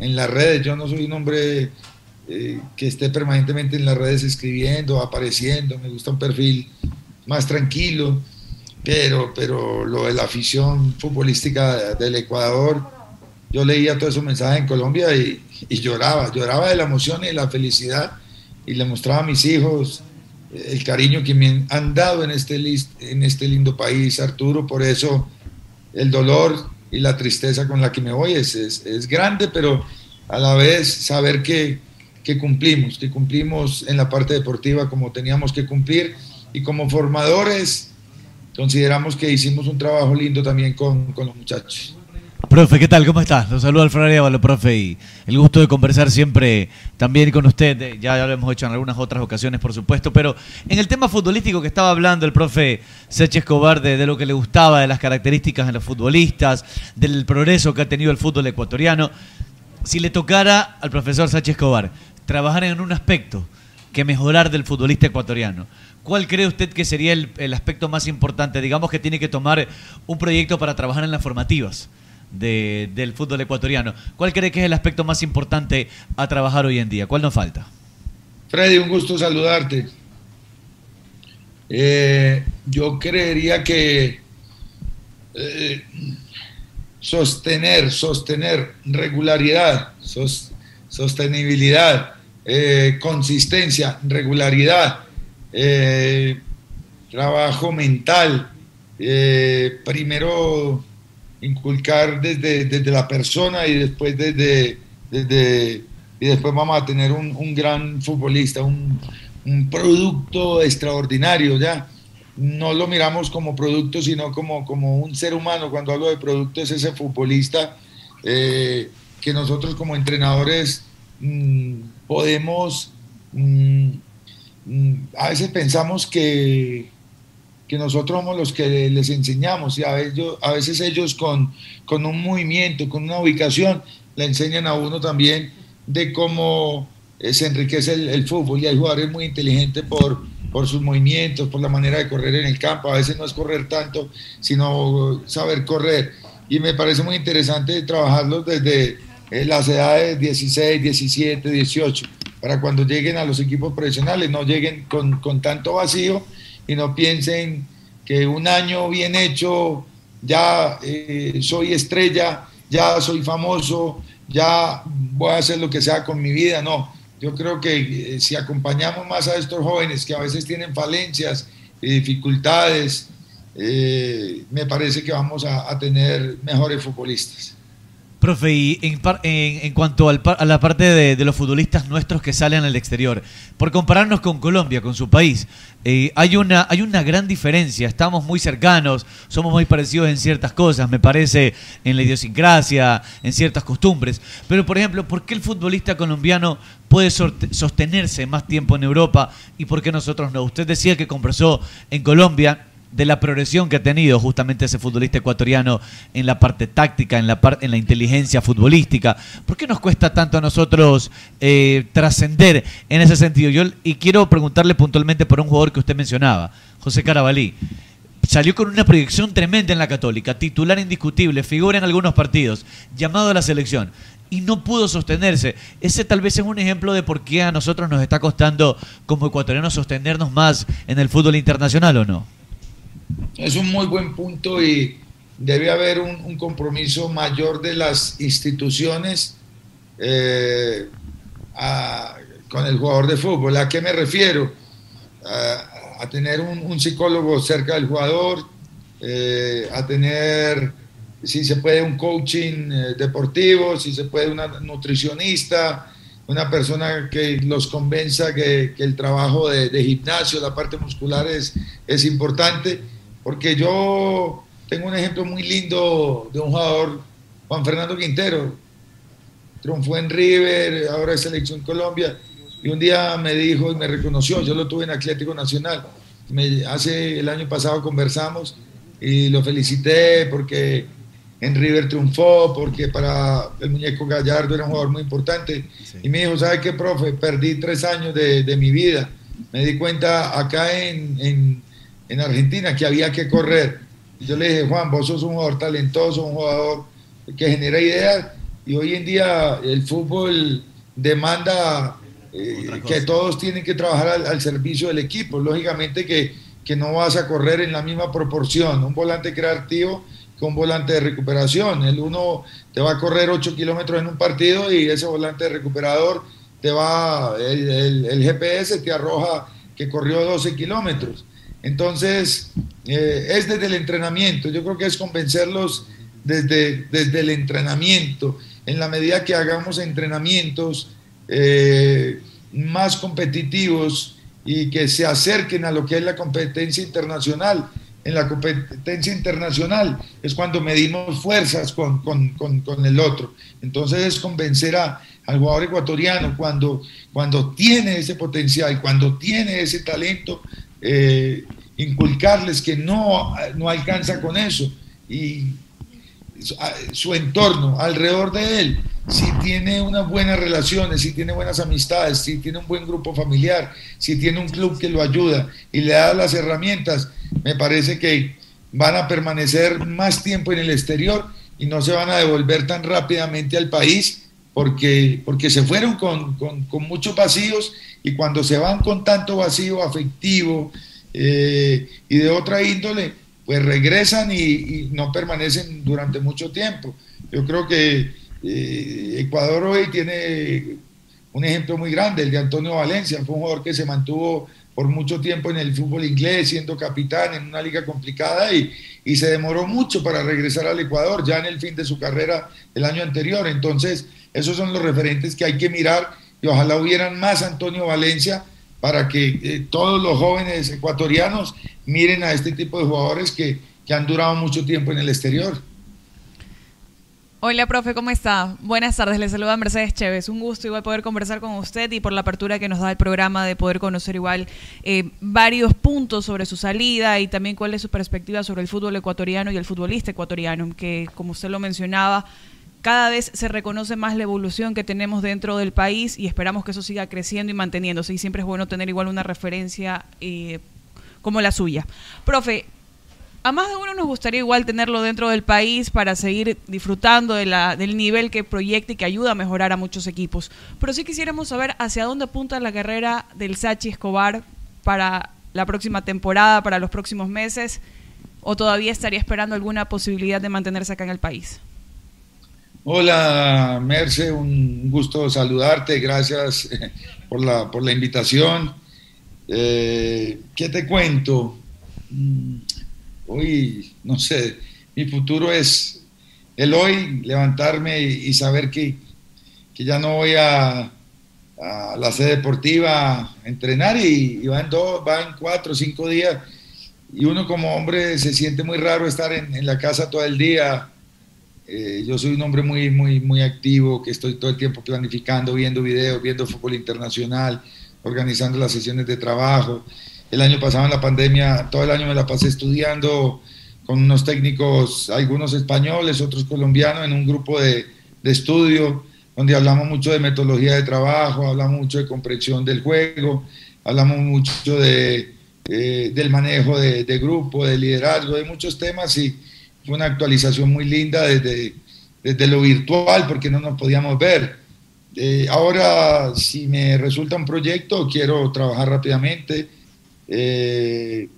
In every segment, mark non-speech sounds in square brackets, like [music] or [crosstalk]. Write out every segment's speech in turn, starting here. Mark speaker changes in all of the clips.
Speaker 1: en las redes. Yo no soy un hombre eh, que esté permanentemente en las redes escribiendo, apareciendo. Me gusta un perfil más tranquilo, pero, pero lo de la afición futbolística del Ecuador, yo leía todos esos mensajes en Colombia y, y lloraba, lloraba de la emoción y de la felicidad y le mostraba a mis hijos eh, el cariño que me han dado en este, list, en este lindo país, Arturo. Por eso el dolor y la tristeza con la que me voy es, es, es grande, pero a la vez saber que, que, cumplimos, que cumplimos en la parte deportiva como teníamos que cumplir y como formadores consideramos que hicimos un trabajo lindo también con, con los muchachos.
Speaker 2: Profe, ¿qué tal? ¿Cómo estás? Los saludo Alfredo Arevalo, profe, y el gusto de conversar siempre también con usted. Eh, Ya, ya, lo hemos hecho en algunas otras ocasiones, por supuesto, pero en el tema futbolístico que estaba hablando el profe Seche Escobar de, de, lo que le gustaba, de las características de los futbolistas, del progreso que ha tenido el fútbol ecuatoriano. Si le tocara al profesor Sánchez Escobar trabajar en un aspecto que mejorar del futbolista ecuatoriano, ¿cuál cree usted que sería el, el aspecto más importante? Digamos que tiene que tomar un proyecto para trabajar en las formativas. De, del fútbol ecuatoriano. ¿Cuál cree que es el aspecto más importante a trabajar hoy en día? ¿Cuál nos falta?
Speaker 1: Freddy, un gusto saludarte. Eh, yo creería que eh, sostener, sostener regularidad, sos, sostenibilidad, eh, consistencia, regularidad, eh, trabajo mental, eh, primero inculcar desde, desde, la persona y después desde, desde y después vamos a tener un, un gran futbolista, un, un, producto extraordinario, ya. No lo miramos como producto, sino como, como un ser humano. Cuando hablo de producto es ese futbolista eh, que nosotros como entrenadores mmm, podemos, mmm, a veces pensamos que, que nosotros somos los que les enseñamos y a veces, a veces ellos con, con, un movimiento, con una ubicación, le enseñan a uno también de cómo eh, se enriquece el, el, fútbol y hay jugadores muy inteligentes por, por sus movimientos, por la manera de correr en el campo, a veces no es correr tanto, sino saber correr y me parece muy interesante trabajarlos desde eh, las edades 16, 17, 18, para cuando lleguen a los equipos profesionales, no lleguen con, con tanto vacío y no piensen que un año bien hecho, ya eh, soy estrella, ya soy famoso, ya voy a hacer lo que sea con mi vida. No, yo creo que eh, si acompañamos más a estos jóvenes que a veces tienen falencias y dificultades, eh, me parece que vamos a, a tener mejores futbolistas.
Speaker 2: Profe, y en, par, en, en cuanto al, a la parte de, de, los futbolistas nuestros que salen al exterior, por compararnos con Colombia, con su país, eh, hay, una, hay una gran diferencia. Estamos muy cercanos, somos muy parecidos en ciertas cosas, me parece, en la idiosincrasia, en ciertas costumbres. Pero, por ejemplo, ¿por qué el futbolista colombiano puede sostenerse más tiempo en Europa y por qué nosotros no? Usted decía que conversó en Colombia de la progresión que ha tenido justamente ese futbolista ecuatoriano en la parte táctica, en la, parte en la inteligencia futbolística. ¿Por qué nos cuesta tanto a nosotros eh, trascender en ese sentido? Yo, y quiero preguntarle puntualmente por un jugador que usted mencionaba, José Carabalí. Salió con una proyección tremenda en la Católica, titular indiscutible, figura en algunos partidos, llamado a la selección y no pudo sostenerse. Ese tal vez es un ejemplo de por qué a nosotros nos está costando como ecuatorianos sostenernos más en el fútbol internacional o no
Speaker 1: es un muy buen punto y debe haber un, un compromiso mayor de las instituciones eh, a, con el jugador de fútbol. ¿A qué me refiero? A, a tener un, un, psicólogo cerca del jugador, eh, a tener, si se puede, un coaching eh, deportivo, si se puede, una nutricionista, una persona que los convenza que, que el trabajo de, de, gimnasio, la parte muscular es, es importante, porque yo tengo un ejemplo muy lindo de un jugador, Juan Fernando Quintero, triunfó en River, ahora es selección Colombia, y un día me dijo y me reconoció, yo lo tuve en Atlético Nacional, me, hace el año pasado conversamos y lo felicité porque en River triunfó, porque para el muñeco Gallardo era un jugador muy importante. Sí. Y me dijo, ¿sabe qué, profe? Perdí tres años de, de mi vida. Me di cuenta acá en, en, en, Argentina que había que correr. Y yo le dije, Juan, vos sos un jugador talentoso, un jugador que genera ideas, y hoy en día el fútbol demanda eh, que todos tienen que trabajar al, al servicio del equipo. Lógicamente que, que, no vas a correr en la misma proporción. Un volante creativo con volante de recuperación. El uno te va a correr 8 kilómetros en un partido y ese volante de recuperador te va, el, el, el GPS te arroja que corrió 12 kilómetros. Entonces, eh, es desde el entrenamiento. Yo creo que es convencerlos desde, desde el entrenamiento. En la medida que hagamos entrenamientos eh, más competitivos y que se acerquen a lo que es la competencia internacional. En la competencia internacional es cuando medimos fuerzas con, con, con, con el otro. Entonces es convencer a, al jugador ecuatoriano cuando, cuando tiene ese potencial, cuando tiene ese talento, eh, inculcarles que no, no alcanza con eso y su, su entorno alrededor de él, si tiene unas buenas relaciones, si tiene buenas amistades, si tiene un buen grupo familiar, si tiene un club que lo ayuda y le da las herramientas, me parece que van a permanecer más tiempo en el exterior y no se van a devolver tan rápidamente al país porque, porque se fueron con, con, con, muchos vacíos y cuando se van con tanto vacío afectivo eh, y de otra índole, pues regresan y, y, no permanecen durante mucho tiempo. Yo creo que eh, Ecuador hoy tiene un ejemplo muy grande, el de Antonio Valencia, fue un jugador que se mantuvo por mucho tiempo en el fútbol inglés, siendo capitán en una liga complicada y, y se demoró mucho para regresar al Ecuador, ya en el fin de su carrera el año anterior. Entonces, esos son los referentes que hay que mirar y ojalá hubieran más Antonio Valencia para que eh, todos los jóvenes ecuatorianos miren a este tipo de jugadores que, que han durado mucho tiempo en el exterior.
Speaker 3: Hola, profe, ¿cómo está? Buenas tardes, le saluda Mercedes Chévez. Un gusto igual poder conversar con usted y por la apertura que nos da el programa de poder conocer igual eh, varios puntos sobre su salida y también cuál es su perspectiva sobre el fútbol ecuatoriano y el futbolista ecuatoriano, que como usted lo mencionaba, cada vez se reconoce más la evolución que tenemos dentro del país y esperamos que eso siga creciendo y manteniéndose. Y siempre es bueno tener igual una referencia eh, como la suya. Profe, a más de uno nos gustaría igual tenerlo dentro del país para seguir disfrutando de la, del nivel que proyecta y que ayuda a mejorar a muchos equipos. Pero sí quisiéramos saber hacia dónde apunta la carrera del Sachi Escobar para la próxima temporada, para los próximos meses, o todavía estaría esperando alguna posibilidad de mantenerse acá en el país.
Speaker 1: Hola, Merce, un gusto saludarte, gracias eh, por la, por la invitación. Eh, ¿Qué te cuento? Mm, hoy, no sé, mi futuro es el hoy, levantarme y, y saber que, que, ya no voy a, a, la sede deportiva a entrenar y, y van dos, van cuatro, cinco días y uno como hombre se siente muy raro estar en, en la casa todo el día. Eh, yo soy un hombre muy, muy, muy activo, que estoy todo el tiempo planificando, viendo videos, viendo fútbol internacional, organizando las sesiones de trabajo el año pasado en la pandemia, todo el año me la pasé estudiando con unos técnicos, algunos españoles, otros colombianos, en un grupo de, de, estudio donde hablamos mucho de metodología de trabajo, hablamos mucho de comprensión del juego, hablamos mucho de, eh, del manejo de, de, grupo, de liderazgo, de muchos temas y fue una actualización muy linda desde, desde lo virtual porque no nos podíamos ver. Eh, ahora, si me resulta un proyecto, quiero trabajar rápidamente. Eh,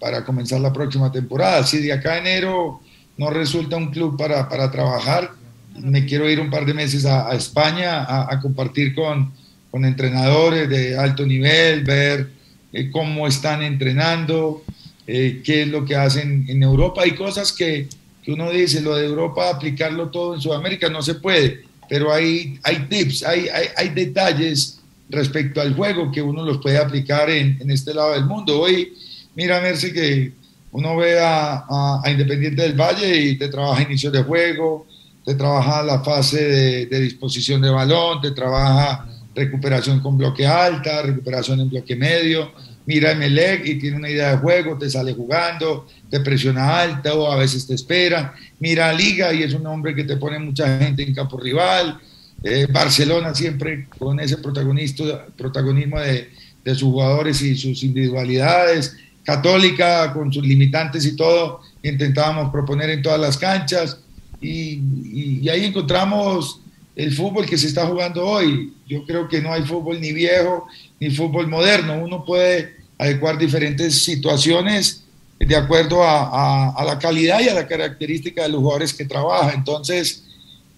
Speaker 1: para comenzar la próxima temporada. Si de acá a enero no resulta un club para, para trabajar, me quiero ir un par de meses a, a España a, a compartir con, con, entrenadores de alto nivel, ver eh, cómo están entrenando, eh, qué es lo que hacen en Europa. Hay cosas que, que, uno dice, lo de Europa, aplicarlo todo en Sudamérica no se puede, pero hay, hay tips, hay, hay, hay detalles respecto al juego que uno los puede aplicar en, en, este lado del mundo. Hoy, mira, Merce, que uno ve a, a, a, Independiente del Valle y te trabaja inicio de juego, te trabaja la fase de, de, disposición de balón, te trabaja recuperación con bloque alta, recuperación en bloque medio. Mira a Melec y tiene una idea de juego, te sale jugando, te presiona alta o a veces te espera. Mira a Liga y es un hombre que te pone mucha gente en campo rival. Eh, Barcelona siempre con ese protagonismo de, de, sus jugadores y sus individualidades, Católica con sus limitantes y todo, intentábamos proponer en todas las canchas, y, y- y ahí encontramos el fútbol que se está jugando hoy. Yo creo que no hay fútbol ni viejo ni fútbol moderno. Uno puede adecuar diferentes situaciones de acuerdo a, a- a la calidad y a la característica de los jugadores que trabaja. Entonces,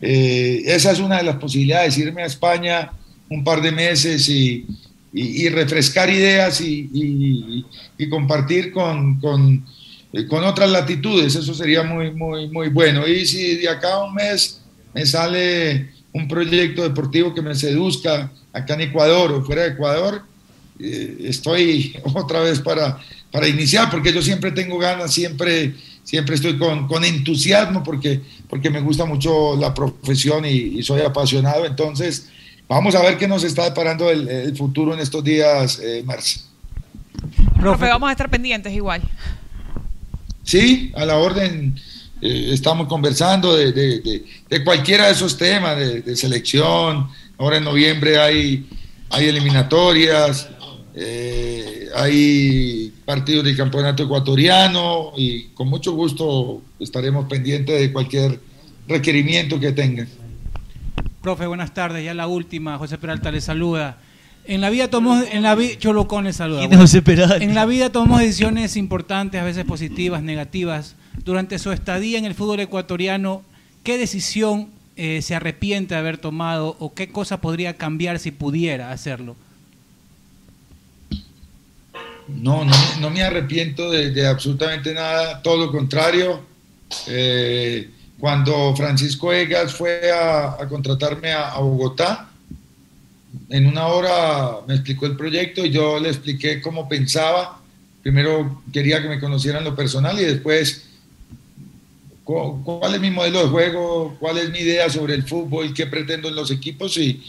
Speaker 1: eh, esa es una de las posibilidades, irme a España un par de meses y, y- y refrescar ideas y, y- y compartir con, con- eh, con otras latitudes. Eso sería muy, muy, muy bueno. Y si de acá a un mes me sale un proyecto deportivo que me seduzca acá en Ecuador o fuera de Ecuador, eh, estoy [laughs] otra vez para, para iniciar, porque yo siempre tengo ganas, siempre, siempre estoy con, con entusiasmo, porque, porque me gusta mucho la profesión y, y soy apasionado. Entonces, vamos a ver qué nos está deparando el, el futuro en estos días, eh, Marce.
Speaker 3: Profe, vamos a estar pendientes igual.
Speaker 1: Sí, a la orden. eh, estamos conversando de, de- de- de cualquiera de esos temas, de, de selección. Ahora en noviembre hay, hay eliminatorias, eh, hay partidos del campeonato ecuatoriano y con mucho gusto estaremos pendientes de cualquier requerimiento que tengan.
Speaker 4: Profe, buenas tardes. Ya la última, José Peralta le saluda. En la vida tomamos, en la vida, Cholocón le saluda.
Speaker 2: ¿Quién es José Peralta?
Speaker 4: En la vida tomamos decisiones importantes, a veces positivas, negativas. Durante su estadía en el fútbol ecuatoriano, ¿qué decisión eh, se arrepiente de haber tomado o qué cosa podría cambiar si pudiera hacerlo?
Speaker 1: No, no, no me arrepiento de, de absolutamente nada, todo lo contrario. Eh, cuando Francisco Egas fue a, a contratarme a, a Bogotá, en una hora me explicó el proyecto y yo le expliqué cómo pensaba. Primero quería que me conocieran lo personal y después cu- cuál es mi modelo de juego, cuál es mi idea sobre el fútbol, qué pretendo en los equipos y,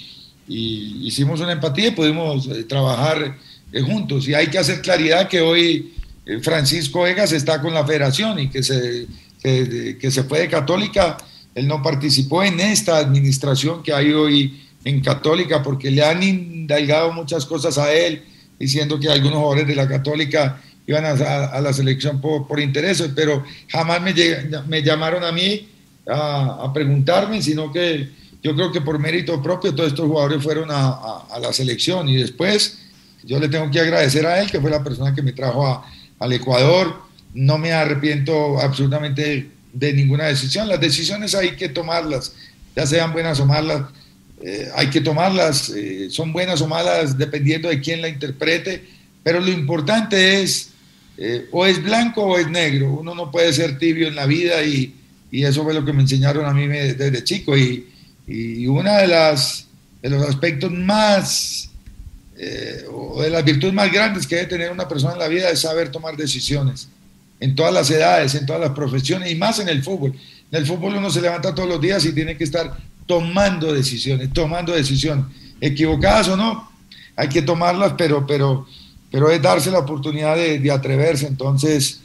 Speaker 1: y hicimos una empatía y pudimos eh, trabajar eh, juntos. Y hay que hacer claridad que hoy eh, Francisco Egas está con la federación y que se, se- de- que se fue de Católica. Él no participó en esta administración que hay hoy en Católica porque le han indagado muchas cosas a él, diciendo que algunos jugadores de la Católica iban a, a- a la selección por, por intereses, pero jamás me, lleg- me llamaron a mí a, a preguntarme, sino que yo creo que por mérito propio todos estos jugadores fueron a, a- a la selección y después yo le tengo que agradecer a él, que fue la persona que me trajo a- al Ecuador. No me arrepiento absolutamente de ninguna decisión. Las decisiones hay que tomarlas, ya sean buenas o malas, eh, hay que tomarlas, eh, son buenas o malas dependiendo de quién la interprete, pero lo importante es, eh, o es blanco o es negro, uno no puede ser tibio en la vida y, y eso fue lo que me enseñaron a mí me- desde chico y, y una de las de los aspectos más eh, o de las virtudes más grandes que debe tener una persona en la vida es saber tomar decisiones en todas las edades, en todas las profesiones y más en el fútbol. En el fútbol uno se levanta todos los días y tiene que estar tomando decisiones, tomando decisiones, equivocadas o no, hay que tomarlas, pero, pero, pero es darse la oportunidad de, de atreverse. Entonces,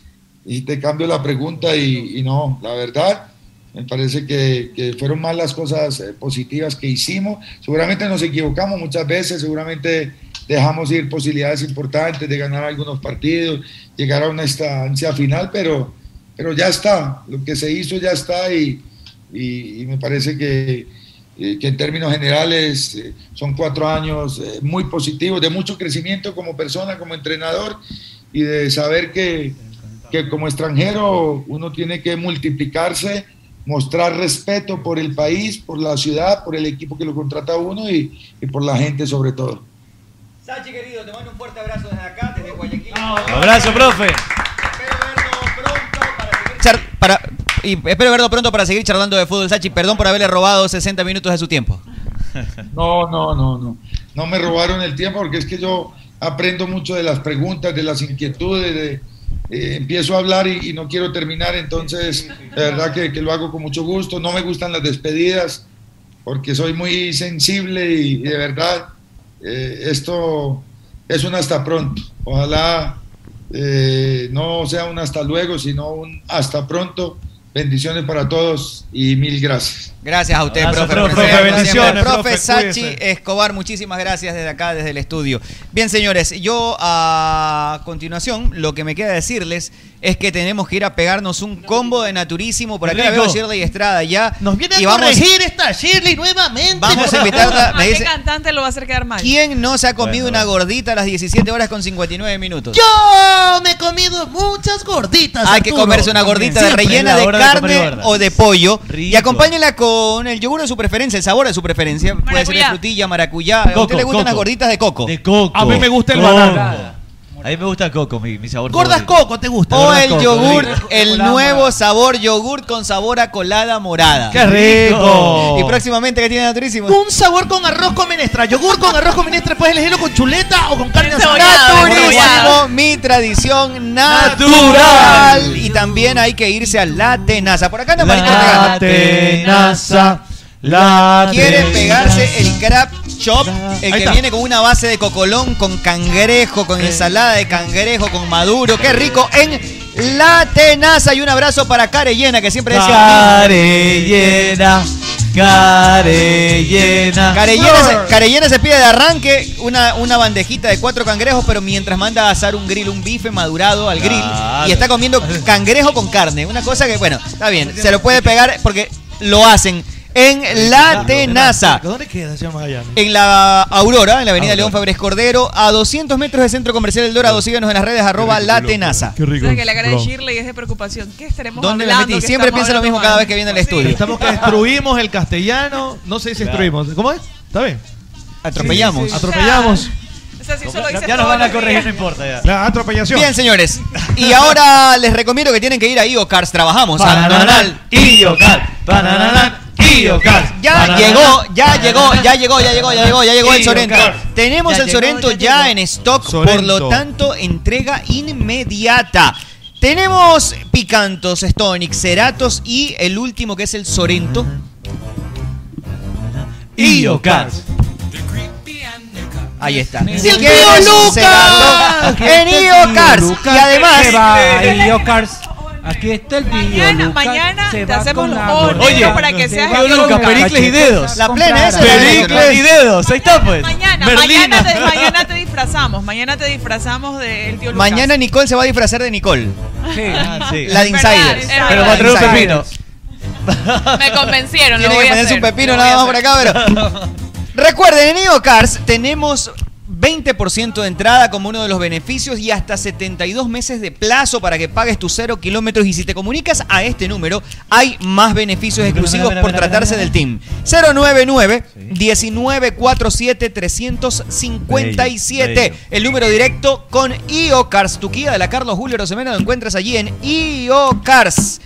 Speaker 1: y te cambio la pregunta y, y no, la verdad, me parece que, que fueron más las cosas eh, positivas que hicimos. Seguramente nos equivocamos muchas veces, seguramente dejamos ir posibilidades importantes de ganar algunos partidos, llegar a una instancia final, pero, pero ya está, lo que se hizo ya está y, y- y me parece que, eh, que en términos generales eh, son cuatro años eh, muy positivos, de mucho crecimiento como persona, como entrenador y de saber que, que como extranjero uno tiene que multiplicarse, mostrar respeto por el país, por la ciudad, por el equipo que lo contrata a uno y, y por la gente sobre todo.
Speaker 5: Sachi, querido, te mando un fuerte abrazo desde acá, desde Guayaquil.
Speaker 2: Abrazo, profe.
Speaker 5: Espero verlo pronto para seguir
Speaker 6: Char- para- y espero verlo pronto para seguir charlando de fútbol, Sachi. Perdón por haberle robado 60 minutos de su tiempo.
Speaker 1: No, no, no, no. No me robaron el tiempo porque es que yo aprendo mucho de las preguntas, de las inquietudes, de- eh, empiezo a hablar y, y no quiero terminar, entonces de verdad que, que lo hago con mucho gusto. No me gustan las despedidas porque soy muy sensible y, y de verdad eh, esto es un hasta pronto. Ojalá eh, no sea un hasta luego, sino un hasta pronto. Bendiciones para todos y mil gracias.
Speaker 6: Gracias a usted,
Speaker 7: Gracias,
Speaker 6: profe.
Speaker 7: profe.
Speaker 6: por enseñarnos
Speaker 7: Bendiciones,
Speaker 6: siempre.
Speaker 7: profe,
Speaker 6: Profe Sachi
Speaker 7: cuídese.
Speaker 6: Escobar, muchísimas gracias desde acá, desde el estudio. Bien, señores, yo a continuación lo que me queda decirles es que tenemos que ir a pegarnos un combo de naturísimo. Por acá la
Speaker 7: Rico.
Speaker 6: veo a Shirley Estrada ya.
Speaker 7: Nos viene a
Speaker 6: y vamos,
Speaker 7: corregir esta Shirley nuevamente.
Speaker 6: vamos a
Speaker 7: por
Speaker 3: [laughs]
Speaker 6: invitarla.
Speaker 3: ¿A
Speaker 6: Me
Speaker 3: qué
Speaker 6: dice,
Speaker 3: cantante lo va a hacer quedar mal?
Speaker 6: ¿quién no se ha comido
Speaker 2: Bueno.
Speaker 6: una gordita a las 17 horas con 59 minutos?
Speaker 7: Yo me he comido muchas gorditas.
Speaker 6: Hay que
Speaker 7: Arturo.
Speaker 6: comerse una gordita
Speaker 7: Siempre
Speaker 6: rellena
Speaker 2: es la
Speaker 6: de
Speaker 2: hora de
Speaker 6: carne
Speaker 2: comer gorda.
Speaker 6: o de pollo. Y
Speaker 2: Rico.
Speaker 6: acompáñenla con el yogur de su preferencia, el sabor de su preferencia. Puede ser de
Speaker 3: Maracuyá.
Speaker 6: frutilla, maracuyá. ¿A usted
Speaker 2: Coco,
Speaker 6: le gustan
Speaker 2: coco.
Speaker 6: las gorditas de coco?
Speaker 2: De coco.
Speaker 7: A mí me gusta el
Speaker 2: Coco.
Speaker 7: banana.
Speaker 2: A mí me gusta el coco, mi, mi sabor.
Speaker 7: Gordas
Speaker 2: favorito.
Speaker 7: coco, ¿te gusta?
Speaker 6: o
Speaker 2: Gordas
Speaker 6: el
Speaker 2: coco,
Speaker 6: yogur,
Speaker 2: rico.
Speaker 6: el
Speaker 4: Colada
Speaker 6: nuevo
Speaker 4: morada.
Speaker 6: sabor yogur con sabor a colada morada.
Speaker 7: ¡Qué rico!
Speaker 6: Y próximamente que tiene naturísimo.
Speaker 7: Un sabor con arroz con menestra. Yogur con arroz con menestra. Puedes elegirlo con chuleta o con carne asada.
Speaker 6: Naturísimo, mi tradición natural.
Speaker 7: Natural.
Speaker 6: Y también hay que irse a la tenaza. Por acá anda Marito
Speaker 2: La
Speaker 6: Ortega.
Speaker 2: tenaza. La
Speaker 6: Quiere
Speaker 2: tenaza.
Speaker 6: pegarse el crab chop, el
Speaker 7: Ahí
Speaker 6: que
Speaker 7: está.
Speaker 6: viene con una base de cocolón, con cangrejo, con ensalada de cangrejo, con maduro. ¡Qué rico! En la tenaza. Y un abrazo para Carellena, que siempre dice
Speaker 2: Carellena. Carellena.
Speaker 6: Carellena se, Carellena se pide de arranque una, una bandejita de cuatro cangrejos, pero mientras manda a asar un grill, un bife madurado al grill,
Speaker 2: Claro.
Speaker 6: y está comiendo cangrejo con carne. Una cosa que, bueno, está bien, se lo puede pegar porque lo hacen en la tenaza.
Speaker 7: ¿Dónde queda, señor Magallanes?
Speaker 6: En la Aurora, en la avenida León Fabres Cordero, a 200 metros del Centro Comercial El Dorado. Síguenos en las redes, arroba la tenaza.
Speaker 8: Qué rico.
Speaker 3: O sea, que la cara de
Speaker 8: Bro.
Speaker 3: Shirley es de preocupación. ¿Qué estaremos
Speaker 6: ¿Dónde la
Speaker 3: hablando?
Speaker 6: metí?
Speaker 3: ¿Qué
Speaker 6: Siempre
Speaker 3: estamos
Speaker 6: pienso lo mismo
Speaker 3: hablando,
Speaker 6: cada vez
Speaker 3: mano?
Speaker 6: que viene al
Speaker 3: Sí.
Speaker 6: estudio.
Speaker 8: Estamos que destruimos el castellano. No sé si destruimos. ¿Cómo es? ¿Está bien?
Speaker 6: Atropellamos.
Speaker 3: O sea,
Speaker 8: Atropellamos.
Speaker 3: O sea, si solo
Speaker 2: Ya-
Speaker 3: dices
Speaker 2: Ya nos
Speaker 3: todos
Speaker 2: van a
Speaker 3: los
Speaker 2: corregir, no
Speaker 3: días.
Speaker 2: importa ya.
Speaker 8: La atropellación.
Speaker 6: Bien,
Speaker 8: [laughs]
Speaker 6: señores. Y ahora les recomiendo que tienen que ir a IOCARS. Trabajamos. ¿ah? a Nacional.
Speaker 2: Iocar, panananán, Iocar.
Speaker 6: Ya
Speaker 2: Panananán.
Speaker 6: llegó, ya llegó, ya llegó, ya llegó, ya llegó, ya llegó el
Speaker 2: Y
Speaker 6: Sorento.
Speaker 2: Oscar.
Speaker 6: Tenemos
Speaker 2: Ya
Speaker 6: el
Speaker 2: llegó,
Speaker 6: Sorento
Speaker 2: ya
Speaker 6: ya
Speaker 2: llegó.
Speaker 6: en stock, por
Speaker 8: Sorento.
Speaker 6: lo tanto, entrega inmediata. Tenemos Picantos, Stonic, Ceratos y el último que es el Sorento.
Speaker 2: Iocar.
Speaker 6: Ahí está.
Speaker 4: Pues, Me
Speaker 6: Si
Speaker 4: dio
Speaker 6: quieres
Speaker 7: tío
Speaker 6: un
Speaker 7: Lucas.
Speaker 6: Cerato, en IOCARS. Y
Speaker 4: Se
Speaker 6: además,
Speaker 4: va el tío Cars. eh, Aquí está el tío
Speaker 3: Mañana,
Speaker 4: Lucas.
Speaker 3: mañana
Speaker 4: Se
Speaker 3: te
Speaker 4: va
Speaker 3: hacemos
Speaker 4: con
Speaker 3: los
Speaker 4: la
Speaker 3: ojos
Speaker 4: gorda.
Speaker 2: negros para
Speaker 3: que
Speaker 4: se
Speaker 3: seas
Speaker 4: va
Speaker 2: tío
Speaker 4: con
Speaker 2: Lucas,
Speaker 4: la
Speaker 2: Pericles y
Speaker 4: cachetada.
Speaker 2: dedos.
Speaker 6: La plena esa es la
Speaker 2: Pericles y dedos, ahí está pues.
Speaker 3: Mañana,
Speaker 2: Berlina.
Speaker 3: mañana te, mañana te disfrazamos. Mañana te disfrazamos del tío Lucas.
Speaker 6: mañana Nicole se va a disfrazar de Nicole.
Speaker 4: Sí.
Speaker 2: Ah, sí.
Speaker 6: La de
Speaker 3: Es verdad,
Speaker 6: Insiders.
Speaker 3: es verdad.
Speaker 2: Pero va a traer un
Speaker 6: Insiders.
Speaker 2: pepino.
Speaker 3: Me convencieron, lo
Speaker 6: Tiene
Speaker 3: voy
Speaker 6: que
Speaker 3: a
Speaker 6: ponerse
Speaker 3: hacer.
Speaker 6: un pepino
Speaker 3: lo voy
Speaker 6: nada
Speaker 3: a
Speaker 6: más por
Speaker 3: hacer.
Speaker 6: acá, pero. Recuerden, en IOCARS tenemos 20% de entrada como uno de los beneficios y hasta 72 meses de plazo para que pagues tus 0 kilómetros. Y si te comunicas a este número, hay más beneficios
Speaker 2: Mira, mira,
Speaker 6: exclusivos
Speaker 2: mira,
Speaker 6: por
Speaker 2: mira, mira,
Speaker 6: tratarse
Speaker 2: mira.
Speaker 6: del team. 099 1947 357
Speaker 2: Bello, bello.
Speaker 6: el número directo con IOCARS. Tu guía de la Carlos Julio Rosemena lo encuentras allí en IOCARS.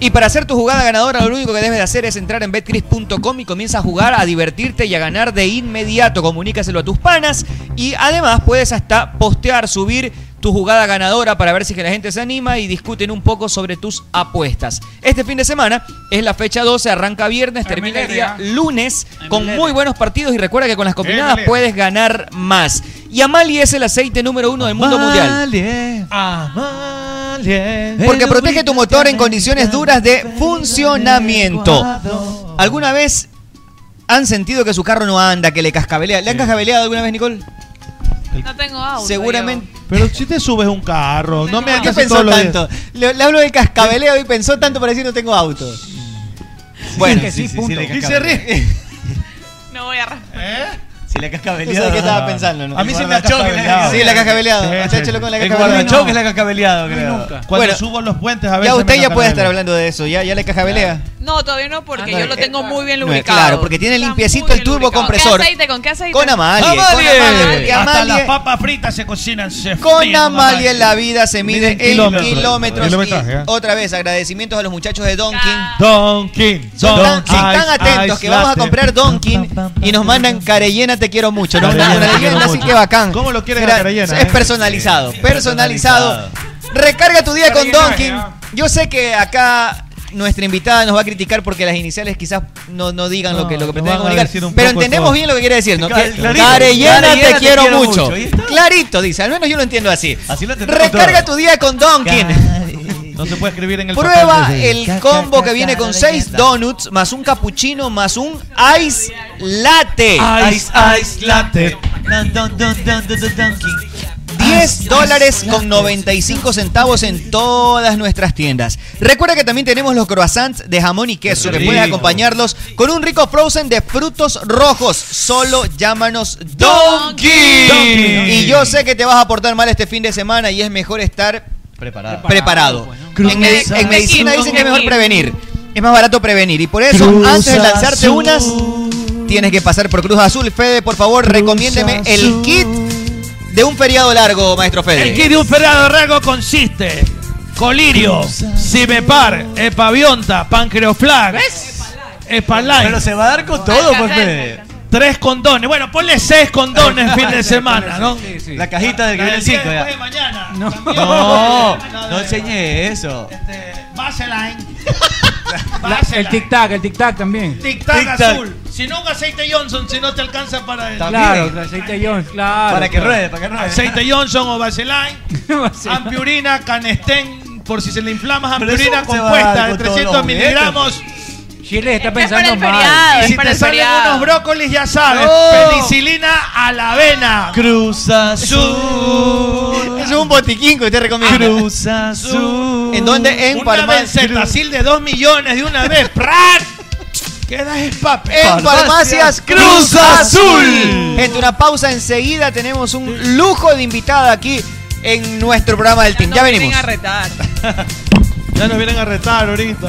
Speaker 6: Y para hacer tu jugada ganadora, lo único que debes de hacer es entrar en betcris.com y comienza a jugar, a divertirte y a ganar de inmediato. Comunícaselo a tus panas y además puedes hasta postear, subir tu jugada ganadora para ver si que la gente se anima y discuten un poco sobre tus apuestas. Este fin de semana es la fecha 12, arranca viernes, termina el día lunes con muy buenos partidos y recuerda que con las combinadas [laughs]
Speaker 8: MLR.
Speaker 6: puedes ganar más. Y Amali es el aceite número uno del mundo mundial.
Speaker 2: Amalie, Amalie.
Speaker 6: Porque protege tu motor en condiciones duras de funcionamiento. ¿Alguna vez han sentido que su carro no anda, que le cascabelea? ¿Le han cascabeleado alguna vez, Nicole?
Speaker 3: No tengo audio.
Speaker 6: Seguramente.
Speaker 8: Pero si te subes un carro, no me
Speaker 6: ¿Por
Speaker 3: ¿Por
Speaker 6: qué
Speaker 8: hagas todos
Speaker 6: pensó
Speaker 8: los días.
Speaker 6: tanto? Le, le hablo del cascabeleo y pensó tanto para decir no tengo auto. Bueno,
Speaker 4: que sí, punto.
Speaker 2: le
Speaker 8: Y se
Speaker 2: cascabelea.
Speaker 8: ríe.
Speaker 3: No voy a responder.
Speaker 2: ¿Eh? Si le
Speaker 6: tú
Speaker 2: cascabeleada.
Speaker 6: sabes qué estaba pensando, ¿no?
Speaker 2: A mí sí me ha
Speaker 6: cascabeleado.
Speaker 2: cascabeleado.
Speaker 6: Sí, la cascabeleado.
Speaker 8: Sí, sí,
Speaker 6: Usted
Speaker 8: sí.
Speaker 6: chelo con la
Speaker 2: El
Speaker 6: cascabeleada.
Speaker 2: guardachón es la cascabeleado, creo.
Speaker 4: nunca.
Speaker 8: Cuando
Speaker 6: Bueno,
Speaker 8: subo los puentes a ver
Speaker 6: Ya usted ya puede estar hablando de eso, ya, ya le cascabelea.
Speaker 3: No, todavía no, porque
Speaker 6: Ah, no,
Speaker 3: yo lo
Speaker 6: eh,
Speaker 3: tengo muy bien
Speaker 6: no,
Speaker 3: lubricado.
Speaker 6: claro, porque tiene
Speaker 3: Está
Speaker 6: limpiecito
Speaker 3: muy
Speaker 6: el
Speaker 3: bien
Speaker 6: turbo
Speaker 3: lubricado.
Speaker 6: compresor.
Speaker 3: ¿Con qué aceite? ¿Con qué aceite?
Speaker 6: Con Amalie.
Speaker 2: Amalie.
Speaker 6: Con Amalie. porque
Speaker 8: Hasta
Speaker 6: Amalie-
Speaker 8: las papas fritas se cocinan, se
Speaker 6: Con
Speaker 8: fríen
Speaker 6: Amalie la vida se mide en
Speaker 8: Mide en
Speaker 6: kilómetros.
Speaker 8: kilómetros.
Speaker 6: Y
Speaker 8: Kilometraje, ¿eh?
Speaker 6: otra vez, agradecimientos a los muchachos de Donkin.
Speaker 8: Donkin,
Speaker 6: Son tan,
Speaker 8: Donkin.
Speaker 6: son tan atentos
Speaker 8: Ice
Speaker 6: que vamos a
Speaker 8: latte.
Speaker 6: comprar Donkin y nos mandan Carellena te quiero mucho. Nos mandan
Speaker 8: Carellena,
Speaker 6: una
Speaker 8: te quiero
Speaker 6: leyenda, así
Speaker 8: mucho.
Speaker 6: que bacán.
Speaker 8: ¿Cómo lo quieren a
Speaker 6: Era-
Speaker 8: Carellena,
Speaker 6: Es
Speaker 8: eh?
Speaker 6: personalizado, personalizado. Recarga tu día con Donkin.
Speaker 8: eh.
Speaker 6: Yo sé que acá nuestra invitada nos va a criticar porque las iniciales quizás no, no digan lo
Speaker 8: No,
Speaker 6: que, lo que
Speaker 8: nos
Speaker 6: pretenden
Speaker 8: van a
Speaker 6: comunicar.
Speaker 8: decir un
Speaker 6: Pero
Speaker 8: poco
Speaker 6: entendemos
Speaker 8: todo.
Speaker 6: bien lo que quiere decir. ¿no?
Speaker 2: Cal-
Speaker 6: Que-
Speaker 2: clarito.
Speaker 6: Carellena te
Speaker 2: Carellena
Speaker 6: quiero mucho. Clarito, dice. Al menos yo lo entiendo así.
Speaker 2: Así lo entendemos
Speaker 6: Recarga
Speaker 2: todo.
Speaker 6: tu día con Donkin.
Speaker 2: Carellena. No se puede escribir en el
Speaker 6: Prueba
Speaker 2: papel.
Speaker 6: el combo que viene con 6 donuts más un cappuccino más un ice
Speaker 8: Eh,
Speaker 6: latte.
Speaker 2: Ice, ice, latte. Dun, dun, dun, dun, dun, dun, dunking.
Speaker 6: 10 dólares con 95 centavos en todas nuestras tiendas. Recuerda que también tenemos los croissants de jamón y queso que puedes acompañarlos con un rico frozen de frutos rojos. Solo llámanos Donkey.
Speaker 2: Donkey.
Speaker 6: Y yo sé que te vas a portar mal este fin de semana y es mejor estar
Speaker 2: Preparada.
Speaker 6: preparado. En, medi- en
Speaker 2: Cruzar.
Speaker 6: medicina dicen que es mejor prevenir. Es más barato prevenir. Y por eso,
Speaker 8: Cruz
Speaker 6: antes de lanzarte
Speaker 8: Azul.
Speaker 6: unas, tienes que pasar por Cruz Azul. Fede, por favor, recomiéndeme el
Speaker 8: Azul.
Speaker 6: kit de un feriado largo, maestro Fede.
Speaker 8: El kit de un ferrado rango consiste colirio, cimepar, epavionta, pancreoflag, espalay,
Speaker 2: Pero se va a dar con todo, pues, Fede.
Speaker 8: tres condones. Bueno, ponle seis condones fin
Speaker 2: [laughs]
Speaker 8: de semana, ¿no?
Speaker 4: Sí, sí.
Speaker 2: La cajita del
Speaker 8: La
Speaker 2: Grill
Speaker 8: del día
Speaker 2: 5
Speaker 8: después de
Speaker 2: ya.
Speaker 8: mañana.
Speaker 4: No.
Speaker 8: También.
Speaker 2: No,
Speaker 8: La
Speaker 2: no
Speaker 8: de-
Speaker 2: enseñé eso.
Speaker 8: Este,
Speaker 2: [laughs]
Speaker 8: Vaseline.
Speaker 4: La- el tic tac, el tic tac también.
Speaker 8: Tic Tac
Speaker 2: Tic Tac.
Speaker 8: azul. Si no un aceite Johnson, si no te alcanza para el
Speaker 2: También.
Speaker 4: Claro, el aceite Jones, claro.
Speaker 2: Para que ruede, para que ruede.
Speaker 8: aceite Johnson o Vaseline,
Speaker 4: Sí.
Speaker 8: ampiurina, canestén, por si se le inflama
Speaker 2: Pero eso
Speaker 8: ampiurina
Speaker 2: no se va a dar
Speaker 8: compuesta de
Speaker 2: con todos los
Speaker 8: 300 miligramos.
Speaker 4: Chile está
Speaker 3: Esto es para
Speaker 4: pensando
Speaker 3: el
Speaker 4: mal.
Speaker 3: feriado.
Speaker 8: Y
Speaker 3: es
Speaker 8: si
Speaker 3: para
Speaker 8: te
Speaker 3: el
Speaker 8: salen
Speaker 3: feriado.
Speaker 8: unos brócolis, ya sabes,
Speaker 2: Oh.
Speaker 6: No.
Speaker 8: penicilina a la avena.
Speaker 2: Cruz
Speaker 6: Eso
Speaker 2: Azul.
Speaker 6: es un botiquín que usted recomienda.
Speaker 2: Cruz Azul.
Speaker 6: ¿En dónde? En
Speaker 8: Una
Speaker 6: farmacia.
Speaker 8: benzetacil de 2 millones de una vez. ¡Prat! Quedas en papel.
Speaker 6: En farmacias Cruz
Speaker 2: Cruz
Speaker 6: Azul.
Speaker 2: Azul.
Speaker 6: Gente, una pausa enseguida. Tenemos un lujo de invitada aquí en nuestro programa del team. Ya
Speaker 3: No
Speaker 6: venimos.
Speaker 3: vienen a retar.
Speaker 8: [laughs] Ya nos vienen a retar ahorita.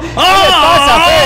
Speaker 5: ¿Qué le pasa, Fe?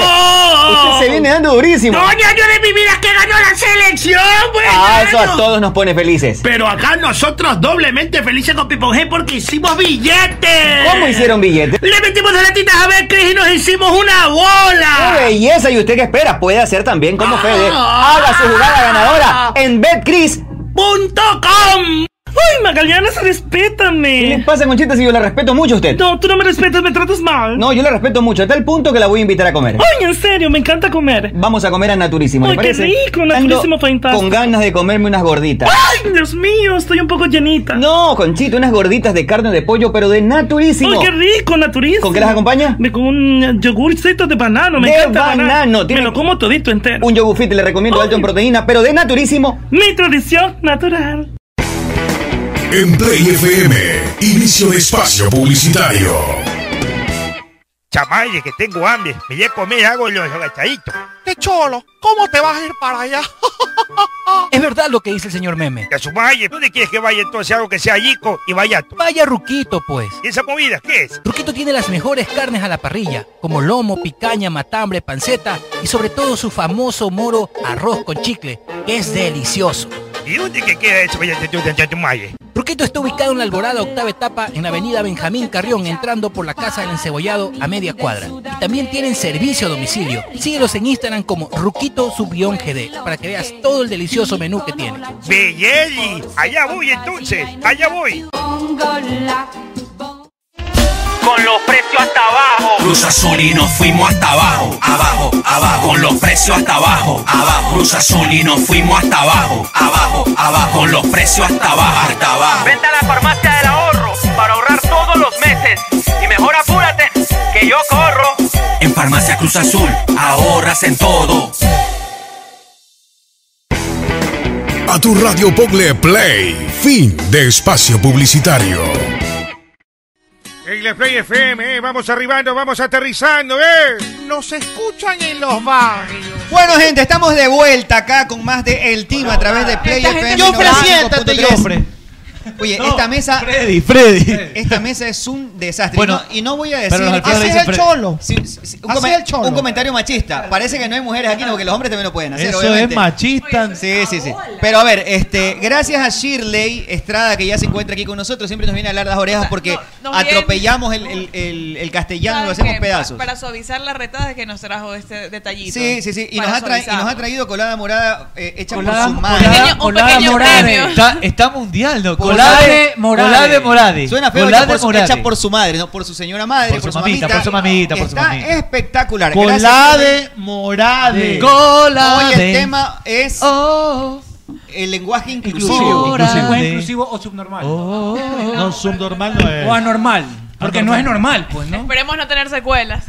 Speaker 5: Usted se viene dando durísimo.
Speaker 9: año Oh. de mi vida que ganó la selección! pues,
Speaker 5: Ah, eso a todos nos pone felices.
Speaker 9: Pero acá nosotros doblemente felices con Pipon G porque hicimos billetes.
Speaker 5: ¿Cómo hicieron billetes?
Speaker 9: Le metimos las latitas a ver, Cris, y nos hicimos una bola.
Speaker 5: ¡Qué belleza! ¿Y usted qué espera? Puede hacer también como
Speaker 9: Ah.
Speaker 5: Fede. Haga su jugada ganadora en BetCris.com.
Speaker 9: com. Ay, Magaliana, respétame.
Speaker 5: ¿Qué le pasa, Conchita, si yo la respeto mucho a usted?
Speaker 9: No, tú no me respetas, me tratas mal.
Speaker 5: No, yo la respeto mucho, a tal punto que la voy a invitar a comer.
Speaker 9: Ay, en serio, me encanta comer.
Speaker 5: Vamos a comer a Naturísimo, ¿le
Speaker 9: Ay, qué
Speaker 5: parece?
Speaker 9: rico,
Speaker 5: Ando
Speaker 9: Naturísimo, fantástico.
Speaker 5: Con ganas de comerme unas gorditas.
Speaker 9: Ay, Dios mío, estoy un poco llenita.
Speaker 5: No, Conchita, unas gorditas de carne de pollo, pero de Naturísimo.
Speaker 9: Ay, qué rico, naturismo.
Speaker 5: ¿Con qué las acompaña?
Speaker 9: Me- Con un yogurcito de banano, me
Speaker 5: De
Speaker 9: encanta el
Speaker 5: banano, tiene-
Speaker 9: Me lo como todito entero.
Speaker 5: Un yogufit le recomiendo alto en proteína, pero de Naturísimo.
Speaker 9: Mi tradición natural.
Speaker 10: En Play FM, inicio de espacio publicitario.
Speaker 9: Chamaye, que tengo hambre. Me voy a comer algo los agachaditos.
Speaker 7: ¡Qué cholo! ¿Cómo te vas a ir para allá?
Speaker 4: [laughs] Es verdad lo que dice el señor Meme.
Speaker 9: Ya sumaye, ¿dónde quieres que vaya entonces algo que sea rico y vallato?
Speaker 4: Vaya Ruquito, pues.
Speaker 9: ¿Y esa comida qué es?
Speaker 4: Ruquito tiene las mejores carnes a la parrilla, como lomo, picaña, matambre, panceta y sobre todo su famoso moro arroz con chicle, que es delicioso.
Speaker 9: ¿Y dónde que queda eso vallachumaye?
Speaker 4: Ruquito está ubicado en la Alborada octava etapa en la avenida Benjamín Carrión, entrando por la Casa del Encebollado a media cuadra. Y también tienen servicio a domicilio. Síguelos en Instagram como Ruquito Subión GD para que veas todo el delicioso menú que tiene.
Speaker 9: Belleli, allá voy entonces, allá voy.
Speaker 10: Con los precios hasta abajo. Cruz Azul y nos fuimos hasta abajo. Abajo, abajo. Con los precios hasta abajo. Abajo. Cruz Azul y nos fuimos hasta abajo. Abajo, abajo. Con los precios hasta abajo. Hasta abajo.
Speaker 5: Vente a la farmacia del ahorro para ahorrar todos los meses. Y mejor apúrate, que yo corro.
Speaker 10: En Farmacia Cruz Azul, ahorras en todo.
Speaker 11: A tu radio Pogle Play. Fin de espacio publicitario.
Speaker 9: En la Play FM, eh, vamos arribando, vamos aterrizando, eh.
Speaker 7: Nos escuchan en los barrios.
Speaker 6: Bueno, gente, estamos de vuelta acá con más de El Team a través de Play
Speaker 7: Esta
Speaker 6: FM.
Speaker 7: gente- Jofre,
Speaker 6: 95.3.
Speaker 7: siéntate, Jofre.
Speaker 6: Oye, esta mesa.
Speaker 2: Freddy, Freddy.
Speaker 6: Esta mesa es un desastre.
Speaker 2: Bueno,
Speaker 6: y, no, y no voy a decir.
Speaker 2: pero los alfajores
Speaker 6: Haces
Speaker 2: dicen Freddy.
Speaker 6: Sí, sí, sí, un,
Speaker 7: Haces
Speaker 6: come-
Speaker 7: el cholo.
Speaker 6: un comentario machista. Parece que no hay mujeres aquí, no, porque los hombres también lo pueden hacer.
Speaker 8: Eso
Speaker 6: obviamente.
Speaker 8: es machista.
Speaker 6: Sí, sí, sí. Pero a ver, este, gracias a Shirley Estrada, que ya se encuentra aquí con nosotros, siempre nos viene a hablar las orejas porque
Speaker 3: no, nos viene-
Speaker 6: atropellamos el, el- el- el castellano, lo
Speaker 3: ¿Sabes
Speaker 6: hacemos
Speaker 3: qué?
Speaker 6: pedazos.
Speaker 3: Pa- Para suavizar la retada es que nos trajo este detallito.
Speaker 6: Sí, sí, sí. Y nos,
Speaker 3: Para
Speaker 6: ha tra- y
Speaker 3: suavizar.
Speaker 6: nos ha traído colada morada eh, hecha
Speaker 2: Colada-
Speaker 6: por su madre.
Speaker 2: colada- Un pequeño- un colada pequeño morada. premio. Está-
Speaker 6: mundial, ¿no?
Speaker 2: Colade morade. Colade morade.
Speaker 6: Suena feo,
Speaker 2: Colade
Speaker 6: hecha por, su,
Speaker 2: morade.
Speaker 6: hecha por su madre, no por su señora madre, por, su mamita.
Speaker 2: por su mamita, por su
Speaker 6: Está
Speaker 2: mamita.
Speaker 6: espectacular.
Speaker 2: Colade
Speaker 6: Gracias.
Speaker 7: morade.
Speaker 2: Colade.
Speaker 6: Hoy el tema es
Speaker 2: Oh.
Speaker 6: el lenguaje inclusivo.
Speaker 4: Inclusivo, inclusivo.
Speaker 6: Lenguaje
Speaker 4: inclusivo o subnormal.
Speaker 2: Oh.
Speaker 8: Oh, No, subnormal no es.
Speaker 4: O anormal. Porque no es normal, pues, ¿no?
Speaker 3: Esperemos no tener secuelas.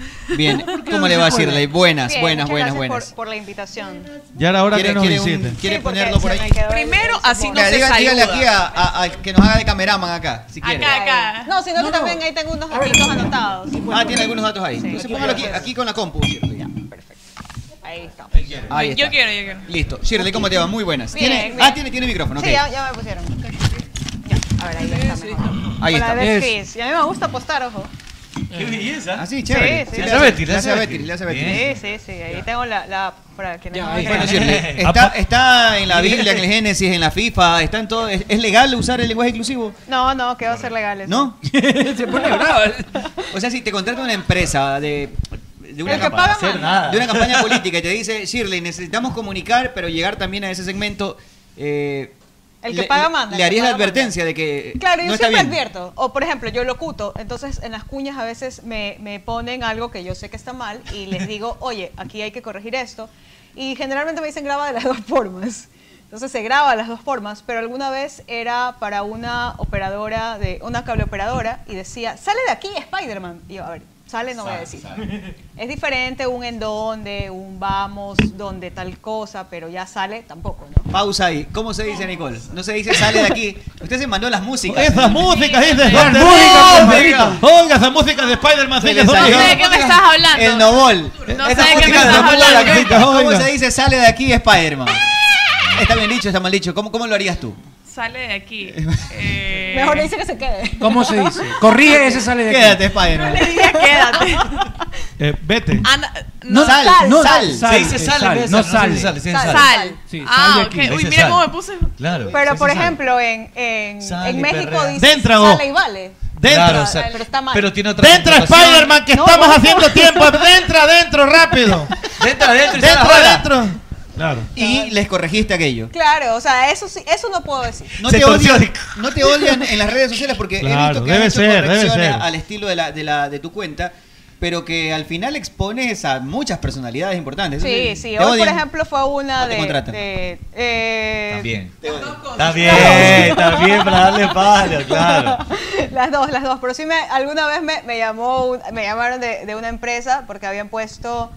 Speaker 6: Bien,
Speaker 3: [laughs]
Speaker 6: ¿cómo le va a Shirley? Buenas,
Speaker 3: Bien,
Speaker 6: buenas,
Speaker 3: muchas
Speaker 6: buenas,
Speaker 3: gracias
Speaker 6: buenas.
Speaker 12: por la invitación.
Speaker 8: Y ahora, ahora que nos
Speaker 6: quiere un-
Speaker 8: visiten.
Speaker 6: quiere ponerlo por ahí?
Speaker 3: Primero, así no
Speaker 6: Mira,
Speaker 3: se
Speaker 6: diga- dígale
Speaker 3: saluda.
Speaker 6: aquí a, a- a que nos haga de cameraman acá, si quiere.
Speaker 3: Acá, acá.
Speaker 12: No, sino que también ahí tengo unos datitos anotados.
Speaker 6: Ah, tiene algunos datos ahí. Entonces póngalo aquí, aquí con la compu, Shirley.
Speaker 12: Ahí está.
Speaker 6: Ahí está.
Speaker 3: Yo quiero, yo quiero.
Speaker 6: Listo. Shirley, ¿cómo te va? Muy buenas.
Speaker 12: Bien,
Speaker 6: ¿Tiene,
Speaker 12: bien.
Speaker 6: Ah, tiene, tiene micrófono, ok.
Speaker 12: Sí, ya, ya me pusieron. Ya, a ver, ahí ya está mejor.
Speaker 6: Ahí
Speaker 12: Hola,
Speaker 6: está. Es-
Speaker 12: ves, Chris. Y a mí me gusta apostar, ojo.
Speaker 2: Qué belleza.
Speaker 6: Así, chévere.
Speaker 12: Sí, sí.
Speaker 6: Sí,
Speaker 12: Le hace a Betty,
Speaker 6: le hace a Betty, le hace a Betty.
Speaker 12: Sí, sí, sí. Ahí tengo la, la app para que no me
Speaker 6: Bueno,
Speaker 12: crean.
Speaker 6: Shirley, está, está en la Biblia, en el Génesis, en la FIFA, está en todo. ¿Es, es legal usar el lenguaje inclusivo?
Speaker 12: [laughs] No, no, que va a ser legal eso. [laughs]
Speaker 6: ¿No? Se pone bravo. O sea, si te contrata una empresa de, de, una,
Speaker 12: El que
Speaker 6: campa-
Speaker 12: paga Hacer más. nada.
Speaker 6: de una campaña política y te dice, Shirley, necesitamos comunicar, pero llegar también a ese segmento. eh,
Speaker 12: El que
Speaker 6: le-
Speaker 12: paga
Speaker 6: Le
Speaker 12: manda, el que
Speaker 6: harías la
Speaker 12: paga manda.
Speaker 6: advertencia de que.
Speaker 12: Claro, yo
Speaker 6: no está
Speaker 12: siempre
Speaker 6: bien.
Speaker 12: advierto. O, por ejemplo, yo locuto. Entonces, en las cuñas a veces me, me ponen algo que yo sé que está mal y les
Speaker 6: [laughs]
Speaker 12: digo, oye, aquí hay que corregir esto. Y generalmente me dicen graba de las dos formas. Entonces se graba de las dos formas, pero alguna vez era para una operadora, de una cableoperadora, y decía, sale de aquí Spider-Man. Y yo, a ver, sale, no voy a decir. Es diferente un en donde, un vamos, donde tal cosa, pero ya sale tampoco, ¿no?
Speaker 6: Pausa ahí. ¿Cómo se dice, Nicole? No se dice sale de aquí. Usted se mandó las músicas.
Speaker 8: Esas músicas, dices.
Speaker 6: Las
Speaker 8: ¿dónde
Speaker 6: músicas,
Speaker 8: están?
Speaker 6: compadrito.
Speaker 8: Oiga, esas músicas de Spider-Man.
Speaker 6: El
Speaker 8: sí que son-
Speaker 6: ensayo.
Speaker 3: No sé de qué me estás hablando.
Speaker 6: El Novol.
Speaker 3: No
Speaker 6: Esa
Speaker 3: sé de
Speaker 6: música
Speaker 3: qué me
Speaker 6: de
Speaker 3: estás
Speaker 6: Novol, la
Speaker 3: hablando.
Speaker 6: chica. ¿Cómo
Speaker 8: Oiga.
Speaker 6: se dice sale de aquí Spider-Man? Está bien dicho, está mal dicho. ¿Cómo, cómo lo harías tú?
Speaker 3: Sale de aquí. Eh,
Speaker 12: Mejor dice que se quede.
Speaker 4: ¿Cómo se
Speaker 3: [laughs]
Speaker 4: dice? Corrige ese sale de aquí.
Speaker 6: Quédate, Spider-Man.
Speaker 12: Quédate.
Speaker 8: Eh, vete.
Speaker 3: Anda,
Speaker 4: No,
Speaker 6: sal,
Speaker 4: no,
Speaker 6: sal.
Speaker 4: sal.
Speaker 2: Se dice
Speaker 4: eh,
Speaker 2: sal, en vez de
Speaker 4: no
Speaker 2: sal,
Speaker 4: sale.
Speaker 2: no se dice sal, se dice
Speaker 12: Sal.
Speaker 2: sal.
Speaker 3: Sal.
Speaker 4: Sí, sal de
Speaker 3: ah,
Speaker 4: aquí.
Speaker 3: ok. Uy,
Speaker 2: Ese
Speaker 3: mira
Speaker 2: sal.
Speaker 3: cómo me puse.
Speaker 2: Claro.
Speaker 12: Pero por
Speaker 2: Sí, sí, sal.
Speaker 12: ejemplo, en, en,
Speaker 2: Sale,
Speaker 12: en México
Speaker 2: perrea.
Speaker 12: dice
Speaker 8: Dentro,
Speaker 12: sale y vale.
Speaker 8: Dentro.
Speaker 2: Claro,
Speaker 12: sal.
Speaker 2: sal.
Speaker 12: Pero está mal.
Speaker 2: Pero tiene otra
Speaker 8: Dentro
Speaker 2: connotación.
Speaker 8: Spider-Man, que
Speaker 12: No,
Speaker 8: estamos
Speaker 12: no, no.
Speaker 8: haciendo
Speaker 3: [laughs]
Speaker 8: tiempo. Dentro, adentro, rápido.
Speaker 2: Dentro, adentro y sal
Speaker 8: Dentro,
Speaker 2: afuera.
Speaker 8: adentro. Claro.
Speaker 6: Y les corregiste aquello.
Speaker 12: Claro, o sea, eso sí, eso no puedo decir.
Speaker 6: No
Speaker 8: Se
Speaker 6: te,
Speaker 8: torció
Speaker 6: odian,
Speaker 8: el-
Speaker 6: no te odian en las redes sociales porque he visto
Speaker 8: Claro,
Speaker 6: que
Speaker 8: debe
Speaker 6: has hecho
Speaker 8: ser, debe
Speaker 6: correcciones
Speaker 8: ser.
Speaker 6: al estilo de, la, de, la, de tu cuenta, pero que al final expones a muchas personalidades importantes.
Speaker 12: Sí,
Speaker 6: Te
Speaker 12: sí. Hoy, por
Speaker 6: odian.
Speaker 12: ejemplo, fue una
Speaker 6: No te
Speaker 12: de.
Speaker 6: contratan.
Speaker 12: de, eh,
Speaker 2: También.
Speaker 6: Te odian.
Speaker 2: También, también para darle palo, claro.
Speaker 12: [laughs] Las dos, las dos. Pero sí, me, alguna vez me, me llamó un- me llamaron de, de una empresa porque habían puesto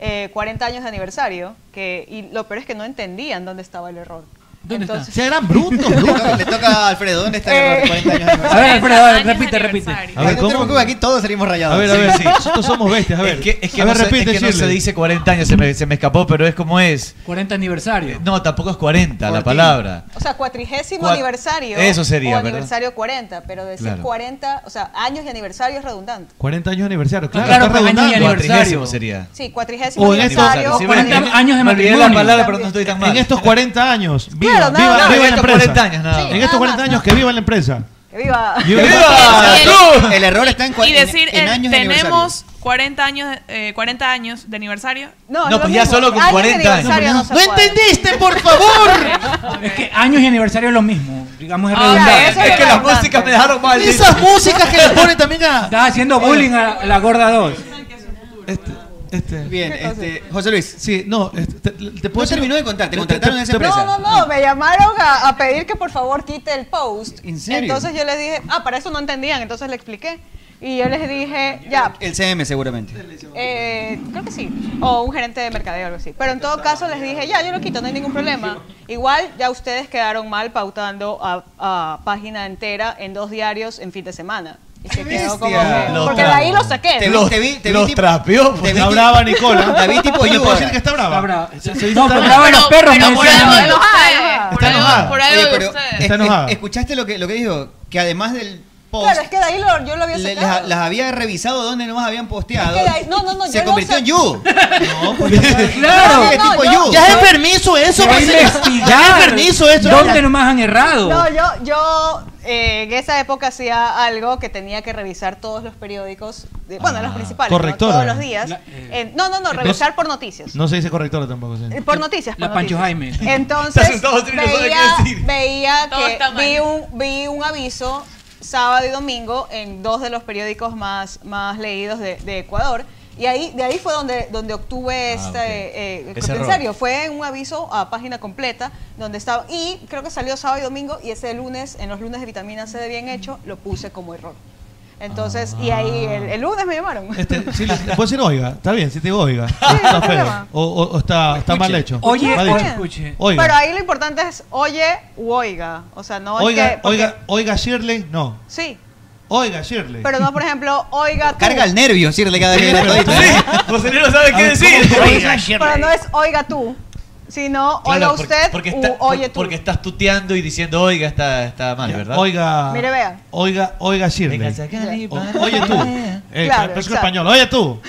Speaker 12: eh, 40 años de aniversario. Que, y lo peor es que no entendían dónde estaba el error.
Speaker 4: ¿Dónde está?
Speaker 12: Entonces,
Speaker 8: Serán brutos,
Speaker 6: [laughs] Le
Speaker 8: brutos.
Speaker 6: toca, le toca a Alfredo, ¿dónde está el
Speaker 12: Eh.
Speaker 6: error? 40 años.
Speaker 4: A ver, Alfredo, a ver,
Speaker 3: Años de
Speaker 4: repite, repite.
Speaker 3: aniversario.
Speaker 8: A ver,
Speaker 6: no te
Speaker 8: ¿cómo?
Speaker 6: preocupes, aquí todos salimos rayados.
Speaker 8: A ver, a ver,
Speaker 2: Sí.
Speaker 8: sí. Nosotros somos bestias, a ver.
Speaker 2: Es que, es que,
Speaker 8: a
Speaker 2: no,
Speaker 8: ver,
Speaker 2: se,
Speaker 8: repite,
Speaker 2: es que no se
Speaker 8: Shirley.
Speaker 2: dice 40 años, se me, se me escapó, pero es como es.
Speaker 4: 40 aniversario.
Speaker 2: No, tampoco es 40 la
Speaker 6: Cuartín.
Speaker 2: palabra.
Speaker 12: O sea, cuatrigésimo
Speaker 2: Cua-
Speaker 12: aniversario.
Speaker 2: Eso sería,
Speaker 12: o
Speaker 2: ¿verdad?
Speaker 12: aniversario 40, pero decir
Speaker 2: Claro.
Speaker 12: 40, o sea, años y aniversario es redundante.
Speaker 8: 40 años de aniversario, claro.
Speaker 4: Claro,
Speaker 8: está
Speaker 4: pues, años y
Speaker 8: redundando.
Speaker 4: aniversario.
Speaker 2: Cuatrigésimo sería.
Speaker 12: Sí, cuatrigésimo
Speaker 8: O en estos-
Speaker 12: aniversario.
Speaker 2: Sí,
Speaker 4: o 40
Speaker 2: me-
Speaker 4: años de
Speaker 2: me olvidé la
Speaker 4: matrimonio.
Speaker 2: palabra, pero no estoy tan mal.
Speaker 8: En estos 40 años, viva,
Speaker 12: Claro, nada
Speaker 8: viva,
Speaker 12: más.
Speaker 8: viva
Speaker 2: en
Speaker 8: la
Speaker 2: estos
Speaker 8: empresa.
Speaker 2: 40 años, nada.
Speaker 12: Sí.
Speaker 8: En estos 40 años, que viva la empresa.
Speaker 12: Que viva.
Speaker 8: Viva.
Speaker 3: ¡Viva!
Speaker 6: El error está en, cua-
Speaker 3: Y
Speaker 6: en-
Speaker 3: decir,
Speaker 6: en
Speaker 3: eh,
Speaker 6: años de aniversario.
Speaker 3: tenemos 40 años, eh, 40 años de aniversario.
Speaker 12: es
Speaker 2: No,
Speaker 12: lo
Speaker 2: pues ya
Speaker 12: mismo.
Speaker 2: solo con
Speaker 12: Años de
Speaker 2: 40 años.
Speaker 12: aniversario No, se
Speaker 7: ¡No
Speaker 12: puede.
Speaker 7: entendiste,
Speaker 6: [laughs]
Speaker 7: por favor!
Speaker 4: Es que años y aniversario es lo mismo. Digamos, es
Speaker 3: Ah,
Speaker 4: redundante.
Speaker 3: eso
Speaker 2: es que las
Speaker 12: redundante.
Speaker 2: músicas me dejaron mal.
Speaker 7: Esas
Speaker 8: [laughs]
Speaker 7: músicas que le ponen también a...
Speaker 4: Estás haciendo bullying a la gorda 2.
Speaker 8: Este, este.
Speaker 6: Bien, este, José Luis,
Speaker 8: Sí, no, este, te, te puedo
Speaker 6: no
Speaker 8: decir-
Speaker 6: terminó de contar, te contrataron en esa empresa.
Speaker 12: No, no, no, me llamaron a, a pedir que por favor quite el post.
Speaker 6: ¿En serio?
Speaker 12: Entonces yo les dije, ah, para eso no entendían, entonces le expliqué. Y yo les dije, ya,
Speaker 6: El CM seguramente.
Speaker 12: eh, creo que sí, o un gerente de mercadeo o algo así. Pero en todo caso les dije, ya, yo lo quito, no hay ningún problema. Igual ya ustedes quedaron mal pautando a, a página entera en dos diarios en fin de semana. Y se quedó como
Speaker 2: bestia!
Speaker 12: que-
Speaker 2: Los
Speaker 12: porque de ahí
Speaker 2: trapos.
Speaker 12: lo saqué.
Speaker 2: Te
Speaker 12: ¿no?
Speaker 2: vi- te vi- te vi Los tipo- trapeó, pues, está
Speaker 8: [laughs]
Speaker 2: brava, Nicola.
Speaker 6: La vi tipo
Speaker 2: Yo puedo
Speaker 6: Yura.
Speaker 2: decir que está brava.
Speaker 6: No, pero brava los perros, me decían. Está enojada.
Speaker 12: por algo
Speaker 6: Oye,
Speaker 12: de
Speaker 6: pero
Speaker 12: ustedes.
Speaker 6: es-
Speaker 12: Está
Speaker 6: es-
Speaker 12: enojada.
Speaker 6: ¿Escuchaste lo que, lo que dijo? Que además del post,
Speaker 12: Claro, es que de ahí lo- yo lo había
Speaker 6: le-
Speaker 12: sacado.
Speaker 6: las, las había revisado dónde nomás habían
Speaker 12: Es
Speaker 6: posteado.
Speaker 12: que de ahí- no, no, no,
Speaker 6: se
Speaker 12: yo lo
Speaker 6: convirtió
Speaker 12: sa-
Speaker 6: en
Speaker 12: [laughs]
Speaker 6: You. No, [laughs] pues,
Speaker 12: Claro.
Speaker 6: es tipo
Speaker 12: No, no,
Speaker 6: You.
Speaker 12: yo- Ya es
Speaker 7: permiso eso,
Speaker 6: Ya
Speaker 7: pues,
Speaker 6: es investigar.
Speaker 7: ya es permiso
Speaker 2: Pues
Speaker 7: eso.
Speaker 6: ¿Dónde nomás han errado?
Speaker 12: No, yo, yo eh, en esa época hacía algo que tenía que revisar todos los periódicos, de- bueno,
Speaker 6: Ah.
Speaker 12: los principales, ¿no?
Speaker 8: correctora.
Speaker 12: todos los días.
Speaker 8: La-
Speaker 12: Eh, no, no, no, revisar por noticias.
Speaker 8: No se dice correctora tampoco.
Speaker 12: Eh, Por noticias,
Speaker 8: La
Speaker 12: por
Speaker 8: Pancho
Speaker 12: noticias.
Speaker 8: Jaime.
Speaker 12: Entonces,
Speaker 8: Está sentado así y no sabe qué
Speaker 12: veía,
Speaker 8: decir.
Speaker 12: veía
Speaker 3: Todo
Speaker 12: que
Speaker 3: está mal.
Speaker 12: vi un, vi un aviso sábado y domingo en dos de los periódicos más, más leídos de, de Ecuador. Y ahí, de ahí fue donde, donde
Speaker 8: Ah,
Speaker 12: obtuve este...
Speaker 3: ok.
Speaker 12: eh, eh,
Speaker 3: Ese
Speaker 12: en
Speaker 3: error.
Speaker 12: serio, fue un aviso a página completa donde estaba... Y creo que salió sábado y domingo y ese lunes, en los lunes de vitamina C de bien hecho, lo puse como error. Entonces, y ahí
Speaker 8: Ah.
Speaker 12: el, el lunes me llamaron.
Speaker 8: Sí, le- le puedo decir oiga, está bien, si te digo oiga.
Speaker 12: no hay
Speaker 8: está
Speaker 12: problema.
Speaker 8: feo. O, o- o está, está mal hecho.
Speaker 12: Oye,
Speaker 8: Mal hecho.
Speaker 12: oye.
Speaker 8: Oiga,
Speaker 12: Pero ahí lo importante es oye u oiga. O sea, no
Speaker 8: oiga,
Speaker 12: es que. porque-
Speaker 8: oiga, oiga, Shirley, no.
Speaker 12: Sí,
Speaker 8: Oiga, Shirley.
Speaker 12: pero
Speaker 8: [laughs]
Speaker 12: no, por ejemplo, oiga. tú.
Speaker 6: Carga el nervio, Shirley, cada vez que la
Speaker 2: [laughs]
Speaker 8: Cocinero sabe
Speaker 6: qué decir.
Speaker 2: Oiga,
Speaker 12: Pero no es oiga tú, sino
Speaker 2: Claro,
Speaker 12: oiga
Speaker 2: porque-
Speaker 12: usted
Speaker 2: porque,
Speaker 12: u
Speaker 2: está-
Speaker 12: oye
Speaker 2: por-
Speaker 12: tú.
Speaker 2: porque estás tuteando y diciendo, oiga, está, está mal, ¿verdad?
Speaker 8: Oiga.
Speaker 12: Mire, vea.
Speaker 8: Oiga, oiga, Shirley. O- oye tú. Eh,
Speaker 12: Claro,
Speaker 8: parezco
Speaker 12: exacto.
Speaker 8: español. Oye tú.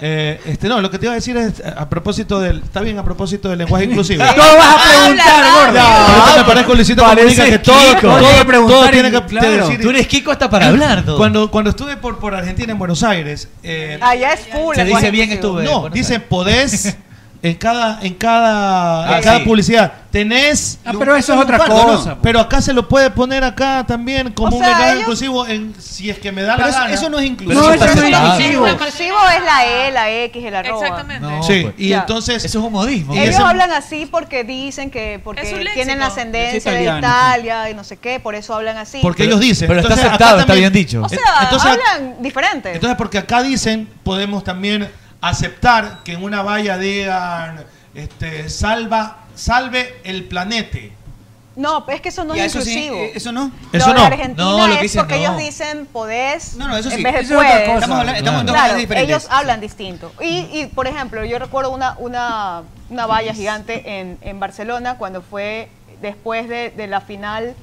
Speaker 8: Eh, este, no, lo que te iba a decir es a a propósito del. Está bien, a propósito del lenguaje inclusivo.
Speaker 7: No vas a preguntar, gordo.
Speaker 8: No, me parezco Luisito Comunica que todo,
Speaker 2: Kiko.
Speaker 8: todo,
Speaker 2: Oye,
Speaker 8: todo
Speaker 2: preguntar
Speaker 8: tiene
Speaker 2: y-
Speaker 8: que
Speaker 2: claro.
Speaker 8: decir.
Speaker 2: Tú eres Kiko hasta para hablar, todo.
Speaker 8: Cuando, cuando estuve por, por Argentina en Buenos Aires. eh,
Speaker 12: Allá Ah, es full.
Speaker 8: se
Speaker 12: lenguaje
Speaker 8: dice bien eh,
Speaker 12: inclusivo.
Speaker 8: estuve. No, dicen podés en cada en cada
Speaker 2: Ah,
Speaker 8: en cada
Speaker 2: sí.
Speaker 8: publicidad. Tenés
Speaker 4: Ah, pero eso es otra
Speaker 8: Bueno,
Speaker 4: cosa, pues.
Speaker 8: no, Pero acá se lo puede poner acá también como
Speaker 12: O
Speaker 8: un
Speaker 12: sea,
Speaker 8: lenguaje
Speaker 12: ellos-
Speaker 8: inclusivo en si es que me da
Speaker 6: Pero
Speaker 8: la
Speaker 6: eso-
Speaker 8: gana.
Speaker 6: eso no es inclusivo.
Speaker 8: Pero
Speaker 6: No,
Speaker 8: está
Speaker 6: eso no es
Speaker 8: aceptado.
Speaker 12: Inclusivo. Inclusivo es la E, la X, el arroba. Exactamente.
Speaker 8: No,
Speaker 2: pues.
Speaker 8: sí, y
Speaker 12: Ya.
Speaker 8: entonces eso es un modismo.
Speaker 12: Ellos hablan así porque dicen que
Speaker 3: Es un
Speaker 12: porque
Speaker 3: léxico.
Speaker 12: tienen
Speaker 8: Es
Speaker 12: ascendencia
Speaker 8: italiano,
Speaker 12: de Italia y no sé qué, por eso hablan así.
Speaker 8: porque ellos dicen.
Speaker 2: pero está
Speaker 8: Entonces, acá
Speaker 2: aceptado, está
Speaker 8: también-
Speaker 2: bien dicho.
Speaker 12: O sea,
Speaker 8: Entonces,
Speaker 12: hablan diferente.
Speaker 8: Entonces, porque acá dicen, podemos también aceptar que en una valla digan, este, salva, salve el planeta.
Speaker 12: No, es que eso no
Speaker 6: Ya,
Speaker 12: es
Speaker 6: eso sí,
Speaker 12: inclusivo.
Speaker 6: eh, eso no.
Speaker 12: Lo
Speaker 8: Eso
Speaker 12: de
Speaker 8: no.
Speaker 12: Argentina
Speaker 8: No, lo que
Speaker 12: es
Speaker 8: dicen,
Speaker 12: porque
Speaker 8: no.
Speaker 12: ellos dicen podés
Speaker 6: No, no, eso
Speaker 12: en
Speaker 6: sí.
Speaker 12: vez de
Speaker 6: Eso es otra
Speaker 12: puedes.
Speaker 6: cosa. Estamos hablando- estamos en dos
Speaker 12: Claro,
Speaker 6: cosas diferentes.
Speaker 12: ellos hablan distinto. Y, y, por ejemplo, yo recuerdo una, una, una valla gigante en, en Barcelona cuando fue después de, de la final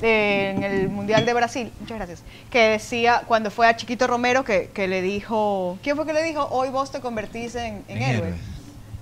Speaker 12: de- en el Mundial de Brasil, muchas gracias, que decía, cuando fue a Chiquito Romero, que, que le dijo, ¿quién fue que le dijo? Hoy vos te convertís en, en héroe.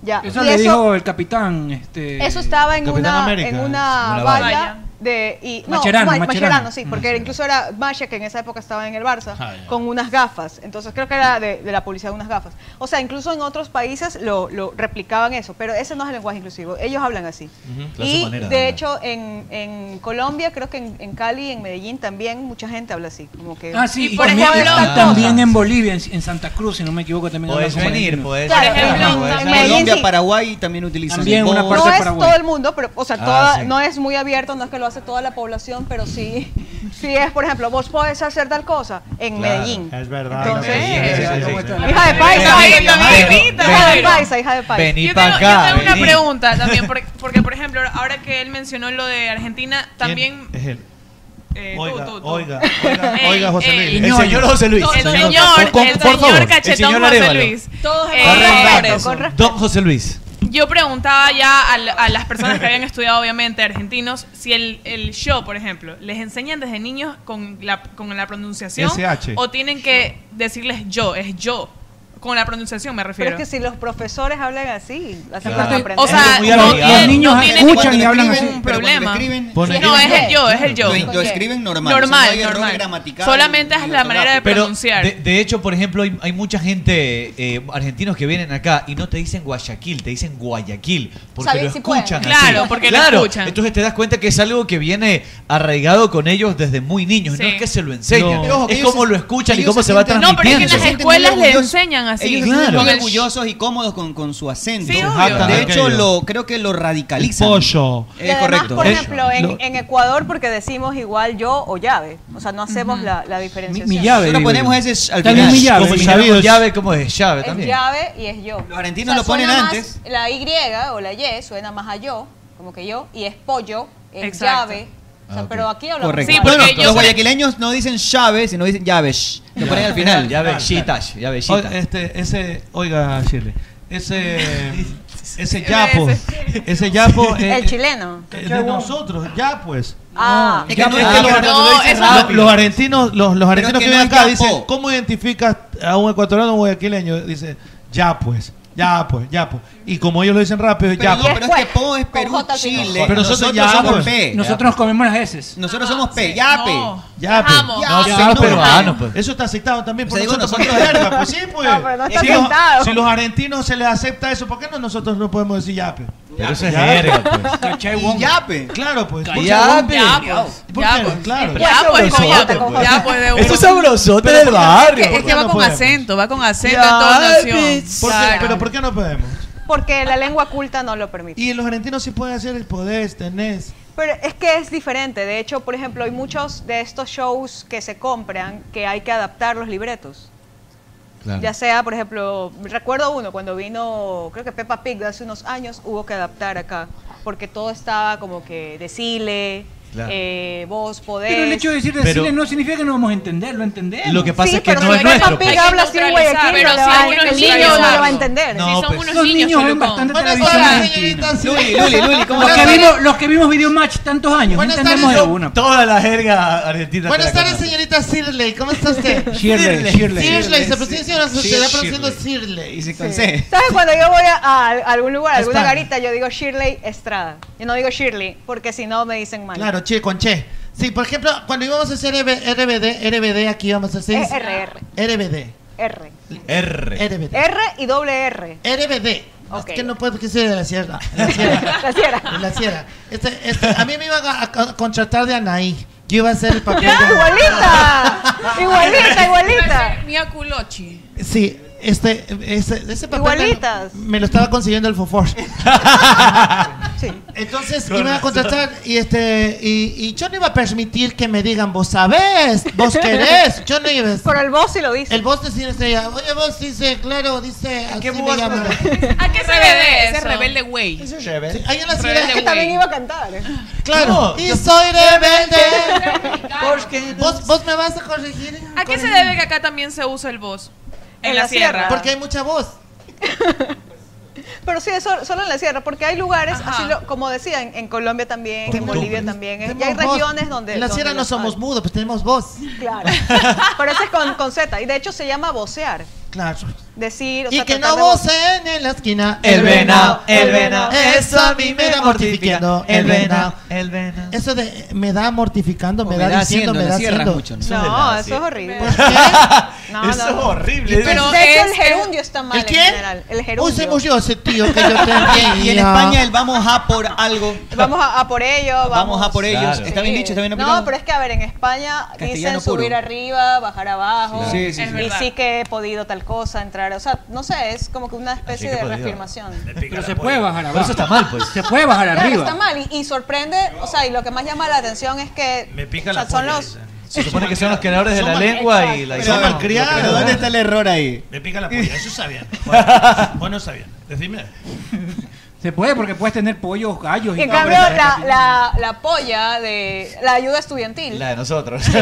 Speaker 12: Ya.
Speaker 4: Eso
Speaker 12: y
Speaker 4: le dijo el capitán. Este,
Speaker 12: eso estaba en
Speaker 4: Capitán
Speaker 12: una,
Speaker 4: América,
Speaker 12: en una
Speaker 4: una
Speaker 12: valla,
Speaker 4: valla.
Speaker 12: de y, no,
Speaker 4: Mascherano,
Speaker 12: Ma-
Speaker 4: Mascherano.
Speaker 12: sí,
Speaker 4: Mm.
Speaker 12: porque incluso era Masha que en esa época estaba en el Barça
Speaker 4: Ah, ya.
Speaker 12: con unas gafas, entonces creo que era de, de la publicidad de unas gafas. O sea, incluso en otros países lo, lo replicaban eso, pero ese no es el lenguaje inclusivo, ellos hablan así.
Speaker 2: Claro, su
Speaker 12: Y
Speaker 2: manera de
Speaker 12: de
Speaker 2: hablar.
Speaker 12: hecho en, en Colombia, creo que en, en Cali, en Medellín también mucha gente habla así, como que
Speaker 4: Ah, sí, y,
Speaker 12: por
Speaker 4: también,
Speaker 12: ejemplo,
Speaker 4: y
Speaker 12: esta
Speaker 4: también
Speaker 12: cosa.
Speaker 4: en Bolivia, en, en Santa Cruz, si no me equivoco, también
Speaker 2: Podés
Speaker 4: hablan como
Speaker 2: venir,
Speaker 4: argentinos.
Speaker 2: podés
Speaker 12: Claro, ir, ejemplo, podés en hablar. Medellín
Speaker 6: Colombia,
Speaker 12: sí.
Speaker 6: Paraguay también utilizan.
Speaker 4: También
Speaker 6: el
Speaker 4: una
Speaker 6: vos.
Speaker 4: parte
Speaker 12: no es todo el mundo, pero, o sea,
Speaker 6: Ah,
Speaker 12: toda-
Speaker 6: sí.
Speaker 12: no es muy abierto, no es que lo hace toda la población,
Speaker 6: [laughs]
Speaker 12: pero sí, sí es, por ejemplo, vos podés hacer tal cosa en
Speaker 8: Claro,
Speaker 12: Medellín.
Speaker 6: Eh.
Speaker 8: Es verdad.
Speaker 12: Entonces, eh,
Speaker 8: Hija
Speaker 12: Hija de paisa,
Speaker 3: Ay,
Speaker 12: hija
Speaker 3: también,
Speaker 12: de
Speaker 3: Anita,
Speaker 12: paisa, hija de
Speaker 3: pero-
Speaker 12: paisa, hija de paisa.
Speaker 2: Vení
Speaker 3: yo
Speaker 2: pa'
Speaker 3: tengo,
Speaker 2: acá,
Speaker 3: yo tengo
Speaker 2: vení.
Speaker 3: una pregunta también, porque, porque, por ejemplo, ahora que él mencionó lo de Argentina, también...
Speaker 8: Es él.
Speaker 3: eh,
Speaker 8: Oiga,
Speaker 3: tú, tú, tú.
Speaker 8: oiga, oiga, oiga, José
Speaker 3: el-
Speaker 8: Luis.
Speaker 3: el señor
Speaker 2: José Luis.
Speaker 3: El
Speaker 2: Señor-
Speaker 3: señor,
Speaker 2: Con-
Speaker 3: el
Speaker 2: por
Speaker 3: señor
Speaker 2: favor, el
Speaker 3: cachetón
Speaker 2: señor
Speaker 3: José
Speaker 2: Arevalo.
Speaker 3: Luis.
Speaker 12: Todos
Speaker 3: Eh,
Speaker 2: Don José Luis.
Speaker 3: Yo preguntaba ya a, la- a las personas que habían estudiado, obviamente, argentinos, si el, el show, por ejemplo, les enseñan desde niños con la, con la pronunciación
Speaker 8: SH.
Speaker 3: o tienen que decirles yo, es yo, con la pronunciación me
Speaker 12: Pero
Speaker 3: refiero.
Speaker 12: es que si los profesores hablan así, las
Speaker 3: Claro.
Speaker 12: personas aprenden.
Speaker 3: O sea, Muy no arraigado. tiene-
Speaker 4: Los niños
Speaker 3: no tiene
Speaker 4: escuchan
Speaker 3: ningún
Speaker 4: y hablan así.
Speaker 3: ningún problema.
Speaker 6: ponen-
Speaker 3: no, es el yo, es el yo.
Speaker 6: Lo- lo escriben normal, o sea, no
Speaker 3: Normal,
Speaker 6: hay error
Speaker 3: normal.
Speaker 6: gramatical
Speaker 3: Solamente es la manera de
Speaker 2: Pero,
Speaker 3: pronunciar.
Speaker 2: de, de hecho, por ejemplo, hay, hay mucha gente, eh, argentinos que vienen acá y no te dicen Guayaquil, te dicen Guayaquil, porque
Speaker 3: Saben
Speaker 2: lo
Speaker 3: si pueden.
Speaker 2: escuchan. así.
Speaker 3: Claro, porque lo
Speaker 2: Claro,
Speaker 3: escuchan.
Speaker 2: Entonces te das cuenta que es algo que viene arraigado con ellos desde muy niños, no es que se lo enseñan,
Speaker 6: No.
Speaker 2: es
Speaker 6: Ellos
Speaker 2: como
Speaker 6: se-
Speaker 2: lo escuchan y
Speaker 6: ellos
Speaker 2: cómo
Speaker 6: se
Speaker 2: se va
Speaker 6: sienten-
Speaker 2: transmitiendo.
Speaker 3: No, pero es que en las escuelas le enseñan así.
Speaker 6: Ellos
Speaker 3: Claro.
Speaker 6: están
Speaker 3: Con
Speaker 6: muy
Speaker 3: el-
Speaker 6: orgullosos y cómodos con, con su acento.
Speaker 3: Sí,
Speaker 8: obvio.
Speaker 6: de hecho,
Speaker 8: Aquello.
Speaker 6: lo, creo que lo radicalizan.
Speaker 8: El pollo.
Speaker 12: Y
Speaker 6: Eh,
Speaker 12: además,
Speaker 6: correcto.
Speaker 12: por ejemplo, en,
Speaker 6: Lo-
Speaker 12: en Ecuador, porque decimos igual yo o llave. O sea, no hacemos la, la diferenciación.
Speaker 6: mi llave,
Speaker 12: Nosotros
Speaker 6: digo
Speaker 12: ponemos
Speaker 6: yo.
Speaker 12: ese
Speaker 6: sh-
Speaker 12: al
Speaker 6: También
Speaker 12: final.
Speaker 6: mi llave,
Speaker 2: Como
Speaker 6: mis
Speaker 2: llave,
Speaker 6: amigos.
Speaker 2: llave, ¿cómo es? Llave
Speaker 12: es
Speaker 2: también.
Speaker 12: llave y es yo. Los
Speaker 6: argentinos lo ponen antes.
Speaker 12: La Y o la Y suena más a yo, como que yo, y es pollo, es
Speaker 3: Exacto.
Speaker 12: llave. O sea,
Speaker 6: Ah, ok.
Speaker 12: Pero aquí hablamos
Speaker 6: Correcto.
Speaker 12: igual.
Speaker 6: Bueno, los guayaquileños no dicen llave, sino dicen llaves. Lo ponen al final. Llavesitas,
Speaker 8: O-
Speaker 6: llavesitas.
Speaker 8: este, ese, oiga, Shirley,
Speaker 12: [laughs]
Speaker 8: ese, ese yapo, ese yapo, eh,
Speaker 12: El chileno.
Speaker 8: eh, de nosotros, ya pues.
Speaker 12: Ah,
Speaker 8: Ya no es que los argentinos- los- los argentinos, los, los argentinos que
Speaker 6: no
Speaker 8: viven
Speaker 6: es yapo.
Speaker 8: acá dicen, ¿cómo identificas a un ecuatoriano o un guayaquileño? Dice, ya pues, ya pues, ya pues. Y como ellos lo dicen rápido,
Speaker 6: Pero
Speaker 8: ya
Speaker 6: no,
Speaker 8: pues.
Speaker 6: pero es que Po es Perú, Chile.
Speaker 8: Pero nosotros ya,
Speaker 6: somos
Speaker 8: pues.
Speaker 6: P.
Speaker 4: Nosotros comemos las heces.
Speaker 3: Ah,
Speaker 6: Nosotros somos P, yape.
Speaker 8: Ya, pues.
Speaker 6: Amo.
Speaker 8: Ya,
Speaker 6: No,
Speaker 8: pues,
Speaker 6: somos peruanos,
Speaker 8: pues. Eso está aceptado también por
Speaker 6: O sea, digo,
Speaker 8: nosotros.
Speaker 6: nosotros-
Speaker 8: porque verga, pues sí, pues.
Speaker 6: No, pero no está
Speaker 8: si, los,
Speaker 6: aceptado.
Speaker 8: si los argentinos se les acepta eso, ¿por qué no nosotros no podemos decir yape?
Speaker 2: Pero eso es jerga,
Speaker 8: [laughs]
Speaker 2: pues.
Speaker 8: Y yape. Claro, pues.
Speaker 2: Yape. Yape.
Speaker 8: ¿Por qué? Claro.
Speaker 3: Ya, pues,
Speaker 8: Eso,
Speaker 3: con- ya, pues, ya, pues, de uno.
Speaker 2: Eso es sabrosote del barrio.
Speaker 3: Es que- es que va con acento, va con acento
Speaker 8: Ya,
Speaker 3: en toda nación.
Speaker 8: pues, ¿Por qué? ¿Pero por qué no podemos?
Speaker 12: Porque la lengua culta no lo permite.
Speaker 8: Y los argentinos sí pueden hacer el poder, tenés.
Speaker 12: Pero es que es diferente. De hecho, por ejemplo, hay muchos de estos shows que se compran que hay que adaptar los libretos. Ya sea, por ejemplo, recuerdo uno, cuando vino, creo que Peppa Pig de hace unos años, hubo que adaptar acá. Porque todo estaba como que decile,
Speaker 4: Claro.
Speaker 12: eh, vos, podés.
Speaker 4: Pero el hecho de decir
Speaker 2: Pero-
Speaker 4: decirle no significa que no vamos a entender, lo entendemos.
Speaker 2: Lo que pasa Sí, es que pero no si es Peppa nuestro, Pig pues.
Speaker 12: habla así en Guayaquil,
Speaker 3: Pero
Speaker 12: no le
Speaker 3: si
Speaker 12: va a
Speaker 3: algunos
Speaker 12: entender,
Speaker 3: niños-
Speaker 12: no lo va a entender.
Speaker 4: No,
Speaker 12: son
Speaker 4: pues. unos Los niños niños, ven Cholucón. bastante televisión argentina.
Speaker 6: Luli, Luli, Luli, ¿cómo
Speaker 4: los, que
Speaker 6: estás?
Speaker 4: vimos, los que vimos Video Match tantos años,
Speaker 7: Buenas
Speaker 4: no entendemos
Speaker 7: tardes,
Speaker 4: de una.
Speaker 2: Toda la jerga argentina.
Speaker 7: Buenas tardes, señorita Shirley. ¿Cómo está usted?
Speaker 4: Shirley, Shirley.
Speaker 7: Shirley. Se pronuncia se
Speaker 6: Shirley.
Speaker 7: está pronunciando Shirley.
Speaker 6: Y se
Speaker 12: Sí.
Speaker 6: concede.
Speaker 12: ¿Sabes? Cuando yo voy a, a algún lugar, a alguna
Speaker 7: España.
Speaker 12: garita, yo digo Shirley Estrada. Yo no digo Shirley, porque si no me dicen mal.
Speaker 7: Claro, che, con che. Sí, por ejemplo, cuando íbamos a hacer RBD, RBD, aquí íbamos a hacer...
Speaker 12: Es RR.
Speaker 7: RBD.
Speaker 12: R.
Speaker 2: R.
Speaker 7: RBD.
Speaker 12: R y doble R.
Speaker 7: RBD.
Speaker 12: Ok.
Speaker 7: Es que no puedo que sea de la sierra. La sierra.
Speaker 12: [laughs] La sierra.
Speaker 7: La sierra. Este, este, a mí me iban a, a contratar de Anaí. Yo iba a hacer el papel de Anaí.
Speaker 12: ¡Igualita! ¡Igualita, igualita!
Speaker 3: Mía culochi.
Speaker 7: Sí, este, ese, ese papel me lo-
Speaker 12: Igualitas.
Speaker 7: Me, lo estaba consiguiendo el Fofor. Entonces
Speaker 12: Con
Speaker 7: iban a
Speaker 12: razón.
Speaker 7: contratar y este y, y yo no iba a permitir que me digan, vos sabés, vos querés. Yo no iba a
Speaker 12: Por el voz sí lo dice.
Speaker 7: El voz decía, decía, oye vos dice, claro, dice, así me llama.
Speaker 3: ¿A qué se
Speaker 12: Rebelde,
Speaker 3: le dé
Speaker 12: eso.
Speaker 3: ese rebelde güey? Ese
Speaker 7: es rebelde. Hay una señora
Speaker 12: que también iba a cantar. ¿eh?
Speaker 7: Claro,
Speaker 12: No,
Speaker 7: y
Speaker 12: yo-
Speaker 7: soy rebelde.
Speaker 12: Porque
Speaker 7: ¿Vos, vos me vas a corregir.
Speaker 3: ¿A qué se debe que acá también se usa el voz? En, la, sierra.
Speaker 7: Porque hay mucha voz.
Speaker 12: [laughs] Pero sí, eso, solo en la sierra, porque hay lugares, así lo- como decía, en, en Colombia también, en Bolivia también, eh, y hay
Speaker 7: Tenemos voz.
Speaker 12: regiones donde...
Speaker 7: En la
Speaker 12: donde
Speaker 7: sierra no
Speaker 12: las hay.
Speaker 7: somos mudos, pues tenemos voz. [laughs]
Speaker 12: Claro. Pero eso es con, con Z, y de hecho se llama vocear.
Speaker 8: [laughs]
Speaker 7: Claro.
Speaker 12: Decir, o
Speaker 7: Y
Speaker 12: sea,
Speaker 7: que no
Speaker 12: tratar de voce-
Speaker 7: voceen en la esquina.
Speaker 12: El venao, el
Speaker 7: venao.
Speaker 12: venao.
Speaker 7: Eso a mí me da mortificando. El venao.
Speaker 6: el venado.
Speaker 7: Eso de eh, me da mortificando, me,
Speaker 6: me
Speaker 7: da,
Speaker 6: da
Speaker 7: diciendo,
Speaker 6: haciendo,
Speaker 7: me
Speaker 6: le
Speaker 7: da
Speaker 6: cierras
Speaker 7: haciendo.
Speaker 6: mucho,
Speaker 12: No,
Speaker 6: nada,
Speaker 12: eso es horrible. No,
Speaker 7: Eso
Speaker 12: no,
Speaker 7: es
Speaker 12: no.
Speaker 7: horrible.
Speaker 12: Pero
Speaker 7: Eso
Speaker 12: de hecho
Speaker 7: es-
Speaker 12: el gerundio está mal
Speaker 7: ¿El
Speaker 12: en
Speaker 7: quién?
Speaker 12: general. El gerundio.
Speaker 7: Uy, se murió ese tío que yo tenía.
Speaker 2: [laughs]
Speaker 6: Y en España el vamos a por algo.
Speaker 12: Vamos a, a por ello, vamos.
Speaker 6: Vamos a por ellos.
Speaker 2: Claro.
Speaker 6: Está bien dicho, está bien aplicado.
Speaker 12: No, pero es que a ver, en España
Speaker 6: Castellano
Speaker 12: dicen
Speaker 6: puro.
Speaker 12: subir arriba, bajar abajo.
Speaker 6: Sí, sí, sí. Es
Speaker 12: y
Speaker 6: verdad.
Speaker 12: sí que he podido tal cosa, entrar. O sea, no sé, es como que una especie
Speaker 2: que
Speaker 12: de
Speaker 2: podido.
Speaker 12: reafirmación.
Speaker 4: Pero se puede bajar abajo.
Speaker 2: Pero eso está mal, pues.
Speaker 4: Se puede bajar
Speaker 12: Claro,
Speaker 4: arriba.
Speaker 12: está mal. Y, y sorprende, o sea, y lo que más llama la atención es que.
Speaker 2: Me pica
Speaker 12: o sea,
Speaker 2: la
Speaker 12: son
Speaker 2: polla,
Speaker 12: los.
Speaker 2: Se supone que son los creadores de la lengua y la
Speaker 6: Pero
Speaker 2: son-
Speaker 6: malcriado,
Speaker 2: lo que-
Speaker 6: ¿dónde está el error ahí?
Speaker 8: Me pica la
Speaker 6: polla,
Speaker 8: polla, eso [laughs] sabían. Vos no sabían. Decime.
Speaker 4: Se puede porque puedes tener pollos, gallos
Speaker 12: Y en cambio, la, la, la polla de [laughs] la ayuda estudiantil.
Speaker 2: La de nosotros.
Speaker 12: en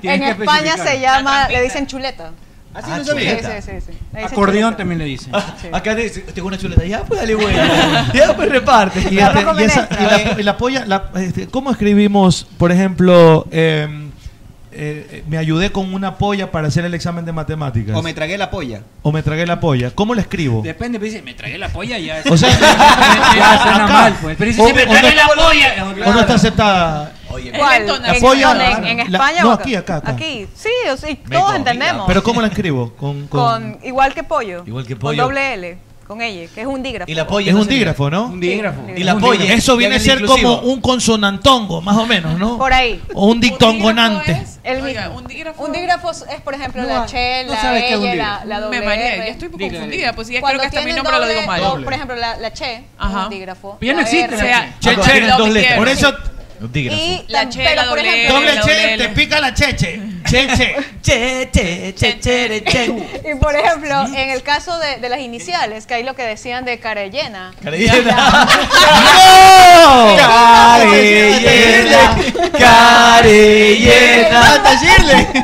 Speaker 4: Tienes que
Speaker 12: España
Speaker 4: especificar.
Speaker 12: se llama, le dicen chuleta.
Speaker 6: Así
Speaker 2: Ah,
Speaker 6: no sabía.
Speaker 2: chuleta. Ah,
Speaker 12: Sí, sí, sí. Le dicen
Speaker 4: Acordeón
Speaker 12: chuleta.
Speaker 4: también le dicen.
Speaker 2: Acá te dice, tengo una chuleta. Ya, pues dale, güey. [laughs] Ya, pues reparte.
Speaker 8: Y, este, y esa- y
Speaker 2: eh. [laughs]
Speaker 8: la, y la polla, la- este, ¿cómo escribimos, por ejemplo, eh, eh, eh, me ayudé con una polla para hacer el examen de matemáticas?
Speaker 6: O me tragué la polla.
Speaker 8: O me tragué la polla. ¿Cómo lo
Speaker 6: [laughs]
Speaker 8: escribo? [laughs]
Speaker 4: Depende, pero dice, me tragué la polla y ya.
Speaker 8: O sea,
Speaker 4: [laughs] ya suena
Speaker 8: acá.
Speaker 4: mal, pues. Pero dice,
Speaker 8: O-
Speaker 4: sí, me
Speaker 8: o
Speaker 4: tragué
Speaker 8: no-
Speaker 4: la polla.
Speaker 8: ¿O no está aceptada?
Speaker 12: ¿Cuál?
Speaker 3: ¿En
Speaker 12: ¿En,
Speaker 8: polla?
Speaker 12: dónde? ¿En- en
Speaker 8: La-
Speaker 12: España?
Speaker 8: no,
Speaker 12: o
Speaker 8: aquí, acá, acá.
Speaker 12: Aquí, sí, o sea, y todos entendemos.
Speaker 8: ¿Pero cómo la escribo? Con,
Speaker 12: con, igual que pollo.
Speaker 8: Igual que
Speaker 12: Con
Speaker 8: pollo.
Speaker 12: doble L. con ella, que es un dígrafo.
Speaker 2: Y la polla
Speaker 13: Es un
Speaker 2: sería.
Speaker 13: dígrafo, ¿no?
Speaker 2: Un
Speaker 12: dígrafo.
Speaker 2: Y la polla.
Speaker 13: Eso viene a
Speaker 2: Ya en el
Speaker 13: ser
Speaker 2: inclusivo.
Speaker 13: como un consonantongo, más o menos, ¿no?
Speaker 12: Por ahí.
Speaker 13: O un dictongonante.
Speaker 12: Oh. El mismo. un dígrafo. es, por ejemplo,
Speaker 3: No,
Speaker 12: la
Speaker 3: no
Speaker 12: Che, la
Speaker 13: sabes qué es un
Speaker 12: Elle, la,
Speaker 13: dígrafo.
Speaker 12: la
Speaker 3: Me
Speaker 12: doble
Speaker 3: mareé,
Speaker 12: R.
Speaker 3: ya estoy
Speaker 12: Dígrafo.
Speaker 3: confundida, pues, ya
Speaker 12: Cuando
Speaker 3: creo que hasta mi
Speaker 12: tienen
Speaker 3: nombre lo digo
Speaker 12: doble,
Speaker 3: mal.
Speaker 12: o, por ejemplo, la, la Che,
Speaker 3: Ajá.
Speaker 12: un dígrafo.
Speaker 3: Pero ya no
Speaker 12: la
Speaker 3: existe
Speaker 12: R.
Speaker 3: la Che.
Speaker 13: Che,
Speaker 3: Ah,
Speaker 13: che,
Speaker 3: tiene doble
Speaker 13: doble-
Speaker 3: R.
Speaker 13: Por eso.
Speaker 12: Y
Speaker 3: La Che,
Speaker 12: pero,
Speaker 3: la
Speaker 12: por
Speaker 3: doble
Speaker 12: ejemplo,
Speaker 13: Doble
Speaker 3: L, la
Speaker 13: che, te pica la cheche. Cheche.
Speaker 2: Che, che, che, che, che.
Speaker 12: Y por ejemplo, en el caso de, de las iniciales, que hay lo que decían de cara llena.
Speaker 13: Carellena.
Speaker 2: ¡No!
Speaker 13: Carellena.
Speaker 2: Eh,
Speaker 13: Carellena.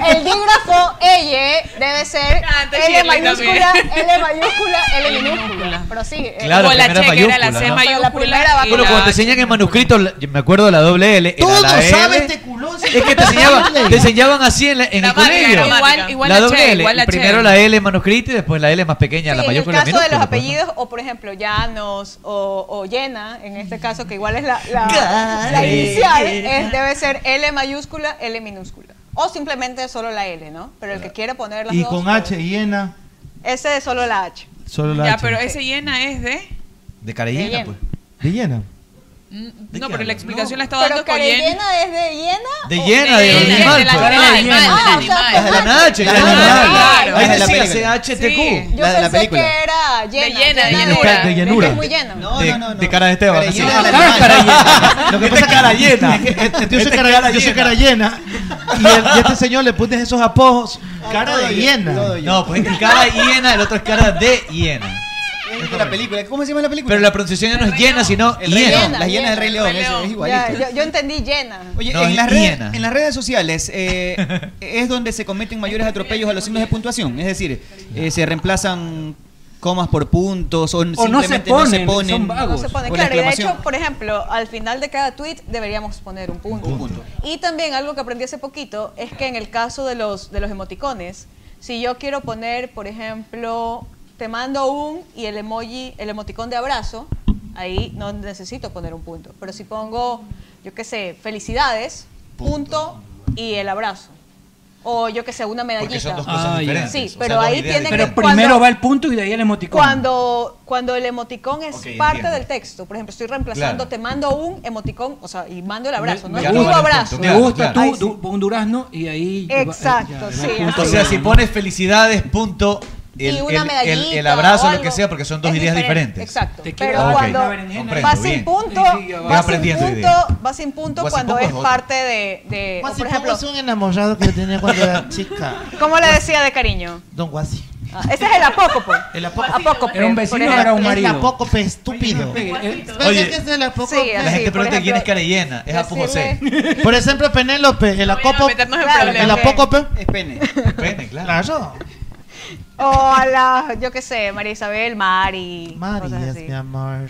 Speaker 12: El dígrafo L debe ser L
Speaker 3: Shirley
Speaker 12: mayúscula,
Speaker 3: también.
Speaker 12: L mayúscula, L minúscula. Pero sí. eh,
Speaker 2: Claro, O la primera che, que era la mayúscula, C ¿no?
Speaker 12: Pero la primera va
Speaker 2: Bueno, cuando te enseñan el manuscrito, la- yo me acuerdo de la doble L. era
Speaker 12: Todo
Speaker 2: la L.
Speaker 12: sabe
Speaker 7: este culo.
Speaker 2: Es que te enseñaban, te enseñaban así en, la- en el
Speaker 3: Gramática,
Speaker 2: colegio.
Speaker 3: igual- igual
Speaker 2: la
Speaker 3: la
Speaker 2: doble
Speaker 3: Che,
Speaker 2: L.
Speaker 3: igual la
Speaker 2: Primero
Speaker 3: Che.
Speaker 2: la L manuscrita y después la L más pequeña, la
Speaker 12: Sí, en el
Speaker 2: mayúscula
Speaker 12: caso de los
Speaker 2: minúscula, pues, ¿no?
Speaker 12: apellidos, o por ejemplo, Llanos o, o Llena, en este caso, que igual es la, la,
Speaker 2: Gallena.
Speaker 12: la inicial, es- debe ser L mayúscula, L minúscula. O simplemente solo la L, ¿no? Pero el que quiere poner las
Speaker 8: Y
Speaker 12: dos,
Speaker 8: con H llena.
Speaker 12: ese es solo la H.
Speaker 8: Solo la
Speaker 3: Ya,
Speaker 8: H.
Speaker 3: pero ese llena es de.
Speaker 2: De
Speaker 8: Carellena,
Speaker 3: Carellena.
Speaker 8: pues. De llena.
Speaker 3: Mm,
Speaker 8: ¿De
Speaker 3: No,
Speaker 8: qué
Speaker 3: pero la
Speaker 8: hablas?
Speaker 3: explicación la estaba
Speaker 12: Pero
Speaker 3: dando con
Speaker 12: que
Speaker 3: llena.
Speaker 12: llena es de llena.
Speaker 2: De llena, de,
Speaker 3: de-
Speaker 2: del
Speaker 3: de-
Speaker 2: animal,
Speaker 3: del
Speaker 2: pues.
Speaker 3: animal, Ah, del
Speaker 12: ah, o sea,
Speaker 2: Las de la Nache, las de la Nache. Ahí decía CHTQ.
Speaker 14: Ah,
Speaker 12: Yo pensé que era llena.
Speaker 3: llena, de
Speaker 12: llena,
Speaker 3: llanura.
Speaker 13: De
Speaker 12: Es
Speaker 13: llanura.
Speaker 12: muy llena.
Speaker 13: De, de cara de
Speaker 2: este
Speaker 13: Esteban. así.
Speaker 7: Carellena,
Speaker 13: Ah,
Speaker 7: la
Speaker 13: cara llena. Lo que
Speaker 8: Este
Speaker 13: pasa es cara
Speaker 8: es-
Speaker 13: llena.
Speaker 8: es que este-
Speaker 13: Este
Speaker 8: yo soy
Speaker 13: es
Speaker 8: cara-
Speaker 13: cara
Speaker 8: yo soy
Speaker 13: llena.
Speaker 8: cara llena. Y, el- y este señor le pones esos apojos. Cara de hiena.
Speaker 2: No, pues este es cara hiena, el otro es cara de hiena.
Speaker 14: Es de la película. ¿Cómo se llama la película?
Speaker 2: Pero la pronunciación ya no es llena, sino
Speaker 14: El Rey León,
Speaker 2: hiena.
Speaker 14: las hienas del Rey León, ese, es igualito.
Speaker 12: Ya, yo, yo entendí llena.
Speaker 14: Oye,
Speaker 2: No,
Speaker 14: en,
Speaker 2: es
Speaker 14: las redes,
Speaker 2: hiena.
Speaker 14: en las redes sociales eh, es donde se cometen mayores atropellos a los signos de puntuación. Es decir, eh, se reemplazan comas por puntos o,
Speaker 4: se
Speaker 14: simplemente
Speaker 4: ponen, son
Speaker 12: No se
Speaker 14: o la
Speaker 12: pone claro. Y de
Speaker 14: exclamación.
Speaker 12: hecho, por ejemplo, al final de cada tweet deberíamos poner un punto. Y también algo que aprendí hace poquito es que en el caso de los, de los emoticones, si yo quiero poner, por ejemplo, te mando un y el emoji, el emoticón de abrazo, ahí no necesito poner un punto. Pero si pongo, yo qué sé, felicidades, punto, y el abrazo. O yo qué sé, una medallita.
Speaker 4: son dos cosas Ah, ya. diferentes, o
Speaker 12: Sí,
Speaker 4: sea,
Speaker 12: pero
Speaker 4: dos
Speaker 12: ahí
Speaker 4: ideas
Speaker 12: tiene que
Speaker 4: diferentes. Pero primero va el punto y de ahí el emoticón.
Speaker 12: Cuando, cuando el emoticón es
Speaker 4: Ok,
Speaker 12: parte
Speaker 4: entiendo.
Speaker 12: del texto, por ejemplo, estoy reemplazando,
Speaker 4: Claro.
Speaker 12: te mando un emoticón, o sea, y mando el abrazo, no
Speaker 4: Me
Speaker 12: es tu
Speaker 4: gusta-
Speaker 12: abrazo.
Speaker 4: Me gusta
Speaker 2: Claro,
Speaker 4: tú, du- un durazno y ahí.
Speaker 12: Exacto,
Speaker 4: ya,
Speaker 12: sí,
Speaker 4: ya,
Speaker 2: O
Speaker 4: punto.
Speaker 2: sea, si pones felicidades, punto, el,
Speaker 12: Y una
Speaker 2: el- el- el
Speaker 12: medallita
Speaker 2: abrazo,
Speaker 12: o
Speaker 2: lo que
Speaker 12: algo.
Speaker 2: sea, porque son dos
Speaker 12: Es
Speaker 2: ideas
Speaker 12: diferente,
Speaker 2: diferentes.
Speaker 12: Exacto.
Speaker 2: Te
Speaker 12: Pero
Speaker 2: quiero- Ok,
Speaker 12: cuando
Speaker 2: comprendo,
Speaker 12: va sin
Speaker 2: bien.
Speaker 12: punto,
Speaker 2: va.
Speaker 12: va sin
Speaker 2: Aprendiendo
Speaker 12: punto,
Speaker 2: idea.
Speaker 12: va sin punto
Speaker 2: Va sin
Speaker 12: cuando
Speaker 2: punto
Speaker 12: es
Speaker 2: es otra.
Speaker 12: parte de, de o
Speaker 7: Guasi
Speaker 12: por
Speaker 7: Popo
Speaker 12: ejemplo,
Speaker 7: es un enamorado que yo tenía cuando era chica.
Speaker 12: ¿cómo le decía de cariño?
Speaker 7: Don Guasi.
Speaker 12: Ah, ese es el apócopo.
Speaker 2: [laughs]
Speaker 7: El apócope.
Speaker 12: Apócope,
Speaker 7: Era un vecino,
Speaker 12: por
Speaker 7: era
Speaker 12: ejemplo.
Speaker 7: un marido. El apócope estúpido.
Speaker 2: Oye.
Speaker 7: que es el apócope?
Speaker 12: Sí,
Speaker 2: La gente
Speaker 12: por
Speaker 2: pregunta quién es
Speaker 12: ejemplo,
Speaker 2: cara llena. Es Apu José.
Speaker 12: decirle-
Speaker 7: Por ejemplo, Penélope, el acopo. El
Speaker 12: problemas.
Speaker 7: apócope.
Speaker 14: Es pene.
Speaker 2: Pene, claro.
Speaker 12: O a la, yo qué sé, María Isabel, Mari.
Speaker 7: Mari
Speaker 12: cosas
Speaker 7: es
Speaker 12: así.
Speaker 14: [laughs]
Speaker 7: mi amor.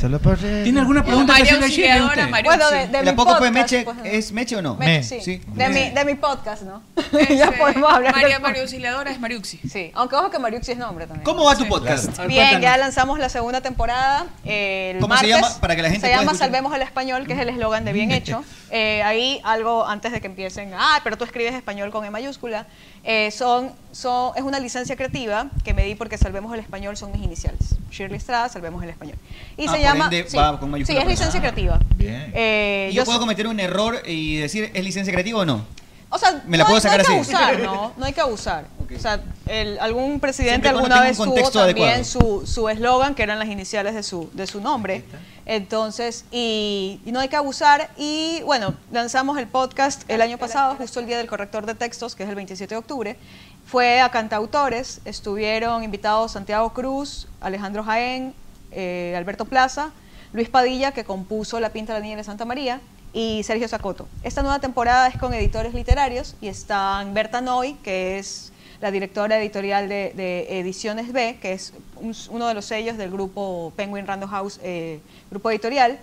Speaker 7: Solo por
Speaker 4: ¿Tiene alguna pregunta que hacerle a Shirley a usted?
Speaker 12: Bueno, de, de
Speaker 14: ¿El
Speaker 12: mi
Speaker 14: apócope
Speaker 12: podcast,
Speaker 14: Meche
Speaker 12: por ejemplo.
Speaker 14: es Meche o no?
Speaker 12: Me- sí. De, mi, de mi podcast, ¿no? [laughs]
Speaker 3: Ya podemos
Speaker 12: hablar
Speaker 3: Este, María,
Speaker 12: del-
Speaker 3: María Auxiliadora es Mariuxi.
Speaker 12: Sí, aunque ojo que Mariuxi es nombre también.
Speaker 14: ¿Cómo va tu podcast?
Speaker 12: Bien, ya lanzamos la segunda temporada. eh, El
Speaker 14: ¿Cómo se
Speaker 12: martes
Speaker 14: llama? Para que la gente
Speaker 12: se
Speaker 14: pueda
Speaker 12: llama
Speaker 14: escuchar.
Speaker 12: Salvemos el Español, que es el eslogan de
Speaker 14: [laughs]
Speaker 12: Bien Hecho. Eh, ahí algo antes de que empiecen, ah, pero tú escribes español con E mayúscula. Eh, son, son, es una licencia creativa que me di porque Salvemos el Español son mis iniciales. Shirley Estrada, Salvemos el Español. Y
Speaker 14: Ah,
Speaker 12: se
Speaker 14: por
Speaker 12: llama...
Speaker 14: ende,
Speaker 12: sí,
Speaker 14: va con mayúscula.
Speaker 12: sí, es licencia
Speaker 14: Ah,
Speaker 12: creativa.
Speaker 14: bien.
Speaker 12: Eh,
Speaker 14: ¿Y yo
Speaker 12: yo
Speaker 14: puedo
Speaker 12: so-
Speaker 14: cometer un error y decir, ¿es licencia creativa o no?
Speaker 12: O sea,
Speaker 14: Me la
Speaker 12: no,
Speaker 14: puedo
Speaker 12: hay-
Speaker 14: sacar
Speaker 12: no hay
Speaker 14: así.
Speaker 12: que abusar,
Speaker 14: [laughs]
Speaker 12: ¿no? No hay que abusar. O sea, el- algún presidente
Speaker 14: Siempre y cuando
Speaker 12: alguna
Speaker 14: tenga
Speaker 12: vez
Speaker 14: un
Speaker 12: tuvo
Speaker 14: contexto
Speaker 12: también
Speaker 14: adecuado.
Speaker 12: su su eslogan, que eran las iniciales de su, de su nombre. Entonces, y, y no hay que abusar. Y bueno, lanzamos el podcast el año pasado, justo el día del corrector de textos, que es el 27 de octubre. Fue a cantautores, estuvieron invitados Santiago Cruz, Alejandro Jaén, eh, Alberto Plaza, Luis Padilla, que compuso La Pinta de la Niña de Santa María, y Sergio Zacoto. Esta nueva temporada es con editores literarios y están Berta Noy, que es la directora editorial de, de Ediciones B, que es un- uno de los sellos del grupo Penguin Random House, eh, grupo editorial.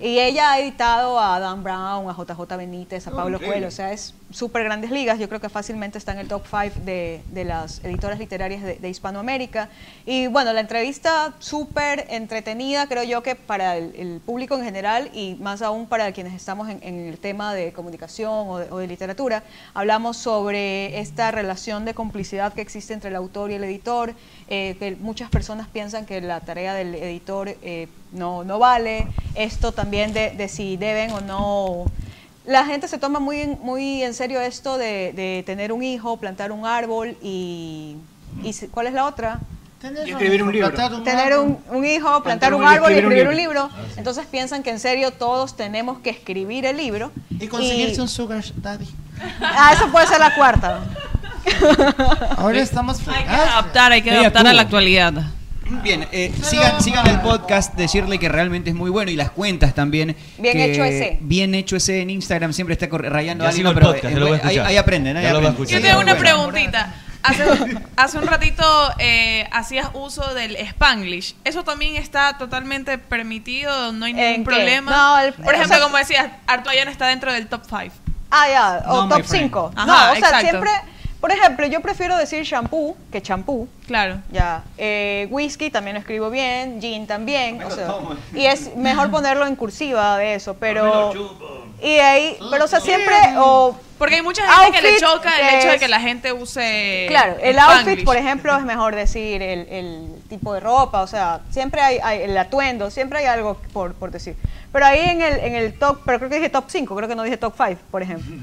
Speaker 12: Y ella ha editado a Dan Brown, a JJ Benítez, a
Speaker 15: Oh,
Speaker 12: Pablo
Speaker 15: increíble.
Speaker 12: Coelho, o sea, es súper grandes ligas. Yo creo que fácilmente está en el top 5 de, de las editoras literarias de, de Hispanoamérica. Y bueno, la entrevista súper entretenida, creo yo que para el, el público en general y más aún para quienes estamos en, en el tema de comunicación o de, o de literatura. Hablamos sobre esta relación de complicidad que existe entre el autor y el editor, eh, que muchas personas piensan que la tarea del editor eh, no, no vale. Esto también de, de si deben o no la gente se toma muy en, muy en serio esto de, de tener un hijo, plantar un árbol y, y si- ¿cuál es la otra?
Speaker 7: Tener
Speaker 15: Y escribir un libro. plantar un
Speaker 12: Tener
Speaker 15: árbol.
Speaker 12: un, un hijo, plantar
Speaker 15: Plantar
Speaker 12: un
Speaker 15: un- y
Speaker 12: árbol y
Speaker 15: escribir un
Speaker 12: escribir un
Speaker 15: libro. Ah,
Speaker 12: libro. Entonces piensan que en serio todos tenemos que escribir el libro.
Speaker 7: Y conseguirse un sugar daddy.
Speaker 12: Ah, eso puede ser la cuarta.
Speaker 7: [laughs] Ahora estamos
Speaker 3: Hay que adaptar, hay que adaptar a la actualidad.
Speaker 14: Bien, eh, sigan, sigan el podcast de Shirley que realmente es muy bueno y las cuentas también.
Speaker 12: Bien
Speaker 14: que-
Speaker 12: hecho ese.
Speaker 14: Bien hecho ese en Instagram, siempre está corre- rayando
Speaker 2: Ya
Speaker 14: algo,
Speaker 2: sigo el
Speaker 14: pero
Speaker 2: podcast,
Speaker 14: es
Speaker 2: ya lo voy a
Speaker 14: bueno. ahí,
Speaker 2: escuchar.
Speaker 14: ahí aprenden, ahí
Speaker 2: Ya lo voy a
Speaker 14: aprenden.
Speaker 2: escuchar.
Speaker 3: Yo tengo una preguntita. Hace, hace un ratito eh, hacías uso del Spanglish. ¿Eso también está totalmente permitido? ¿No hay ningún
Speaker 12: ¿En qué?
Speaker 3: problema?
Speaker 12: No, el-
Speaker 3: Por ejemplo,
Speaker 12: o sea-
Speaker 3: como decías, Artoyan está dentro del top 5.
Speaker 12: Ah, ya, o
Speaker 3: No, my
Speaker 12: top
Speaker 3: friend.
Speaker 12: 5. No, o
Speaker 3: Ajá,
Speaker 12: sea,
Speaker 3: exacto.
Speaker 12: siempre, por ejemplo, yo prefiero decir shampoo que champú.
Speaker 3: Claro.
Speaker 12: Ya, eh, whisky también lo escribo bien, gin también, o sea,
Speaker 15: tomo.
Speaker 12: y es mejor ponerlo en cursiva de eso, pero y de ahí, pero o sea, siempre o
Speaker 3: Porque hay mucha gente que le
Speaker 12: Outfit
Speaker 3: choca el hecho de que
Speaker 12: es-
Speaker 3: la gente use.
Speaker 12: Claro, el
Speaker 3: Spanglish.
Speaker 12: outfit, por ejemplo, es mejor decir el, el tipo de ropa, o sea, siempre hay, hay el atuendo, siempre hay algo por, por decir. Pero ahí en el, en el top, pero creo que dije top 5, creo que no dije top 5, por ejemplo.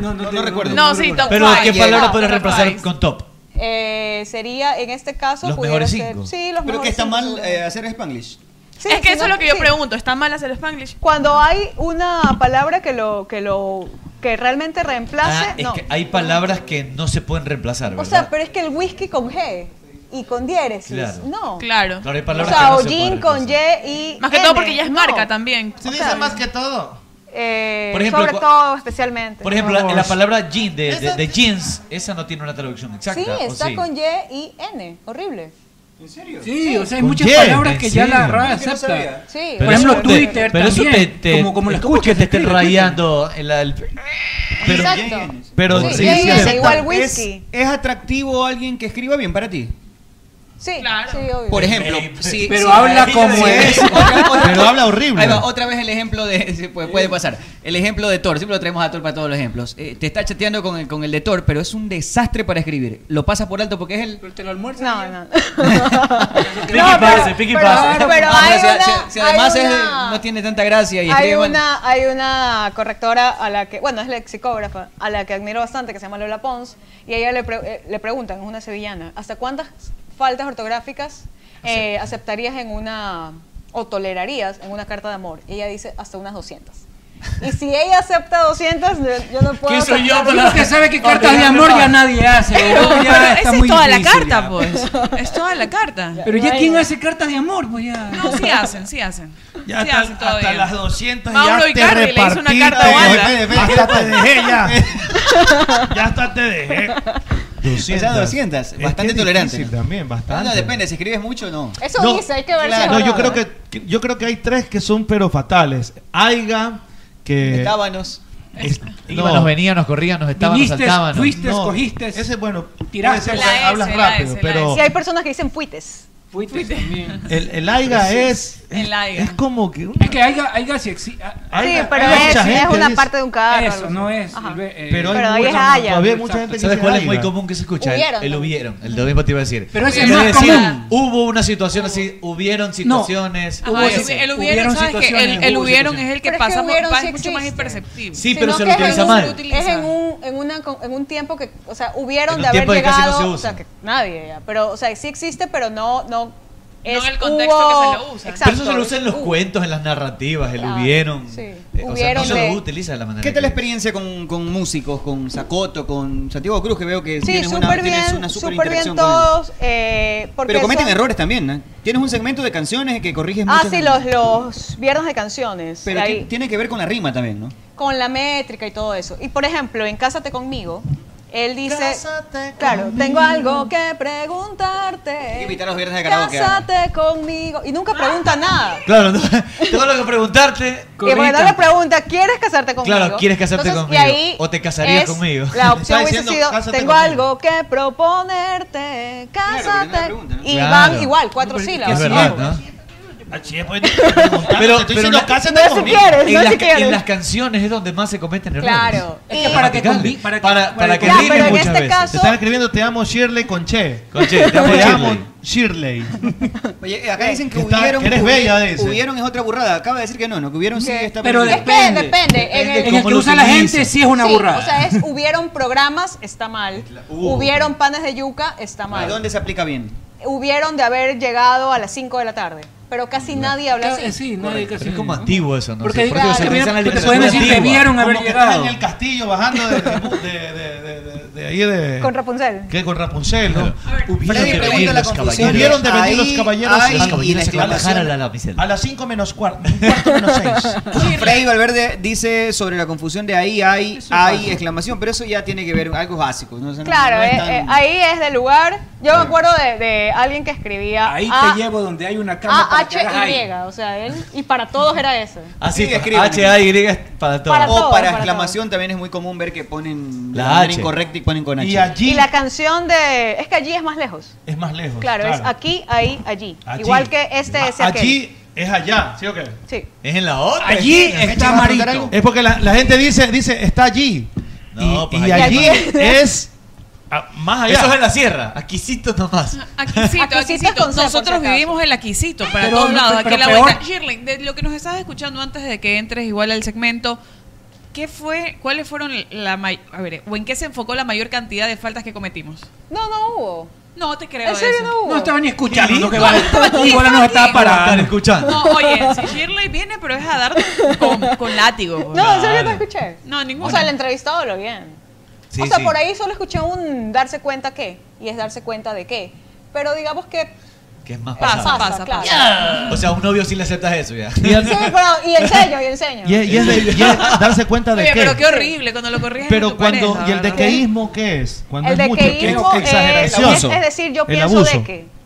Speaker 4: No, no, recuerdo.
Speaker 12: No, sí, top
Speaker 2: Pero
Speaker 12: five.
Speaker 2: ¿qué
Speaker 12: Yeah.
Speaker 2: palabra
Speaker 12: No,
Speaker 2: puedes
Speaker 12: top
Speaker 2: reemplazar
Speaker 12: five.
Speaker 2: con top?
Speaker 12: Eh, sería, en este caso,
Speaker 2: Los
Speaker 12: pudiera
Speaker 2: mejores
Speaker 12: ser-
Speaker 2: cinco.
Speaker 12: Sí, los
Speaker 14: Pero que
Speaker 12: mejores
Speaker 14: está
Speaker 12: cinco.
Speaker 14: mal eh, hacer Spanglish.
Speaker 12: Sí,
Speaker 3: es que
Speaker 12: sí,
Speaker 3: eso es
Speaker 12: no,
Speaker 3: lo que yo
Speaker 12: sí.
Speaker 3: pregunto. ¿Está mal hacer Spanglish?
Speaker 12: Cuando hay una palabra que lo que lo que realmente reemplace,
Speaker 2: Ah, es
Speaker 12: no.
Speaker 2: que hay palabras que no se pueden reemplazar, ¿verdad?
Speaker 12: o sea, pero es que el whisky con G y con diéresis,
Speaker 2: Claro.
Speaker 12: no.
Speaker 3: Claro.
Speaker 2: Claro, hay
Speaker 12: O
Speaker 2: palabras
Speaker 12: sea,
Speaker 2: que
Speaker 12: o
Speaker 2: no se
Speaker 12: gin
Speaker 2: pueden
Speaker 12: con Y y
Speaker 3: Más que
Speaker 12: N,
Speaker 3: todo porque ya es
Speaker 12: no.
Speaker 3: marca también.
Speaker 12: Se dice más
Speaker 7: que todo.
Speaker 12: Eh,
Speaker 2: Por ejemplo,
Speaker 12: sobre
Speaker 2: cu-
Speaker 12: todo, especialmente.
Speaker 2: Por ejemplo, la, la palabra jean de, de-
Speaker 12: Esa-
Speaker 2: de jeans, esa no tiene una traducción exacta.
Speaker 12: sí,
Speaker 2: ¿o
Speaker 12: está
Speaker 2: sí?
Speaker 12: con Y y N. Horrible. ¿En serio?
Speaker 4: Sí, o sea, hay
Speaker 2: Con
Speaker 4: muchas
Speaker 2: Y,
Speaker 4: palabras
Speaker 2: ¿en
Speaker 4: que ya la
Speaker 2: serio?
Speaker 4: RAE
Speaker 2: Es que no
Speaker 4: acepta.
Speaker 12: Sí.
Speaker 4: Por
Speaker 2: Pero eso
Speaker 4: ejemplo,
Speaker 2: te-
Speaker 4: Twitter
Speaker 2: pero eso
Speaker 4: también,
Speaker 2: te- te-
Speaker 4: como, como lo
Speaker 2: es como
Speaker 4: escuchas,
Speaker 2: que te estén
Speaker 4: escribe, escribe.
Speaker 2: rayando el, el- pero
Speaker 12: Exacto.
Speaker 2: pero
Speaker 12: Sí,
Speaker 2: sí,
Speaker 12: y
Speaker 2: sí,
Speaker 12: es
Speaker 2: sí.
Speaker 12: igual
Speaker 14: Es,
Speaker 12: whisky.
Speaker 14: es atractivo alguien que escriba bien para ti.
Speaker 12: Sí, sí, obvio.
Speaker 14: Por ejemplo, si-
Speaker 4: pero
Speaker 14: si-
Speaker 4: habla
Speaker 14: sí,
Speaker 4: como
Speaker 14: sí,
Speaker 4: es.
Speaker 14: sí. [laughs] Otra-
Speaker 3: [laughs]
Speaker 14: otra-
Speaker 4: Pero habla horrible.
Speaker 14: Ahí va, otra vez el ejemplo de. [laughs] sí, Puede, puede pasar. El ejemplo de Thor. Siempre lo traemos a Thor para todos los ejemplos. Eh, te está chateando con el, con el de Thor, pero es un desastre para escribir. Lo pasas por alto porque es el.
Speaker 4: Pero te lo almuerzas.
Speaker 12: No, no.
Speaker 14: [laughs] Piqui
Speaker 12: pase, piqui
Speaker 14: ah,
Speaker 12: pase. pero hay una-
Speaker 14: si, además
Speaker 12: hay
Speaker 14: es de-
Speaker 12: una-
Speaker 14: no tiene tanta gracia y
Speaker 12: Hay
Speaker 14: escribe [laughs] mal.
Speaker 12: una, hay una correctora a la que, bueno, es lexicógrafa, a la que admiro bastante, que se llama Lola Pons, y a ella le, pre- eh, le preguntan, es una sevillana, ¿hasta cuántas faltas ortográficas eh, aceptarías en una, o tolerarías en una carta de amor? Y ella dice, hasta unas 200. Y si ella acepta 200, yo- yo no puedo
Speaker 4: ¿Quién soy yo?
Speaker 12: aceptar-
Speaker 4: Pero que sabe que cartas de amor ya nadie hace.
Speaker 3: Pero,
Speaker 4: Ah, ya
Speaker 3: pero
Speaker 4: está
Speaker 3: esa es
Speaker 4: muy
Speaker 3: toda la
Speaker 4: difícil
Speaker 3: carta,
Speaker 4: ya.
Speaker 3: pues. Es toda la carta.
Speaker 4: Pero ya quién hace cartas de amor, pues ya.
Speaker 3: No, sí hacen, sí hacen.
Speaker 4: Ya
Speaker 3: sí
Speaker 4: hasta-
Speaker 3: hacen todavía.
Speaker 4: hasta las
Speaker 8: 200
Speaker 3: Mauro
Speaker 8: ya
Speaker 3: Icardi
Speaker 8: te
Speaker 3: le hizo una
Speaker 8: repartiste.
Speaker 3: carta a Wanda.
Speaker 8: Ve, ve, ve, Hasta te pues, dejé ya. ya hasta te dejé.
Speaker 14: 200. Esas 200.
Speaker 8: Es
Speaker 14: Bastante
Speaker 8: que es
Speaker 14: tolerante.
Speaker 8: difícil también, bastante.
Speaker 14: No, depende. Si escribes mucho o no.
Speaker 12: Eso
Speaker 8: No,
Speaker 12: dice, hay que ver si es
Speaker 8: No, yo
Speaker 12: verdad,
Speaker 8: creo
Speaker 12: ¿eh?
Speaker 8: que, que- yo creo que hay tres que son pero fatales. Aiga, que
Speaker 14: Estábanos.
Speaker 8: es-
Speaker 2: Iban, nos venían, nos corrían, nos estaban, nos saltaban. nos- No.
Speaker 8: escogiste. Ese es bueno.
Speaker 4: Tiraste.
Speaker 8: puede ser
Speaker 4: La
Speaker 8: que
Speaker 4: S,
Speaker 8: hablas
Speaker 4: la
Speaker 8: rápido,
Speaker 4: S, la
Speaker 8: pero
Speaker 12: Si hay personas que dicen fuites.
Speaker 4: Fuites también.
Speaker 8: el, el Aiga
Speaker 4: Sí.
Speaker 8: es,
Speaker 12: El Aiga.
Speaker 8: es como que un-
Speaker 4: Es que Aiga, Aiga sí existe.
Speaker 12: Sí, pero es, es una parte de un carro.
Speaker 4: Eso, no es. eh,
Speaker 12: Pero ahí es haya.
Speaker 2: ¿Sabes cuál es muy
Speaker 4: Aiga.
Speaker 2: común que se escucha? El-
Speaker 12: Hubieron
Speaker 2: El,
Speaker 12: también.
Speaker 2: hubieron. El lo mismo te iba a decir.
Speaker 4: Pero ese
Speaker 2: En
Speaker 4: es
Speaker 2: vez de
Speaker 4: más
Speaker 2: decir,
Speaker 4: común.
Speaker 2: Hubo una situación así, hubieron situaciones.
Speaker 3: Ajá, el, el hubieron, ¿sabes qué? El, el hubieron es el que
Speaker 12: Pero es que
Speaker 3: pasa por-
Speaker 12: hubieron
Speaker 3: pa-
Speaker 12: sí
Speaker 3: es mucho más
Speaker 12: existe.
Speaker 3: imperceptible.
Speaker 2: Sí, pero
Speaker 12: Sino
Speaker 2: se
Speaker 12: que
Speaker 2: lo
Speaker 12: es
Speaker 2: utiliza
Speaker 12: en un-
Speaker 2: mal.
Speaker 12: Es en un, en, una, con- en un tiempo que, o sea, hubieron
Speaker 2: En un
Speaker 12: de haber
Speaker 2: tiempo que casi no
Speaker 12: llegado,
Speaker 2: se
Speaker 12: o
Speaker 2: usa.
Speaker 12: sea, que nadie, ya, pero, o sea, sí existe, pero no, no es
Speaker 3: en el contexto que se lo usa.
Speaker 12: Exacto.
Speaker 2: Pero eso
Speaker 12: Uh.
Speaker 2: se lo usa en los cuentos, en las narrativas, el
Speaker 12: Claro,
Speaker 2: hubieron.
Speaker 12: sí.
Speaker 2: Eh, O sea,
Speaker 12: Hubieron
Speaker 2: no se
Speaker 12: de-
Speaker 2: lo utiliza de la manera
Speaker 14: ¿Qué tal la
Speaker 2: que-
Speaker 14: experiencia con, con músicos, con Sacoto, con Santiago Cruz? Que veo que
Speaker 12: Sí,
Speaker 14: tienes
Speaker 12: súper
Speaker 14: una, tienes
Speaker 12: bien,
Speaker 14: una super
Speaker 12: súper bien
Speaker 14: interacción con ellos.
Speaker 12: todos. eh, porque
Speaker 14: Pero cometen
Speaker 12: son-
Speaker 14: errores también, ¿no? Tienes un segmento de canciones que corriges
Speaker 12: Ah,
Speaker 14: muchas-
Speaker 12: sí, los, los viernes de canciones.
Speaker 14: Pero
Speaker 12: de
Speaker 14: ti-
Speaker 12: ahí.
Speaker 14: tiene que ver con la rima también, ¿no?
Speaker 12: con la métrica y todo eso. Y por ejemplo, en Cásate conmigo, Él dice, claro, tengo algo que preguntarte.
Speaker 14: Invitar los viernes de karaoke.
Speaker 12: Cásate conmigo. Y nunca pregunta nada.
Speaker 2: Claro, no, [laughs] tengo algo que preguntarte.
Speaker 12: Y bueno, le pregunta, ¿quieres casarte conmigo?
Speaker 2: Claro, ¿quieres casarte
Speaker 12: Entonces,
Speaker 2: conmigo?
Speaker 12: Y ahí
Speaker 2: ¿O te casarías
Speaker 12: es-
Speaker 2: conmigo?
Speaker 12: La opción
Speaker 2: [laughs] Está
Speaker 12: hubiese
Speaker 2: diciendo,
Speaker 12: sido,
Speaker 2: "Cásate
Speaker 12: tengo
Speaker 2: conmigo".
Speaker 12: algo que proponerte, cásate. Y
Speaker 2: Claro.
Speaker 12: van igual, cuatro sílabas.
Speaker 2: Es verdad, ¿no?
Speaker 8: ¿eh? Pero, te estoy diciendo,
Speaker 2: la-
Speaker 8: cásate conmigo.
Speaker 2: en, las, en las canciones es donde más se cometen errores.
Speaker 12: Claro.
Speaker 2: Es que
Speaker 12: Y-
Speaker 2: para que convi- para que, para, para que rimen
Speaker 8: pero en
Speaker 2: muchas
Speaker 8: este
Speaker 2: veces.
Speaker 8: Te están escribiendo Te amo Shirley con Che.
Speaker 2: Con
Speaker 8: [laughs]
Speaker 2: Che, te amo
Speaker 8: Shirley.
Speaker 14: Oye, eh, acá dicen que
Speaker 8: Está-
Speaker 14: hubieron.
Speaker 8: que eres
Speaker 14: hubi-
Speaker 8: bella, dice.
Speaker 14: Hubieron es otra burrada. Acaba de decir que no, no, que hubieron sí está
Speaker 4: Pero
Speaker 14: permitido.
Speaker 4: depende,
Speaker 12: depende. En el-
Speaker 4: En el que usa la gente sí es una
Speaker 12: Sí,
Speaker 4: burrada.
Speaker 12: O sea, es, hubieron programas, está mal.
Speaker 14: Uh.
Speaker 12: Hubieron panes de yuca, está
Speaker 14: ¿A
Speaker 12: mal.
Speaker 14: dónde se aplica bien?
Speaker 12: Hubieron de haber llegado a las 5 de la tarde. Pero casi nadie habla así.
Speaker 4: eh, Sí, nadie casi.
Speaker 2: Es como antiguo eso, ¿no?
Speaker 4: Porque-
Speaker 2: Sí, por eso
Speaker 4: Claro.
Speaker 2: se
Speaker 4: Porque
Speaker 2: utiliza en
Speaker 4: mira,
Speaker 2: la
Speaker 4: porque
Speaker 2: literatura
Speaker 4: pueden decir que
Speaker 2: antigua.
Speaker 4: vieron haber
Speaker 8: Como que estás
Speaker 4: llegado.
Speaker 8: en el castillo bajando de, de, de- de- de- de- de ahí de.
Speaker 12: Con Rapunzel.
Speaker 8: ¿Qué? Con Rapunzel, ¿no?
Speaker 2: Freddy
Speaker 8: de
Speaker 2: pregunta
Speaker 8: venir
Speaker 2: la
Speaker 8: los
Speaker 2: confusión.
Speaker 8: caballeros. Hubieron de venir
Speaker 2: Ahí
Speaker 8: los caballeros.
Speaker 2: hay- Los caballeros y la bajar a la lapicera.
Speaker 8: A las 5 menos cuarto, [laughs] cuarto menos
Speaker 14: [laughs]
Speaker 8: 6.
Speaker 14: Freddy Valverde dice sobre la confusión de ahí hay, hay exclamación, pero eso ya tiene que ver algo básico. ¿no? O sea, no-
Speaker 12: Claro,
Speaker 14: no es
Speaker 12: eh,
Speaker 14: tan-
Speaker 12: eh, ahí es del lugar. Yo me acuerdo de, de alguien que escribía.
Speaker 4: Ahí
Speaker 3: Ah.
Speaker 12: A-
Speaker 4: te llevo donde hay una cama
Speaker 12: A
Speaker 4: para que
Speaker 12: H
Speaker 4: hagas
Speaker 12: Y,
Speaker 4: ahí.
Speaker 12: o sea, él y para todos era eso.
Speaker 2: Así,
Speaker 14: Sí,
Speaker 2: sí,
Speaker 14: escriben.
Speaker 2: H, A, Y es para todo.
Speaker 12: Para
Speaker 14: o
Speaker 12: todo,
Speaker 14: para
Speaker 12: para
Speaker 14: exclamación también es muy común ver que ponen
Speaker 2: La
Speaker 14: la manera
Speaker 2: H.
Speaker 14: incorrecta y ponen con H.
Speaker 8: Y allí
Speaker 12: Y la canción de es que allí es más lejos.
Speaker 8: es más lejos.
Speaker 12: Claro, es aquí, ahí, allí.
Speaker 8: Pues Allí.
Speaker 12: Igual que este es
Speaker 8: A-
Speaker 12: aquel.
Speaker 8: Allí es allá, ¿sí o qué?
Speaker 12: Sí.
Speaker 2: Es en la otra.
Speaker 8: Allí
Speaker 2: Es que
Speaker 8: está
Speaker 2: vas a preguntar
Speaker 8: Marito. Es porque la, la gente dice, dice, está allí.
Speaker 2: No,
Speaker 8: y
Speaker 2: pues
Speaker 8: y
Speaker 2: allí
Speaker 8: allí
Speaker 2: es más.
Speaker 8: es ah, más allá.
Speaker 2: Eso es en la sierra. Aquícito nomás.
Speaker 3: Aquisito,
Speaker 12: Aquisito
Speaker 3: Aquisito.
Speaker 12: es con C, por si
Speaker 3: Nosotros
Speaker 12: acaso.
Speaker 3: vivimos el Aquisito Pues para
Speaker 12: Pero-
Speaker 3: todos lados.
Speaker 12: pero
Speaker 3: Aquí la
Speaker 12: peor-
Speaker 3: vuelta. Shirley, de lo que nos estabas escuchando antes de que entres igual al segmento, ¿qué fue, cuáles fueron la may- a ver, o en qué se enfocó la mayor cantidad de faltas que cometimos?
Speaker 12: No, no hubo.
Speaker 3: No te creo.
Speaker 12: ¿En serio
Speaker 3: eso.
Speaker 12: no hubo?
Speaker 4: No estaba ni escuchando.
Speaker 2: Listo.
Speaker 4: lo que vale. [laughs] Un bola no estaba parada.
Speaker 2: escuchando.
Speaker 3: No, oye, si Shirley viene, pero es a darte con, con látigo.
Speaker 12: No, en serio no escuché.
Speaker 3: No, ninguna.
Speaker 12: O sea, el entrevistado lo bien. o sea, por ahí solo escuché un darse cuenta qué. Y es darse cuenta de qué. Pero digamos que
Speaker 2: Que es más
Speaker 12: pasa,
Speaker 2: pasado.
Speaker 12: pasa, claro.
Speaker 2: O sea, a un novio sí le aceptas eso ya.
Speaker 12: Sí, pero- y enseño, y enseño.
Speaker 8: Y, es- y es de- y es darse cuenta de
Speaker 3: Oye,
Speaker 8: qué.
Speaker 3: pero qué horrible cuando lo corriges.
Speaker 8: Pero
Speaker 3: tu
Speaker 8: cuando.
Speaker 3: pareja,
Speaker 8: ¿Y el
Speaker 3: ¿verdad?
Speaker 8: dequeísmo qué es? Cuando
Speaker 12: El
Speaker 8: es mucho.
Speaker 12: dequeísmo
Speaker 8: que- que
Speaker 12: es, eh, es,
Speaker 8: exageración.
Speaker 12: es decir, yo
Speaker 8: El
Speaker 12: pienso
Speaker 8: abuso.
Speaker 12: de que.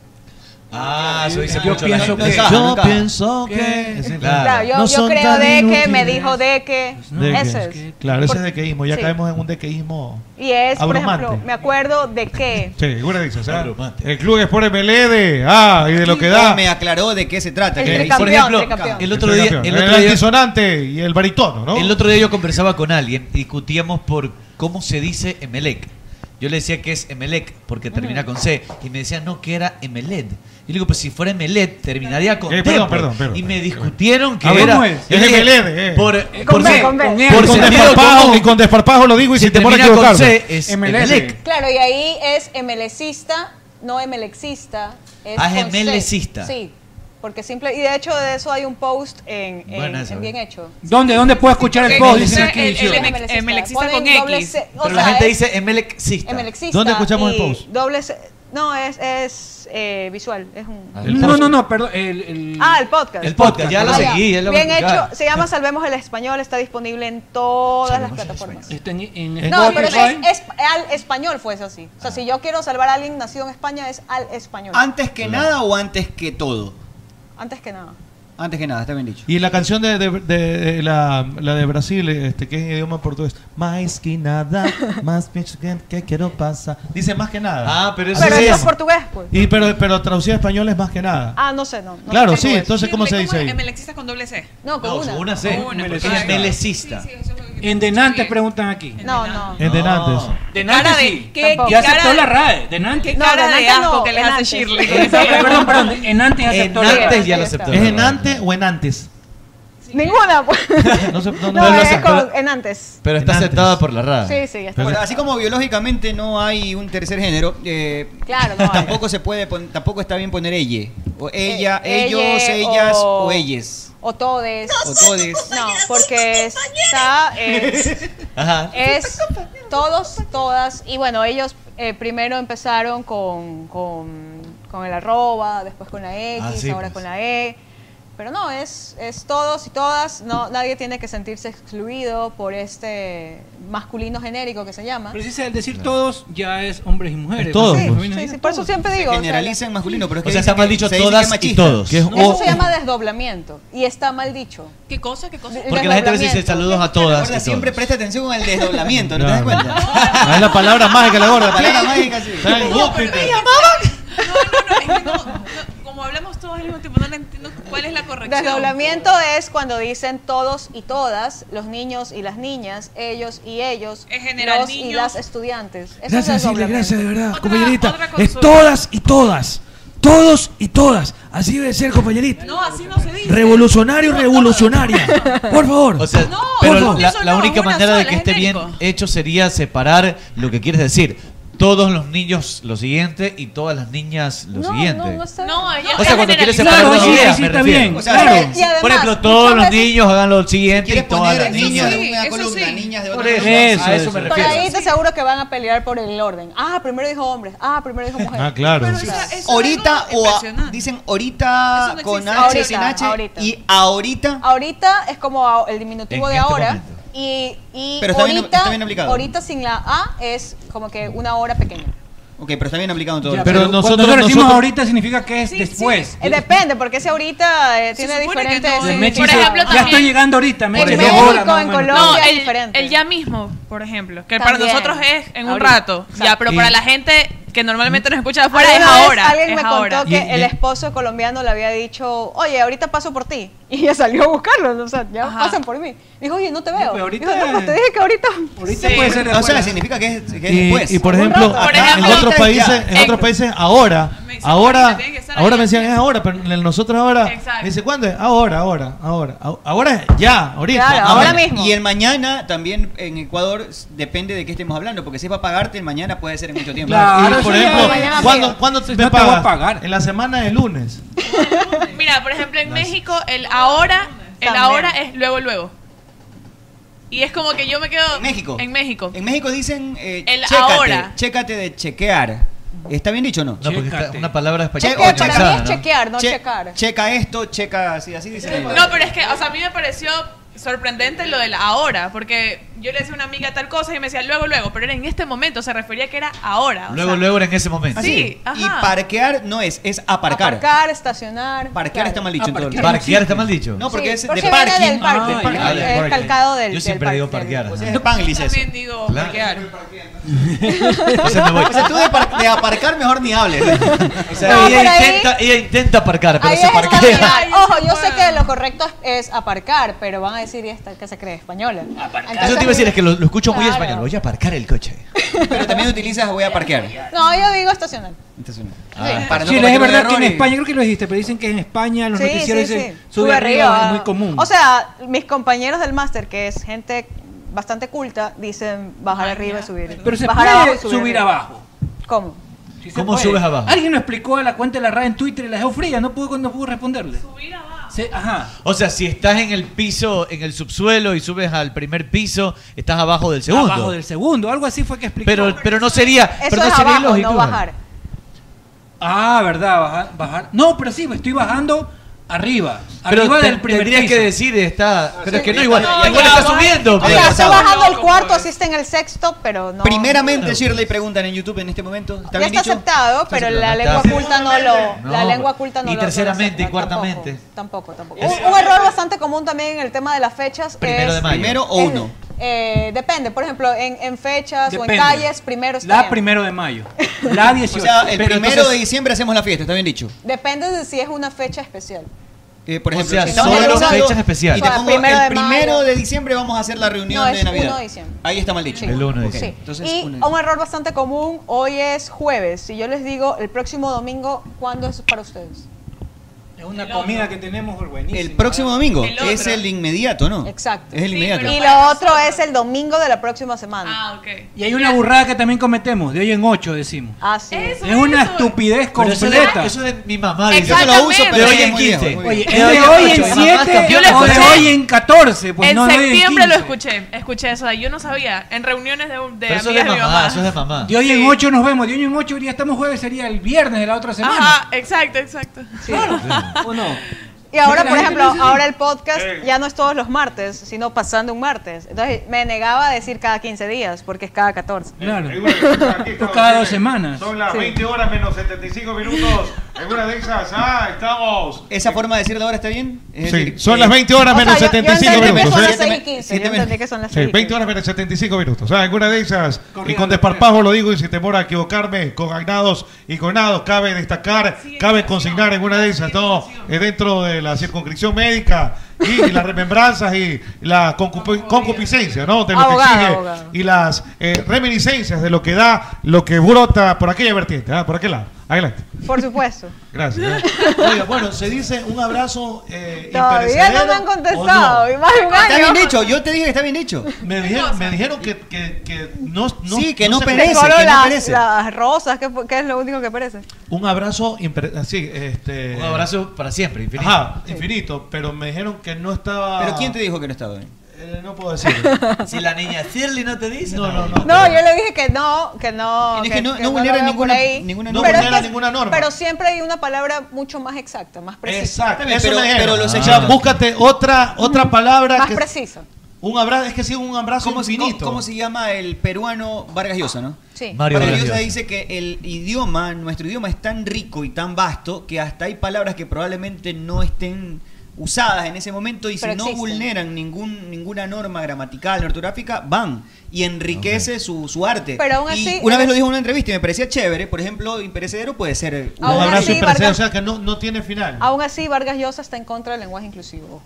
Speaker 2: Ah, eso dice
Speaker 8: Yo
Speaker 2: mucho la
Speaker 8: pienso
Speaker 2: gente.
Speaker 8: que-
Speaker 2: Encaja,
Speaker 8: yo
Speaker 2: no encaja.
Speaker 8: pienso que-
Speaker 2: Sí,
Speaker 12: Claro,
Speaker 2: Claro.
Speaker 12: yo,
Speaker 8: No
Speaker 12: yo
Speaker 8: son
Speaker 12: creo
Speaker 8: tan
Speaker 12: de que,
Speaker 8: inútiles.
Speaker 12: me dijo de que.
Speaker 8: De
Speaker 12: Eso
Speaker 8: que-
Speaker 12: es.
Speaker 8: Claro, ese
Speaker 12: Por-
Speaker 8: es dequeísmo. Ya
Speaker 12: sí.
Speaker 8: caemos en un dequeísmo.
Speaker 12: Y es,
Speaker 8: abrumante.
Speaker 12: por ejemplo, me acuerdo de que.
Speaker 8: Sí, Gura dice, o sea, el club es por MLE de, ah, y de lo que da.
Speaker 14: Me aclaró de qué se trata.
Speaker 12: El
Speaker 14: que ahí-
Speaker 12: tricampeón,
Speaker 2: Por ejemplo,
Speaker 12: tricampeón.
Speaker 2: el otro día, el otro
Speaker 8: el
Speaker 2: día,
Speaker 8: antisonante y el baritono, ¿no?
Speaker 2: el otro día yo conversaba con alguien y discutíamos por cómo se dice Emelec. Yo le decía que es Emelec porque termina con C y me decían no que era Emelet. Yo le digo, pues si fuera Emelet terminaría con
Speaker 8: Eh,
Speaker 2: T,
Speaker 8: perdón,
Speaker 2: pues.
Speaker 8: perdón, perdón.
Speaker 2: y me discutieron que
Speaker 8: A ver,
Speaker 2: era
Speaker 8: ¿cómo es?
Speaker 2: yo
Speaker 8: Es
Speaker 2: le dije,
Speaker 8: Emeled, eh.
Speaker 2: Por,
Speaker 8: Con
Speaker 2: por
Speaker 8: B,
Speaker 2: ser-
Speaker 8: con B.
Speaker 2: por
Speaker 8: Y con
Speaker 2: sentido
Speaker 8: desparpajo,
Speaker 2: común,
Speaker 8: y con desparpajo lo digo y
Speaker 2: si
Speaker 8: sin temor a
Speaker 2: termina con
Speaker 8: equivocarme.
Speaker 2: C es
Speaker 8: Emelec.
Speaker 2: Emelec.
Speaker 12: Claro, y ahí es emelecista, no emelexista. Es
Speaker 2: Ah, es
Speaker 12: con C.
Speaker 2: emelecista.
Speaker 12: Sí, porque simple. Y de hecho, de eso hay un post en, en-
Speaker 2: Buena esa,
Speaker 12: en
Speaker 2: ¿eh?
Speaker 12: Bien Hecho.
Speaker 4: ¿Dónde, dónde puedo escuchar el
Speaker 3: El-
Speaker 4: post?
Speaker 3: el-
Speaker 4: Dicen
Speaker 3: el-
Speaker 4: aquí.
Speaker 3: el- el-
Speaker 12: Emelecista.
Speaker 3: Emelecista con
Speaker 12: Ponen doble
Speaker 3: X.
Speaker 12: C, o
Speaker 2: Pero la
Speaker 12: sea,
Speaker 2: gente
Speaker 12: es
Speaker 2: dice Emelecista.
Speaker 12: emelexista
Speaker 8: ¿Dónde escuchamos el
Speaker 12: y
Speaker 8: post?
Speaker 12: Doble C- no, es, es eh, visual. Es un.
Speaker 4: No, no, no, perdón. El, el-
Speaker 12: Ah, el podcast.
Speaker 2: Ah, El podcast, ya lo
Speaker 12: Ah,
Speaker 2: seguí, ya lo
Speaker 12: Bien
Speaker 2: voy a
Speaker 12: hecho.
Speaker 2: buscar.
Speaker 12: Se llama Salvemos el Español. Está disponible en todas las plataformas.
Speaker 3: Este,
Speaker 4: Está en, en
Speaker 12: No, pero es,
Speaker 4: Spotify.
Speaker 12: es- al español fue eso así. O sea, si yo quiero salvar a alguien nacido en España, es al español.
Speaker 14: ¿Antes que nada o antes que todo?
Speaker 12: Antes que nada.
Speaker 14: Antes que nada, está bien dicho.
Speaker 8: Y la canción de, de- de- de- la, la de Brasil, este, que es en idioma portugués, más que nada, más [laughs] que- que quiero pasar. Dice más que nada.
Speaker 2: Ah, pero eso
Speaker 12: Pero
Speaker 2: sí
Speaker 12: eso
Speaker 2: es.
Speaker 12: es portugués, pues.
Speaker 8: Y pero, pero traducida a español es más que nada.
Speaker 12: Ah, no sé, no. no
Speaker 8: claro,
Speaker 12: sé
Speaker 8: sí,
Speaker 12: portugués.
Speaker 8: entonces ¿cómo se
Speaker 3: Shirley,
Speaker 8: dice ahí?
Speaker 3: Emelecista con doble C.
Speaker 12: No, con
Speaker 2: No,
Speaker 12: una.
Speaker 2: una C.
Speaker 3: Con una,
Speaker 2: porque
Speaker 3: porque-
Speaker 2: es Emelecista.
Speaker 4: En Denantes preguntan aquí.
Speaker 12: No, no.
Speaker 8: En Denantes.
Speaker 4: Denantes
Speaker 3: Cara de-
Speaker 4: sí.
Speaker 3: ¿qué-
Speaker 4: Ya
Speaker 3: cara
Speaker 4: aceptó
Speaker 3: de-
Speaker 4: la RAE. Denantes.
Speaker 3: Cara
Speaker 12: No,
Speaker 3: de
Speaker 12: Denantes
Speaker 3: asco
Speaker 12: no,
Speaker 3: que les hace
Speaker 12: Denantes. [laughs]
Speaker 3: Shirley.
Speaker 4: Perdón, perdón. En Nantes aceptó la RAE.
Speaker 2: Enantes ya lo
Speaker 12: Ahí está.
Speaker 2: aceptó.
Speaker 8: ¿Es en antes o en antes?
Speaker 12: Ninguna, pues.
Speaker 8: [laughs] No sé, no,
Speaker 12: No,
Speaker 8: no, no
Speaker 12: es
Speaker 8: sé,
Speaker 12: con-
Speaker 8: pero-
Speaker 12: en antes.
Speaker 2: Pero está
Speaker 8: En antes.
Speaker 2: aceptada por la RAD.
Speaker 12: Sí, sí, ya está.
Speaker 14: Bueno, así como biológicamente no hay un tercer género, eh,
Speaker 12: Claro, no. hay.
Speaker 14: tampoco se puede pon- tampoco está bien poner ella. O ella,
Speaker 12: Eh,
Speaker 14: ellos,
Speaker 12: elle,
Speaker 14: ellas
Speaker 12: o-
Speaker 14: o, ellas.
Speaker 12: O todes.
Speaker 14: O todes.
Speaker 12: No, porque está. Es,
Speaker 2: Ajá.
Speaker 12: es todos, todas. Y bueno, ellos eh, primero empezaron con, con, con el arroba, después con la X,
Speaker 2: Ah, sí,
Speaker 12: ahora
Speaker 2: pues.
Speaker 12: con la E. Pero no, es, es todos y todas. No, nadie tiene que sentirse excluido por este masculino genérico que se llama.
Speaker 4: Pero si el decir todos ya es hombres y mujeres.
Speaker 2: todos,
Speaker 4: ¿no?
Speaker 2: pues.
Speaker 4: Femenino y
Speaker 12: Sí, sí, por eso siempre digo. o sea,
Speaker 6: Generaliza en masculino, pero es que
Speaker 2: O sea,
Speaker 6: dice
Speaker 2: está mal
Speaker 6: que-
Speaker 2: dicho
Speaker 6: se dice
Speaker 2: todas
Speaker 6: que es machista.
Speaker 2: y todos. Que es
Speaker 12: Eso
Speaker 2: o-
Speaker 12: se llama desdoblamiento y está mal dicho.
Speaker 3: ¿Qué cosa? ¿Qué cosa?
Speaker 2: porque la gente a veces dice saludos a todas. y
Speaker 6: Gorda,
Speaker 2: todos.
Speaker 6: siempre presta atención al desdoblamiento, ¿no,
Speaker 2: No,
Speaker 6: te das
Speaker 2: no.
Speaker 6: cuenta?
Speaker 2: Ah, Es la palabra mágica, la gorda.
Speaker 6: Palabra mágica, sí.
Speaker 2: Tan hipócrita.
Speaker 3: Como hablamos todos al mismo tiempo, no entiendo cuál es la corrección.
Speaker 12: Desdoblamiento es cuando dicen todos y todas, los niños y las niñas, ellos y ellos,
Speaker 3: general,
Speaker 12: los y
Speaker 3: niños.
Speaker 12: las estudiantes. Eso
Speaker 15: Gracias,
Speaker 12: es
Speaker 15: Cecilia,
Speaker 12: desdoblamiento.
Speaker 15: gracias de verdad, compañerita.
Speaker 3: consulta.
Speaker 15: es todas y todas. Todos y todas. Así debe ser, compañerita.
Speaker 3: No, así no se dice.
Speaker 15: Revolucionario, revolucionaria. Por favor.
Speaker 2: O sea,
Speaker 15: por
Speaker 2: pero
Speaker 15: favor.
Speaker 2: la, la única manera de que esté bien hecho sería separar lo que quieres decir. Todos los niños lo siguiente y todas las niñas lo siguiente.
Speaker 3: No, ahí
Speaker 2: O sea,
Speaker 3: está
Speaker 2: cuando quieres separar
Speaker 3: generalizado.
Speaker 15: Claro,
Speaker 2: las
Speaker 15: sí,
Speaker 2: ideas,
Speaker 15: sí,
Speaker 2: me
Speaker 15: está
Speaker 2: refiero.
Speaker 15: bien,
Speaker 2: O sea,
Speaker 15: claro.
Speaker 2: por
Speaker 15: Y además,
Speaker 2: ejemplo, todos los
Speaker 12: muchas veces-
Speaker 2: niños hagan lo siguiente y todas
Speaker 6: poner
Speaker 2: las
Speaker 6: niños
Speaker 2: niñas.
Speaker 6: de una
Speaker 12: eso
Speaker 6: columna,
Speaker 12: sí.
Speaker 6: niñas de
Speaker 2: Por
Speaker 6: otra
Speaker 2: eso,
Speaker 6: columna.
Speaker 2: eso,
Speaker 6: Ah,
Speaker 2: eso.
Speaker 6: me
Speaker 12: Por
Speaker 6: refiero.
Speaker 12: ahí te seguro que van a pelear por el orden. Ah, primero dijo hombres. Ah, primero
Speaker 2: [laughs]
Speaker 12: dijo mujeres.
Speaker 2: Ah, claro.
Speaker 12: Pero
Speaker 2: Sí.
Speaker 12: eso- eso es
Speaker 6: Ahorita
Speaker 12: algo
Speaker 6: o a-
Speaker 12: impresionante.
Speaker 6: dicen ahorita
Speaker 12: Eso no
Speaker 6: con
Speaker 12: existe.
Speaker 6: H,
Speaker 12: Ahorita,
Speaker 6: sin H
Speaker 12: ahorita.
Speaker 6: y ahorita.
Speaker 12: Ahorita es como a- el diminutivo
Speaker 6: En
Speaker 12: de
Speaker 6: este
Speaker 12: ahora.
Speaker 6: momento.
Speaker 12: Y, y
Speaker 6: Pero está bien-
Speaker 12: ahorita,
Speaker 6: está bien aplicado.
Speaker 12: ahorita sin la A es como que una hora pequeña.
Speaker 6: Ok, pero está bien aplicado en todo.
Speaker 4: Ya,
Speaker 6: el-
Speaker 4: pero Pero nosotros- cuando nosotros decimos nosotros- ahorita significa que es después.
Speaker 12: Eh, depende, porque si ahorita eh,
Speaker 3: supone
Speaker 12: tiene
Speaker 3: que
Speaker 12: diferentes.
Speaker 3: no,
Speaker 4: La
Speaker 3: Sí.
Speaker 4: Mechi
Speaker 3: Por
Speaker 4: dice,
Speaker 3: ejemplo,
Speaker 4: ya
Speaker 3: también-
Speaker 4: estoy llegando ahorita. Mechi,
Speaker 12: En
Speaker 4: dos
Speaker 12: México,
Speaker 4: horas más o
Speaker 12: en
Speaker 4: menos. eh,
Speaker 12: Colombia.
Speaker 3: No,
Speaker 12: es
Speaker 3: el,
Speaker 12: diferente.
Speaker 3: el ya mismo, por ejemplo. Que para
Speaker 12: También.
Speaker 3: nosotros es en un
Speaker 12: Ahorita.
Speaker 3: rato. Ya, pero para la gente que normalmente nos escucha de
Speaker 6: Ah,
Speaker 3: afuera es
Speaker 12: Alguna vez
Speaker 3: ahora.
Speaker 12: Alguien
Speaker 3: es
Speaker 12: me
Speaker 3: ahora.
Speaker 12: contó que el esposo colombiano le había dicho, oye, ahorita paso por ti. [laughs] Y ella salió a buscarlo, o sea, ya pasan por mí. Dijo, oye, no te veo.
Speaker 4: ahorita-
Speaker 12: Dijo, no, pues te dije que ahorita.
Speaker 4: Ahorita puede ser
Speaker 6: O sea,
Speaker 4: después.
Speaker 6: significa que es, que es después.
Speaker 15: Y, y, por ejemplo,
Speaker 6: Por
Speaker 15: acá,
Speaker 6: ejemplo,
Speaker 15: en otros
Speaker 6: ahorita
Speaker 15: países,
Speaker 6: ya.
Speaker 15: en otros países ahora, ahora, ahora me decían es ahora, pero en el nosotros ahora, me dice cuándo es, ahora, ahora, ahora, ahora, ahora es ya, ahorita,
Speaker 6: Ahora- Y el mañana también en Ecuador s- depende de qué estemos hablando, porque si es para pagarte, el mañana puede ser en mucho tiempo.
Speaker 15: y por ejemplo, ¿cuándo, ¿cuándo te,
Speaker 6: No te
Speaker 15: pagas?
Speaker 6: voy a
Speaker 15: En la semana de lunes.
Speaker 3: Mira, por ejemplo, en México el ahora, el
Speaker 12: También.
Speaker 3: ahora es luego, luego. Y es como que yo me quedo.
Speaker 6: En México.
Speaker 3: En México.
Speaker 6: En México dicen. eh,
Speaker 3: El
Speaker 6: chécate,
Speaker 3: ahora.
Speaker 6: Chécate de chequear. ¿Está bien dicho o no?
Speaker 2: No, porque está una palabra
Speaker 6: Checa-
Speaker 2: española.
Speaker 6: para mí es
Speaker 2: ¿no?
Speaker 12: Chequear, no
Speaker 6: Che-
Speaker 12: checar.
Speaker 6: Checa esto, checa así, así dicen.
Speaker 3: No, pero es que, o sea, a mí me pareció sorprendente lo del ahora, porque yo le decía a una amiga tal cosa y me decía luego, luego, pero era en este momento, se refería que era ahora. o
Speaker 2: Luego,
Speaker 3: sea,
Speaker 2: luego era en ese momento.
Speaker 3: Sí,
Speaker 6: Y
Speaker 3: ajá.
Speaker 6: parquear no es, es aparcar.
Speaker 12: Aparcar, estacionar.
Speaker 6: Parquear está
Speaker 12: Ah,
Speaker 6: mal dicho en todo el
Speaker 2: Parquear está mal dicho.
Speaker 6: No, porque es
Speaker 12: Sí, porque
Speaker 6: de
Speaker 12: viene
Speaker 6: parking.
Speaker 12: del parking,
Speaker 6: Ah,
Speaker 12: porque
Speaker 6: ya,
Speaker 12: es
Speaker 6: del parking.
Speaker 12: calcado del-
Speaker 2: Yo siempre digo parquear.
Speaker 6: O
Speaker 2: ajá.
Speaker 6: sea, es Spanglish eso.
Speaker 3: También digo
Speaker 2: Claro. [laughs]
Speaker 3: parquear.
Speaker 6: O
Speaker 2: sea, me voy.
Speaker 6: tú de, par- de aparcar mejor ni hables.
Speaker 2: O sea,
Speaker 12: No, pero
Speaker 2: ella,
Speaker 12: ahí-
Speaker 2: intenta, ella intenta aparcar, pero
Speaker 12: Ahí
Speaker 2: se
Speaker 12: es
Speaker 2: parquea.
Speaker 12: estacionar. Ojo, yo sé que lo correcto es, es aparcar, pero van a decir "Y esta que se cree española. Entonces-
Speaker 2: Eso te iba a decir, es que lo, lo escucho muy
Speaker 12: Claro.
Speaker 2: español. Voy a aparcar el coche.
Speaker 6: Pero también utilizas voy a parquear.
Speaker 12: [laughs] No, yo digo estacionar.
Speaker 6: Entonces,
Speaker 2: Ah.
Speaker 6: para no
Speaker 4: Sí,
Speaker 6: cometer
Speaker 4: es
Speaker 6: un
Speaker 4: verdad
Speaker 6: error
Speaker 4: que en
Speaker 6: y-
Speaker 4: España, creo que lo dijiste, pero dicen que en España los
Speaker 12: Sí,
Speaker 4: noticieros
Speaker 12: sí,
Speaker 4: dicen
Speaker 12: sí. ah.
Speaker 4: sube arriba, es muy común.
Speaker 12: O sea, mis compañeros del máster, que es gente bastante culta, dicen bajar arriba y subir.
Speaker 4: pero se
Speaker 12: bajar
Speaker 4: puede
Speaker 12: abajo y
Speaker 4: subir,
Speaker 12: arriba.
Speaker 4: abajo.
Speaker 12: ¿Cómo?
Speaker 4: Sí se
Speaker 2: ¿Cómo
Speaker 4: puede.
Speaker 2: subes abajo?
Speaker 4: Alguien lo explicó a la cuenta de la RAE en Twitter y la dejó fría, no pudo, no pudo responderle. Subir abajo. ajá.
Speaker 2: O sea, si estás en el piso, en el subsuelo y subes al primer piso, estás abajo del segundo.
Speaker 4: Abajo del segundo, algo así fue que explicó.
Speaker 2: Pero, pero no sería, pero no
Speaker 12: es
Speaker 2: sería
Speaker 12: abajo,
Speaker 2: lógico.
Speaker 12: no bajar.
Speaker 4: Ah, verdad, bajar, bajar. No, pero sí, estoy bajando arriba.
Speaker 2: Pero
Speaker 4: arriba
Speaker 2: te-
Speaker 4: del primer
Speaker 2: tendrías
Speaker 4: piso.
Speaker 2: que decir, está. Pero es que no, igual,
Speaker 6: No,
Speaker 2: igual
Speaker 6: ya,
Speaker 2: está
Speaker 6: baja.
Speaker 2: subiendo.
Speaker 12: O
Speaker 2: pues.
Speaker 12: sea, estoy bajando el cuarto, así está en el sexto, pero no.
Speaker 6: Primeramente, Shirley preguntan en YouTube en este momento. ¿Está
Speaker 12: ya
Speaker 6: bien
Speaker 12: está
Speaker 6: dicho?
Speaker 12: aceptado, pero la lengua
Speaker 6: aceptado.
Speaker 12: culta no lo. la
Speaker 6: No,
Speaker 12: lengua culta no
Speaker 2: y
Speaker 12: lo.
Speaker 2: terceramente,
Speaker 12: no lo
Speaker 2: y cuartamente.
Speaker 12: Tampoco, tampoco. Un, un error bastante común también en el tema de las fechas.
Speaker 2: Primero
Speaker 12: es-
Speaker 2: de mayo.
Speaker 6: Primero o
Speaker 12: es-
Speaker 6: uno.
Speaker 12: eh, depende, por ejemplo, en, en fechas o
Speaker 4: Depende.
Speaker 12: en calles, primero está.
Speaker 4: La
Speaker 12: bien.
Speaker 4: primero de mayo. La 18.
Speaker 6: O sea, el
Speaker 4: Pero
Speaker 6: primero
Speaker 4: entonces-
Speaker 6: de diciembre hacemos la fiesta, está bien dicho.
Speaker 12: Depende de si es una fecha especial.
Speaker 6: Eh, por
Speaker 2: O
Speaker 6: ejemplo,
Speaker 2: sea,
Speaker 6: si estamos
Speaker 2: solo
Speaker 6: organizando
Speaker 2: fechas especiales.
Speaker 6: Y te
Speaker 12: O sea,
Speaker 6: pongo
Speaker 12: primero
Speaker 6: el
Speaker 12: de mayo.
Speaker 6: primero de diciembre vamos a hacer la reunión
Speaker 12: No,
Speaker 6: de
Speaker 12: es
Speaker 6: Navidad.
Speaker 12: 1 de diciembre.
Speaker 6: Ahí está mal dicho.
Speaker 2: El 1 de
Speaker 6: Ok,
Speaker 2: diciembre.
Speaker 6: Entonces,
Speaker 12: y
Speaker 6: 1 de
Speaker 12: un error bastante común, hoy es jueves. Si yo les digo el próximo domingo, ¿cuándo es para ustedes?
Speaker 4: Es una comida que tenemos buenísima.
Speaker 6: El próximo domingo
Speaker 12: El otro.
Speaker 6: es el inmediato, ¿no?
Speaker 12: Exacto.
Speaker 6: Es el inmediato.
Speaker 12: Y lo otro es el domingo de la próxima semana.
Speaker 3: Ah, ok.
Speaker 4: Y hay una burrada que también cometemos, de hoy en ocho decimos.
Speaker 12: Ah, sí.
Speaker 4: es una estupidez
Speaker 2: Pero eso de-
Speaker 4: completa.
Speaker 2: Eso de mi mamá.
Speaker 4: Yo
Speaker 2: dice.
Speaker 4: se lo uso, pero
Speaker 2: de hoy
Speaker 4: ella es
Speaker 2: en
Speaker 4: muy
Speaker 2: 15.
Speaker 4: vieja. Oye, es de hoy en
Speaker 2: ocho.
Speaker 4: 7
Speaker 2: Yo le
Speaker 4: o de
Speaker 2: escuché.
Speaker 4: hoy en 14. Pues
Speaker 3: en
Speaker 4: no, de hoy en
Speaker 3: septiembre lo
Speaker 4: 15.
Speaker 3: escuché, escuché eso, yo no sabía, en reuniones de, de
Speaker 2: Pero
Speaker 3: amigas
Speaker 2: eso
Speaker 3: de
Speaker 2: es de
Speaker 3: mi
Speaker 2: mamá,
Speaker 3: mamá.
Speaker 2: eso es de mamá.
Speaker 4: De hoy en 8 nos vemos. De hoy en 8 ya estamos jueves, sería el viernes de la otra semana.
Speaker 3: [laughs] Ajá, exacto, exacto.
Speaker 4: Claro. ¿O no?
Speaker 12: Y ahora,
Speaker 16: La
Speaker 12: por
Speaker 16: gente
Speaker 12: ejemplo,
Speaker 16: no dice-
Speaker 12: ahora el podcast ya no es todos los martes, sino pasando un martes. Entonces me negaba a decir cada 15 días, porque es cada 14.
Speaker 4: Claro. Tú cada dos semanas.
Speaker 8: Son las
Speaker 4: Sí.
Speaker 8: 20 horas menos 75 minutos. En una de esas, ah, estamos.
Speaker 6: ¿Esa forma de decirlo ahora está bien?
Speaker 8: Es
Speaker 17: Sí,
Speaker 8: decir,
Speaker 17: son
Speaker 8: eh,
Speaker 17: las 20 horas
Speaker 8: o sea,
Speaker 17: menos
Speaker 8: yo- yo
Speaker 17: 75
Speaker 8: entendí que
Speaker 17: minutos.
Speaker 8: son
Speaker 17: ¿eh?
Speaker 8: las seis y
Speaker 12: Sí, yo entendí que son las
Speaker 17: Sí,
Speaker 12: 6.
Speaker 17: 20 horas menos 75 minutos. O sea, alguna de esas, y con desparpajo lo digo y sin temor a equivocarme, con agnados y con nados, cabe destacar, cabe consignar en una de esas, ¿no? Eh, Dentro de la circunscripción médica y, [laughs] y las remembranzas y la concupi- concupiscencia, ¿no? De lo que
Speaker 12: Abogado,
Speaker 17: exige
Speaker 12: abogado.
Speaker 17: y las eh, reminiscencias de lo que da, lo que brota por aquella vertiente, ¿ah? por aquel lado. Adelante.
Speaker 12: Por [laughs] supuesto.
Speaker 17: Gracias. ¿eh?
Speaker 8: Oiga, bueno, se dice un abrazo eh,
Speaker 12: Todavía no me han contestado. y más de un
Speaker 6: Está
Speaker 12: año.
Speaker 6: bien hecho, yo te dije que está bien hecho.
Speaker 8: Me dijeron, me dijeron que, que, que no, no-
Speaker 6: Sí, que no
Speaker 8: se-
Speaker 6: perece,
Speaker 12: Solo
Speaker 6: que no
Speaker 12: las-
Speaker 6: perece.
Speaker 12: las rosas, que, que es lo único que perece.
Speaker 8: Un abrazo impre- así, este...
Speaker 2: Un abrazo para siempre, infinito.
Speaker 8: Ajá, infinito, pero me dijeron que no estaba...
Speaker 6: ¿Pero quién te dijo que no estaba bien?
Speaker 8: Eh, no puedo decir.
Speaker 2: [laughs]
Speaker 6: Si la niña Shirley no te dice.
Speaker 8: No, no, no.
Speaker 12: No, yo le dije que no, que no.
Speaker 6: Y dije, no- no
Speaker 12: lo
Speaker 6: vulnera
Speaker 12: veo por
Speaker 6: ninguna-
Speaker 12: ahí.
Speaker 6: ninguna
Speaker 12: Pero
Speaker 6: norma. No
Speaker 12: es
Speaker 6: vulnera
Speaker 12: que-
Speaker 6: ninguna norma.
Speaker 12: Pero siempre hay una palabra mucho más exacta, más precisa.
Speaker 8: Exacto, eso
Speaker 6: pero-
Speaker 8: me dijeron.
Speaker 6: pero lo
Speaker 8: O sea,
Speaker 6: sexual.
Speaker 8: búscate otra, otra palabra
Speaker 12: Mm. Más
Speaker 8: que...
Speaker 12: precisa.
Speaker 8: Un abrazo, es que sí, un abrazo
Speaker 6: ¿Cómo, se-
Speaker 8: infinito.
Speaker 6: cómo se llama el peruano Vargas Llosa, no?
Speaker 12: Sí.
Speaker 6: Mario
Speaker 8: Mario
Speaker 6: Vargas
Speaker 8: Vargas
Speaker 6: Llosa
Speaker 8: Llosa.
Speaker 6: dice que el idioma, nuestro idioma es tan rico y tan vasto que hasta hay palabras que probablemente no estén usadas en ese momento y
Speaker 12: Pero
Speaker 6: si no
Speaker 12: existen.
Speaker 6: vulneran ningún, ninguna norma gramatical o ortográfica, van y enriquece su, su arte.
Speaker 12: Pero aún
Speaker 6: Y
Speaker 12: así- eh,
Speaker 6: una
Speaker 12: aún
Speaker 6: vez lo
Speaker 12: así-
Speaker 6: dijo en una entrevista y me parecía chévere, por ejemplo, imperecedero puede ser...
Speaker 12: Un Aún abrazo así, imperecedero, Vargas- o sea,
Speaker 8: que no, no tiene final.
Speaker 12: Aún así, Vargas Llosa está en contra del lenguaje inclusivo.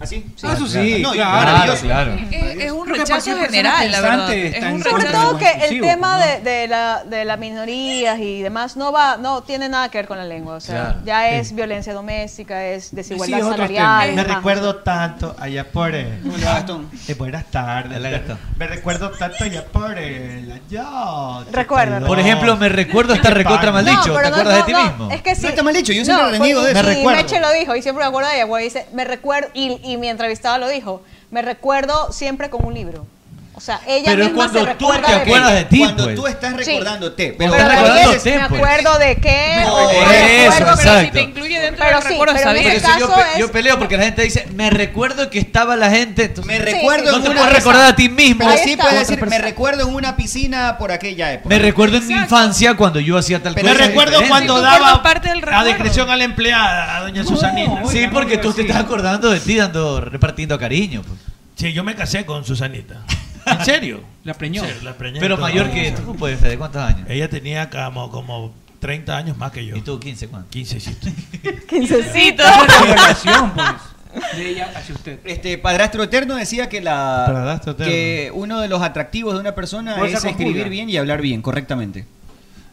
Speaker 6: ¿Así?
Speaker 4: Ah, eso sí,
Speaker 6: No, y
Speaker 4: claro.
Speaker 6: maravilloso.
Speaker 4: Claro,
Speaker 3: Eh, Es, es un
Speaker 4: Creo que
Speaker 3: rechazo
Speaker 4: cualquier persona
Speaker 3: general, la verdad.
Speaker 4: pensante
Speaker 3: Es
Speaker 4: está
Speaker 3: un
Speaker 4: en
Speaker 12: Sobre
Speaker 3: rechazo.
Speaker 12: todo que el
Speaker 4: inclusivo,
Speaker 12: tema de, de la, de las minorías y demás no va, no tiene nada que ver con la lengua. O sea,
Speaker 8: Claro,
Speaker 12: ya es
Speaker 8: sí.
Speaker 12: violencia doméstica, es desigualdad
Speaker 8: Sí, es otro tema.
Speaker 12: salarial.
Speaker 8: Me
Speaker 12: demás.
Speaker 8: recuerdo tanto allá por el.
Speaker 6: Hola, Gastón.
Speaker 8: Eh, buenas tardes. Me recuerdo tanto allá por el. Allá.
Speaker 12: Recuerda,
Speaker 2: Por ejemplo, me recuerdo estar recontra mal dicho. ¿Te
Speaker 12: pero
Speaker 2: acuerdas de ti
Speaker 12: no,
Speaker 2: mismo?
Speaker 12: Es que sí.
Speaker 6: No está mal dicho, yo siempre reniego de
Speaker 12: porque-
Speaker 6: eso. Me
Speaker 12: y
Speaker 6: recuerdo.
Speaker 12: Meche lo dijo, y siempre me acuerdo de ella, güey, dice, me recuerdo, y, y mi entrevistada lo dijo, me recuerdo siempre con un libro. O sea, ella
Speaker 2: Pero es
Speaker 12: misma se
Speaker 2: cuando tú
Speaker 12: recuerda
Speaker 2: te
Speaker 12: de
Speaker 2: acuerdas de ti,
Speaker 6: Cuando
Speaker 2: pues.
Speaker 6: tú estás recordándote.
Speaker 12: Pero, a veces me acuerdo de qué.
Speaker 2: No,
Speaker 12: o
Speaker 2: por
Speaker 12: me
Speaker 2: eso,
Speaker 12: recuerdo,
Speaker 2: exacto.
Speaker 12: incluye dentro pero
Speaker 3: del recuerdo,
Speaker 12: sí,
Speaker 3: está
Speaker 12: pero en
Speaker 3: bien.
Speaker 12: ese
Speaker 2: Por eso yo,
Speaker 12: caso
Speaker 2: pe-
Speaker 12: es-
Speaker 2: yo peleo porque la gente dice, me recuerdo que estaba la gente. entonces-
Speaker 6: Me recuerdo
Speaker 2: No
Speaker 6: en
Speaker 2: te
Speaker 6: una
Speaker 2: puedes
Speaker 6: mesa.
Speaker 2: recordar a ti mismo.
Speaker 6: Pero sí puedes decir, me recuerdo en una piscina por aquella época.
Speaker 2: Me recuerdo en mi infancia cuando yo hacía tal
Speaker 6: Pero
Speaker 2: cosa.
Speaker 6: me recuerdo
Speaker 2: diferente.
Speaker 6: cuando Sí, tú daba formas parte
Speaker 8: A discreción a la empleada, a doña Susanita.
Speaker 2: Sí, porque tú te estás acordando de ti dando, repartiendo cariño. pues.
Speaker 8: Sí, yo me casé con Susanita. ¿En serio? La preñó. la preñé.
Speaker 2: Pero
Speaker 8: Todo.
Speaker 2: mayor que tú, pues, ¿de cuántos años?
Speaker 8: Ella tenía como, como 30 años más que yo. ¿Y
Speaker 2: tú 15 cuánto?
Speaker 8: 15, sí.
Speaker 12: [laughs]
Speaker 3: Quincecito.
Speaker 4: pues.
Speaker 12: [laughs]
Speaker 4: De ella hacia usted.
Speaker 6: Este padrastro eterno decía que la
Speaker 4: Padrastro Eterno.
Speaker 6: que uno de los atractivos de una persona
Speaker 8: Fuerza
Speaker 6: es
Speaker 8: con
Speaker 6: escribir
Speaker 8: pulga.
Speaker 6: bien y hablar bien, correctamente.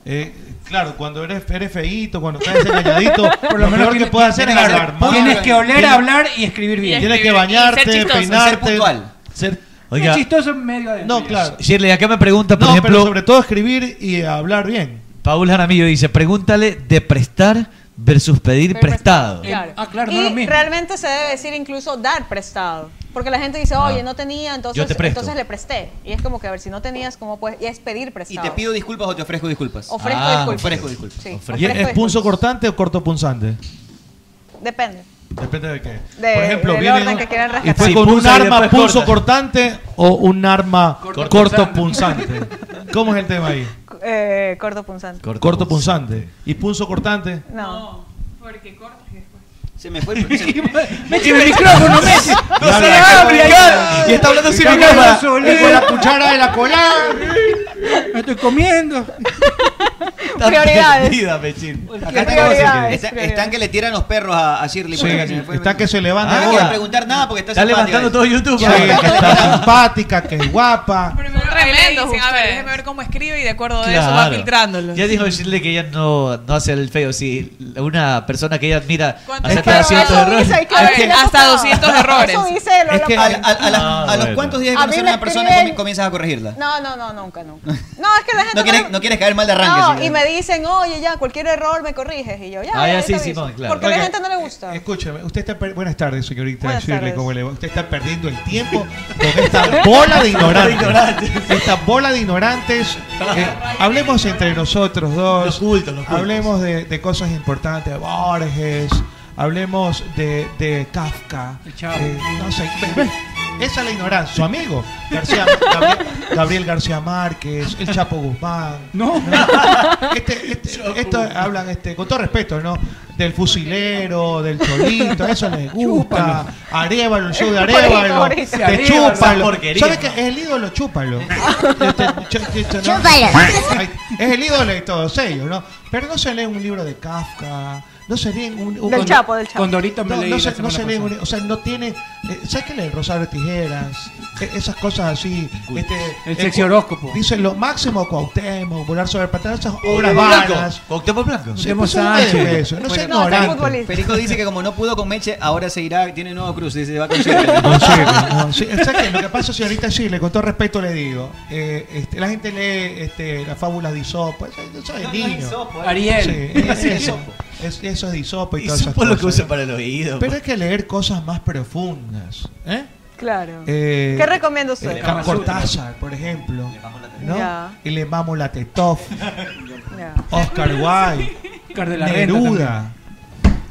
Speaker 8: Eh, [laughs] claro, cuando eres, eres feíto, cuando estás desengañadito, por lo, mejor que
Speaker 4: tienes-
Speaker 8: puedes hacer es
Speaker 4: tienes que
Speaker 8: hablar
Speaker 4: hablar-
Speaker 8: mal.
Speaker 4: Tienes que oler,
Speaker 8: Tienes-
Speaker 4: hablar y escribir bien.
Speaker 8: Tienes Ah, que bañarte, peinarte. ser-
Speaker 2: Oiga,
Speaker 4: chistoso en medio de.
Speaker 8: No, claro.
Speaker 2: Shirley, acá me pregunta, por
Speaker 8: No,
Speaker 2: ejemplo.
Speaker 8: pero sobre todo escribir y hablar bien.
Speaker 2: Paul Jaramillo dice: pregúntale de prestar versus pedir prestado.
Speaker 12: Claro.
Speaker 4: Ah, claro,
Speaker 12: y
Speaker 4: no es lo mismo.
Speaker 12: realmente se debe decir incluso dar prestado. Porque la gente dice, oye, no tenía, entonces,
Speaker 2: Ah. Yo te presto.
Speaker 12: entonces le presté. Y es como que, a ver, si no tenías, ¿cómo puedes? Y es pedir
Speaker 6: Y
Speaker 12: prestado.
Speaker 6: te pido disculpas o te ofrezco disculpas.
Speaker 12: Ofrezco Ah, disculpas.
Speaker 6: Ofrezco disculpas.
Speaker 12: Sí,
Speaker 8: ¿Y
Speaker 12: ofrezco
Speaker 8: ¿Es punzo cortante o corto punzante?
Speaker 12: Depende.
Speaker 8: Depende de qué.
Speaker 12: De-
Speaker 8: Por ejemplo,
Speaker 12: del
Speaker 8: viene
Speaker 12: orden que quieran
Speaker 8: y
Speaker 12: rescatar.
Speaker 8: fue
Speaker 12: Sí,
Speaker 8: con un
Speaker 12: punza y
Speaker 8: arma
Speaker 12: después
Speaker 8: pulso
Speaker 12: cortas.
Speaker 8: cortante o un arma corto, punzante.
Speaker 12: Cortopunzante.
Speaker 2: [laughs]
Speaker 8: ¿Cómo es el tema ahí?
Speaker 12: Eh, corto punzante.
Speaker 8: Corto, punzante. ¿Y punzo cortante?
Speaker 12: No.
Speaker 3: Porque cortas después.
Speaker 6: Se me fue el
Speaker 8: [laughs] Meche, el micrófono, [laughs] Meche. No se le abre, ya. Y está hablando sin micrófono. Es con la cuchara de la colada.
Speaker 4: Me estoy comiendo.
Speaker 12: Prioridades.
Speaker 2: Perdida, Pechín.
Speaker 6: Acá
Speaker 12: Qué
Speaker 6: están, que-
Speaker 12: prioridades,
Speaker 6: está-
Speaker 12: prioridades.
Speaker 6: están que le tiran los perros a, a Shirley.
Speaker 8: Sí,
Speaker 6: porque se me fue el-
Speaker 8: está que se levanta
Speaker 6: Ah, no
Speaker 8: ahora.
Speaker 6: quiero preguntar nada porque está
Speaker 2: Está
Speaker 6: simpática.
Speaker 2: levantando todo YouTube.
Speaker 8: Sí, que está simpática, que es guapa.
Speaker 3: Tremendo. Dicen, a ver, déjeme ver cómo escribe y de acuerdo de eso va
Speaker 2: Claro.
Speaker 3: filtrándolo.
Speaker 2: Ya dijo Shirley que ella no, no hace el feo. Si una persona que ella admira
Speaker 3: ¿Cuántos
Speaker 2: hace
Speaker 3: errores?
Speaker 2: hasta 200
Speaker 3: Eso
Speaker 2: errores.
Speaker 3: dice, claro,
Speaker 2: Es que-
Speaker 3: ya Hasta 200 errores.
Speaker 12: [laughs] Eso dice Lola
Speaker 2: Es que-
Speaker 6: A,
Speaker 12: Paul.
Speaker 6: a- a las-
Speaker 2: Ah,
Speaker 6: a los
Speaker 2: bueno.
Speaker 6: cuantos días de
Speaker 12: A mí
Speaker 6: conocer
Speaker 12: me
Speaker 6: a una persona
Speaker 12: escriben-
Speaker 6: comien- comienzas a corregirla.
Speaker 12: No, no, no, nunca, nunca. No, es que la gente
Speaker 6: No quieres, no quieres caer mal de arranque.
Speaker 12: No,
Speaker 6: señora.
Speaker 12: y me dicen, oye, ya, cualquier error me corriges. Y yo, ya.
Speaker 2: Ah, ya,
Speaker 12: yo te
Speaker 2: sí,
Speaker 12: aviso".
Speaker 2: Simón, claro.
Speaker 12: Porque a
Speaker 8: Oiga,
Speaker 12: la gente no le gusta.
Speaker 8: Escúcheme, usted está per- buenas tardes, señorita
Speaker 12: Buenas
Speaker 8: Shirley,
Speaker 12: tardes.
Speaker 8: ¿cómo le va? Usted está perdiendo el tiempo con esta bola de ignorantes. esta bola de ignorantes. Eh, hablemos entre nosotros dos. Hablemos de, de cosas importantes. Borges. hablemos de, de Kafka. de- no sé, ve- ve, esa es la ignorancia. Su amigo, García, Gabriel, Gabriel García Márquez, el Chapo Guzmán. No. [laughs] Este, este- esto hablan, este, con todo respeto, ¿no? Del fusilero, del cholito, eso les gusta. Arevalo, el show de Arevalo.
Speaker 13: Pobrecito, pobrecito.
Speaker 8: Te
Speaker 13: Arevalo, esa
Speaker 8: chúpalo.
Speaker 13: porquería.
Speaker 8: ¿Sabes qué? Es el ídolo, chúpalo. Este, Chúpalo. Es el ídolo de todos ellos, ¿no? Pero no se lee un libro de Kafka. No se lee un, un-
Speaker 12: Del Chapo, del Chapo.
Speaker 8: Condorito
Speaker 12: me
Speaker 8: no,
Speaker 12: leí
Speaker 8: No
Speaker 12: la
Speaker 8: se,
Speaker 12: semana
Speaker 8: no se lee
Speaker 12: pasada.
Speaker 8: un- o sea, no tiene. eh, ¿Sabes qué lee? Rosario Tijeras. e- Esas cosas así. Este,
Speaker 4: El
Speaker 8: eh,
Speaker 4: sexioróscopo.
Speaker 8: Dice lo máximo Cuauhtémoc, volar sobre el patrón, esas obras
Speaker 14: Blanco,
Speaker 8: vanas.
Speaker 2: Cuauhtémoc Blanco.
Speaker 8: Sí, pues, de eso, No
Speaker 14: Bueno,
Speaker 8: sé,
Speaker 14: no, está
Speaker 8: ignorante.
Speaker 14: futbolista. Perico dice que como no pudo con Meche, ahora se irá, tiene nuevo cruz, dice, se va
Speaker 8: [laughs]
Speaker 14: con
Speaker 8: Con Chile, no, sí, ¿sabes qué? Lo que pasa, señorita Chile, con todo respeto le digo, eh, este, la gente lee este, las fábulas de Isopo, eso, eso es
Speaker 14: No, no
Speaker 8: niño.
Speaker 14: es Isopo, es- Ariel.
Speaker 8: Sí, es-
Speaker 14: Sí.
Speaker 8: Isopo. Es- eso es de Isopo y todas esas
Speaker 2: Isopo es lo que
Speaker 8: cosas,
Speaker 2: usa
Speaker 8: ¿no?
Speaker 2: para el oído,
Speaker 8: Pero
Speaker 2: pues.
Speaker 8: hay que leer cosas más profundas. ¿eh?
Speaker 12: Claro.
Speaker 8: Eh,
Speaker 12: ¿Qué recomienda usted?
Speaker 8: eh, Cortázar, por ejemplo. ¿no?
Speaker 12: Ya.
Speaker 8: Y le mamo la tetov.
Speaker 12: Ya.
Speaker 4: [laughs]
Speaker 8: Oscar Wilde.
Speaker 4: Oscar de la Renta
Speaker 8: Neruda.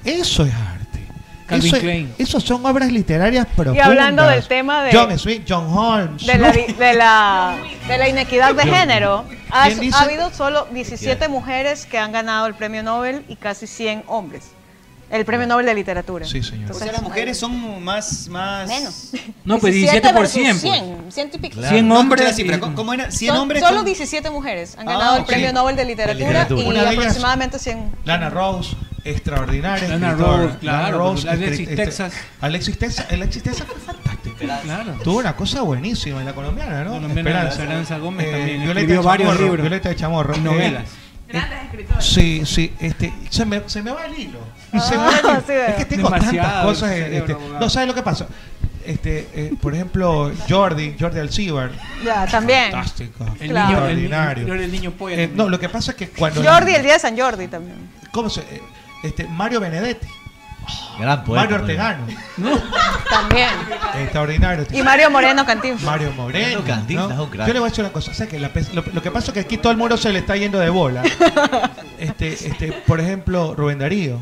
Speaker 8: Eso es arte.
Speaker 4: Calvin
Speaker 8: eso, es-
Speaker 4: Klein.
Speaker 8: Esas son obras literarias profundas.
Speaker 12: Y hablando del tema de-
Speaker 8: John Swift, John Holmes.
Speaker 12: De la, di- de, la, de la inequidad de
Speaker 8: Yo-
Speaker 12: género, ha,
Speaker 8: ¿Quién dice?
Speaker 12: ha habido solo 17 mujeres que han ganado el premio Nobel y casi 100 hombres. El premio Nobel de literatura. [laughs]
Speaker 8: Sí, señor.
Speaker 14: O sea, las mujeres son más... más...
Speaker 12: Menos.
Speaker 4: No, pues 17 por 100. pues.
Speaker 12: 100, 100 y pico.
Speaker 4: Claro. 100 hombres
Speaker 14: No, sí, pero
Speaker 4: y-
Speaker 14: ¿cómo- ¿Cómo era? 100
Speaker 12: Son-
Speaker 14: hombres.
Speaker 12: Solo
Speaker 14: con-
Speaker 12: 17 mujeres han
Speaker 14: Ah,
Speaker 12: ganado el
Speaker 14: ok.
Speaker 12: premio Nobel de literatura,
Speaker 8: literatura.
Speaker 12: y
Speaker 8: Una de ellas-
Speaker 12: aproximadamente 100.
Speaker 8: Lana Rose, extraordinaria.
Speaker 4: Lana
Speaker 8: escritora.
Speaker 4: Rose, claro, porque Alexis
Speaker 8: escri- este-
Speaker 4: Texas.
Speaker 8: Alexis Texas. Alexis Texas fue fantástico.
Speaker 4: Claro.
Speaker 8: Tuvo una cosa buenísima en la colombiana, ¿no? Eh,
Speaker 4: Colombiana, Esperanza Gómez también
Speaker 8: Violeta
Speaker 4: escribió
Speaker 8: de
Speaker 4: varios
Speaker 8: Chamorro,
Speaker 4: libros.
Speaker 8: Violeta de Chamorro.
Speaker 4: Y novelas.
Speaker 8: Grandes escritores. Sí, sí. Este, se, me, se me va el hilo. Se me va el hilo.
Speaker 12: Ah, sí, veo.
Speaker 8: es que tengo tantas
Speaker 4: Demasiado
Speaker 8: cosas.
Speaker 4: el
Speaker 8: en
Speaker 4: cerebro,
Speaker 8: este-
Speaker 4: abogado.
Speaker 8: no, ¿sabes lo que pasa? Este, eh, por ejemplo, Jordi, Jordi Alcibar.
Speaker 12: Ya, también.
Speaker 8: Fantástico.
Speaker 12: El Claro. niño- el
Speaker 8: Extraordinario.
Speaker 12: niño- el niño polla.
Speaker 8: Eh, no, lo que pasa es que cuando.
Speaker 12: Jordi, el día de San Jordi también.
Speaker 8: ¿Cómo se.? eh, Este, Mario Benedetti.
Speaker 2: Gran poeta.
Speaker 8: Mario Ortegano.
Speaker 12: También.
Speaker 8: Extraordinario.
Speaker 12: Y Mario Moreno Cantinflas.
Speaker 8: Mario Moreno.
Speaker 2: Moreno Cantinflas,
Speaker 8: ¿no?
Speaker 2: un crack.
Speaker 8: Yo le voy a decir una cosa. o sea, que la pe- lo, lo que pasa es que aquí todo el mundo se le está yendo de
Speaker 12: [laughs]
Speaker 8: bola. Este, este, por ejemplo, Rubén Darío.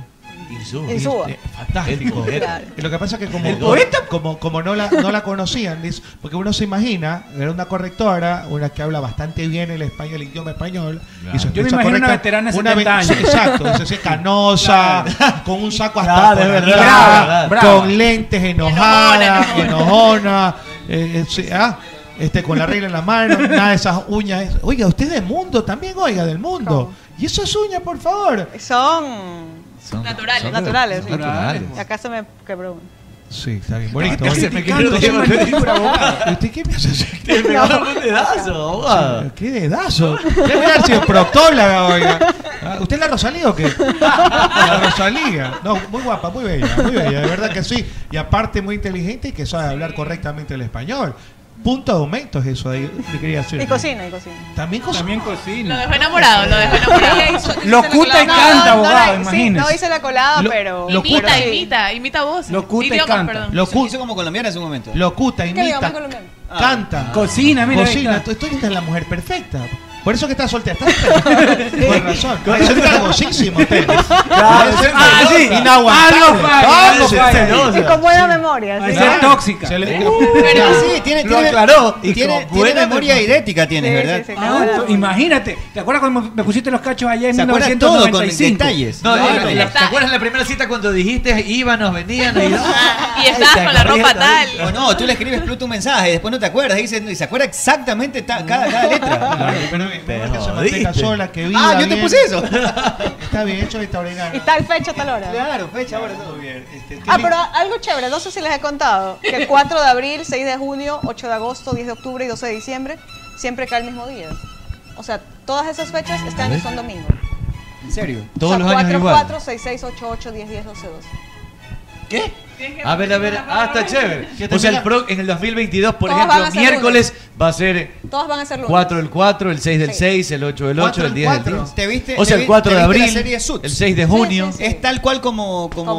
Speaker 2: Insúa.
Speaker 12: Insúa.
Speaker 8: Este, Fantástico.
Speaker 2: El poeta.
Speaker 8: Y lo que pasa es que como,
Speaker 2: El poeta.
Speaker 8: como, como no, la, no la conocían, dice, porque uno se imagina, era una correctora, una que habla bastante bien el español, el idioma español.
Speaker 4: Claro.
Speaker 8: y su
Speaker 4: Yo me
Speaker 8: escucha
Speaker 4: imagino una
Speaker 8: correcta,
Speaker 4: veterana de
Speaker 8: una
Speaker 4: 70
Speaker 8: ve-
Speaker 4: años.
Speaker 8: Exacto, se dice canosa, con un saco hasta
Speaker 2: Claro,
Speaker 8: por
Speaker 2: es verdad,
Speaker 8: acá,
Speaker 2: es verdad.
Speaker 8: con lentes enojada, enojona, eh, eh, sí, ah, este, con la regla en la [laughs] mano, nada de esas uñas. Oiga, usted es del mundo también, oiga, del mundo. Y esas uñas, por favor.
Speaker 12: Son
Speaker 2: Naturales.
Speaker 12: son naturales. sí.
Speaker 8: Naturales.
Speaker 12: Y Acá se me quebró.
Speaker 8: Sí, está bien.
Speaker 2: Bonito.
Speaker 8: Bonito.
Speaker 2: Se me quedó
Speaker 8: Criticando,
Speaker 2: el dedo
Speaker 8: siempre
Speaker 2: en el
Speaker 8: critica,
Speaker 2: libro,
Speaker 8: abogado. ¿Usted qué piensa hacer?
Speaker 2: Te pegaba un dedazo, abogado.
Speaker 8: ¿Qué dedazo? Debe haber sido proctóloga, oiga. Ah, ¿Usted es la Rosalía o qué? Ah, La Rosalía. No, muy guapa, muy bella, muy bella, de verdad que sí. Y aparte muy inteligente y que sabe hablar correctamente el español. Punto de aumento es eso, ahí, le quería decir.
Speaker 12: Y cocina, y cocina.
Speaker 8: También cocina. También
Speaker 4: cocina.
Speaker 3: Lo dejó enamorado, lo dejó enamorado. Ella hizo- hizo la colada.
Speaker 12: no, la- sí, no hice la colada, pero.
Speaker 3: Imita,
Speaker 12: pero sí.
Speaker 3: imita, imita voz.
Speaker 8: Locuta.
Speaker 14: Hizo como colombiana en un momento.
Speaker 8: Locuta, imita, canta.
Speaker 4: Cocina, mira, ahí
Speaker 8: Cocina.
Speaker 4: está.
Speaker 8: Tú, tú eres la mujer perfecta. Por eso que estás soltera. Estás perfecta. Con
Speaker 4: [laughs]
Speaker 8: razón. Por eso estás hermosísimo, usted.
Speaker 4: Ah, sí.
Speaker 8: Inaguantable.
Speaker 4: Algo falla, algo
Speaker 8: Sí,
Speaker 4: falla.
Speaker 8: celosa.
Speaker 12: Y con buena memoria.
Speaker 4: Al
Speaker 12: sí.
Speaker 4: ser tóxica.
Speaker 8: Se le-
Speaker 14: Uh, Pero sí, tiene,
Speaker 4: Lo
Speaker 14: tiene,
Speaker 4: aclaró.
Speaker 14: tiene,
Speaker 4: Y con
Speaker 14: tiene
Speaker 4: buena
Speaker 14: memoria
Speaker 4: memoria.
Speaker 14: idética, tienes,
Speaker 4: Sí,
Speaker 14: ¿verdad?
Speaker 4: sí, sí, Ah, tú- imagínate, ¿te acuerdas cuando me pusiste los cachos allá en
Speaker 14: Se acuerda todo con
Speaker 4: 1995?
Speaker 14: detalles.
Speaker 2: No,
Speaker 4: Claro.
Speaker 2: eh, la- ¿Te acuerdas la primera cita cuando dijiste íbamos, venían? Y,
Speaker 3: Y estabas con la ropa tal.
Speaker 14: O no, tú le escribes tú tu mensaje y después no te acuerdas. Y, dices, no, y se acuerda exactamente ta- cada, cada
Speaker 8: [laughs]
Speaker 14: letra.
Speaker 8: Pero que se mantenga sola, que viva
Speaker 14: Ah, yo te
Speaker 8: bien.
Speaker 14: puse eso.
Speaker 8: Está bien hecho y está ordenado.
Speaker 12: Y tal fecha, tal hora.
Speaker 14: Claro, fecha, hora, todo bien.
Speaker 8: Este,
Speaker 12: Ah, pero algo chévere, no sé si les he contado, que el 4 de abril, 6 de junio, 8 de agosto, 10 de octubre y 12 de diciembre, siempre cae el mismo día. O sea, todas esas fechas este año son domingo.
Speaker 14: ¿En serio?
Speaker 2: Todos
Speaker 12: o sea,
Speaker 2: los años
Speaker 12: 4,
Speaker 2: igual.
Speaker 12: 4, 6, 6, 8, 8, 10, 10, 12, 12.
Speaker 2: A ver, a ver, ah, está chévere.
Speaker 8: Que
Speaker 2: O sea, el
Speaker 8: tenga-
Speaker 2: pro- en el 2022, por
Speaker 12: Todos van a
Speaker 2: ejemplo,
Speaker 12: ser
Speaker 2: miércoles va a ser
Speaker 12: Todas van a ser lunes.
Speaker 2: 4 del 4, el 6 del 6, el 8 del 8,
Speaker 14: Cuatro
Speaker 2: el 10 del
Speaker 14: cuatro.
Speaker 2: 10.
Speaker 14: ¿Te viste,
Speaker 2: O sea,
Speaker 14: te
Speaker 2: el
Speaker 14: vi-
Speaker 2: 4
Speaker 14: te
Speaker 2: de
Speaker 14: viste la
Speaker 2: abril,
Speaker 14: serie Suits?
Speaker 2: el 6 de junio.
Speaker 14: Es tal cual como, como,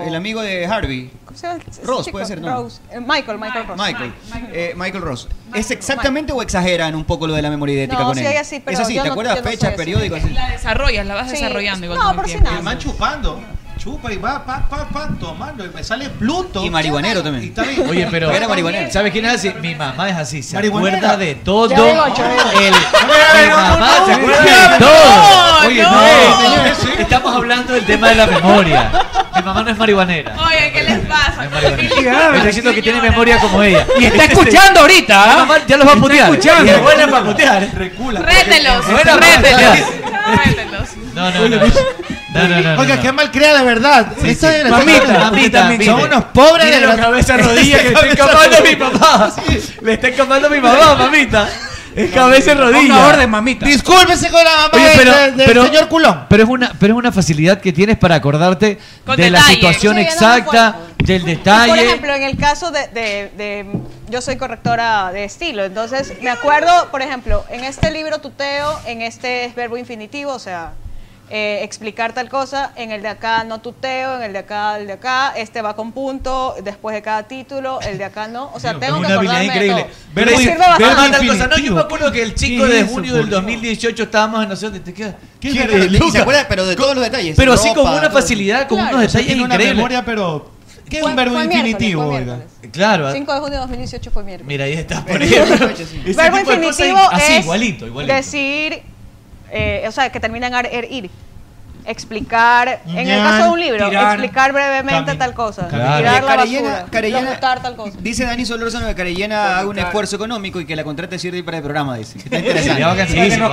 Speaker 12: Como-
Speaker 14: el amigo de Harvey.
Speaker 12: ¿Cómo se llama el- ese
Speaker 14: Ross,
Speaker 12: chico?
Speaker 14: puede ser, ¿no?
Speaker 12: Rose. Eh, Michael, Michael Ross.
Speaker 14: Michael. Eh, Michael Ross. ¿Es exactamente o exageran un poco lo de la memoria idética
Speaker 12: No,
Speaker 14: con
Speaker 12: sí
Speaker 14: él?
Speaker 12: hay así, pero
Speaker 14: es así,
Speaker 12: yo
Speaker 14: ¿te
Speaker 12: no-
Speaker 14: acuerdas?
Speaker 12: yo no soy
Speaker 14: Fechas,
Speaker 12: así.
Speaker 14: periódicos. así.
Speaker 3: La desarrollas, la vas
Speaker 12: Sí.
Speaker 3: desarrollando.
Speaker 12: No, por si nada.
Speaker 8: chupando.
Speaker 18: chupa y va, pa, pa, pa, tomando. Y me sale Pluto.
Speaker 6: Y marihuanero también.
Speaker 18: Y está bien.
Speaker 2: Oye, pero.
Speaker 6: Era marihuanero.
Speaker 2: ¿Sabes quién es así? Mi mamá es así. Se
Speaker 18: Marihuanera.
Speaker 2: acuerda de todo.
Speaker 18: Ya vengo, ya vengo.
Speaker 2: El,
Speaker 18: No,
Speaker 2: mi
Speaker 18: no,
Speaker 2: mamá
Speaker 18: no,
Speaker 2: se
Speaker 18: no,
Speaker 2: acuerda
Speaker 18: no,
Speaker 2: de todo.
Speaker 18: no,
Speaker 2: Oye,
Speaker 18: no,
Speaker 2: no.
Speaker 18: señores,
Speaker 2: Estamos hablando del tema de la memoria. Mi mamá no es marihuanera.
Speaker 3: Oye, ¿qué les pasa?
Speaker 2: Estoy diciendo que tiene memoria como ella. Este,
Speaker 6: Y está escuchando ahorita, ¿ah?
Speaker 2: Mi mamá ya los va a
Speaker 6: Está
Speaker 2: putear.
Speaker 6: escuchando.
Speaker 2: Y es buena para putear.
Speaker 3: Rételos,
Speaker 2: Buena para
Speaker 3: rételos,
Speaker 2: putear.
Speaker 3: rételos.
Speaker 2: No, no, no. No, no, no.
Speaker 7: Oiga,
Speaker 2: no.
Speaker 7: qué mal crea de verdad. Esta generación- [laughs] son unos pobres de
Speaker 2: la
Speaker 7: verdad.
Speaker 2: [laughs] cabeza rodilla
Speaker 7: [laughs]
Speaker 2: que le está
Speaker 7: Cabeza
Speaker 2: [laughs] escapando a mi
Speaker 7: rodilla.
Speaker 2: papá. Le está escapando a mi mamá, mamita. Es cabeza y rodilla.
Speaker 7: Ponga orden,
Speaker 2: mamita.
Speaker 7: Discúlpese con la mamá
Speaker 2: Oye,
Speaker 7: de-
Speaker 2: pero,
Speaker 7: de- del
Speaker 2: pero-
Speaker 7: señor culón.
Speaker 2: Pero es, una, pero es una facilidad que tienes para acordarte
Speaker 12: Con
Speaker 2: de la
Speaker 12: detalle.
Speaker 2: situación
Speaker 12: Sí, ya no me
Speaker 2: exacta, del detalle.
Speaker 12: Por ejemplo, en el caso de, de- de- Yo soy correctora de estilo, entonces me acuerdo, por ejemplo, en este libro tuteo, en este es verbo infinitivo, o sea, eh, explicar tal cosa, en el de acá no tuteo, en el de acá, el de acá, este va con punto, después de cada título, el de acá no, o sea, tengo que
Speaker 2: una habilidad
Speaker 12: acordarme
Speaker 2: increíble.
Speaker 12: de todo.
Speaker 2: Pero
Speaker 12: Me
Speaker 2: sí,
Speaker 12: sirve
Speaker 2: pero
Speaker 12: bastante.
Speaker 2: tal cosa, no, yo me acuerdo que el chico
Speaker 6: ¿Qué
Speaker 2: de
Speaker 6: es eso,
Speaker 2: junio del
Speaker 6: por Dios?
Speaker 2: 2018 estábamos en no sé dónde te quedas. ¿Qué
Speaker 6: ¿Quién
Speaker 2: de
Speaker 6: era? Y se
Speaker 2: Luca?
Speaker 6: acuerda, pero de
Speaker 2: Co-
Speaker 6: todos los detalles.
Speaker 2: Pero así con
Speaker 6: Ropa,
Speaker 2: una
Speaker 6: todo.
Speaker 2: facilidad, con
Speaker 12: Claro.
Speaker 2: unos
Speaker 12: O sea,
Speaker 2: detalles
Speaker 12: tiene una
Speaker 2: increíbles.
Speaker 12: memoria,
Speaker 2: pero
Speaker 12: ¿qué es un Fue- verbo fue miércoles, infinitivo, fue oiga?
Speaker 2: Claro. ah,
Speaker 12: 5 de junio de 2018 fue miércoles.
Speaker 2: Mira, ahí está, por
Speaker 3: [laughs]
Speaker 2: ejemplo. Ese
Speaker 12: Verbo
Speaker 2: tipo de cosas
Speaker 12: infinitivo
Speaker 2: así,
Speaker 12: es
Speaker 2: igualito, igualito.
Speaker 12: decir, eh, o sea, que termina en ar, er, ir. Explicar, en el
Speaker 6: Ñar,
Speaker 12: caso de un libro,
Speaker 6: tirar,
Speaker 12: explicar brevemente
Speaker 6: cami-
Speaker 12: tal cosa.
Speaker 6: caminar.
Speaker 12: Tirar la
Speaker 6: Carellena-
Speaker 12: basura.
Speaker 6: Carellena-
Speaker 12: locutar tal cosa.
Speaker 6: Dice Dani Solórzano que Carellena haga un esfuerzo económico y que la contrate Shirley para el programa, dice. Está interesante.
Speaker 8: Para que nos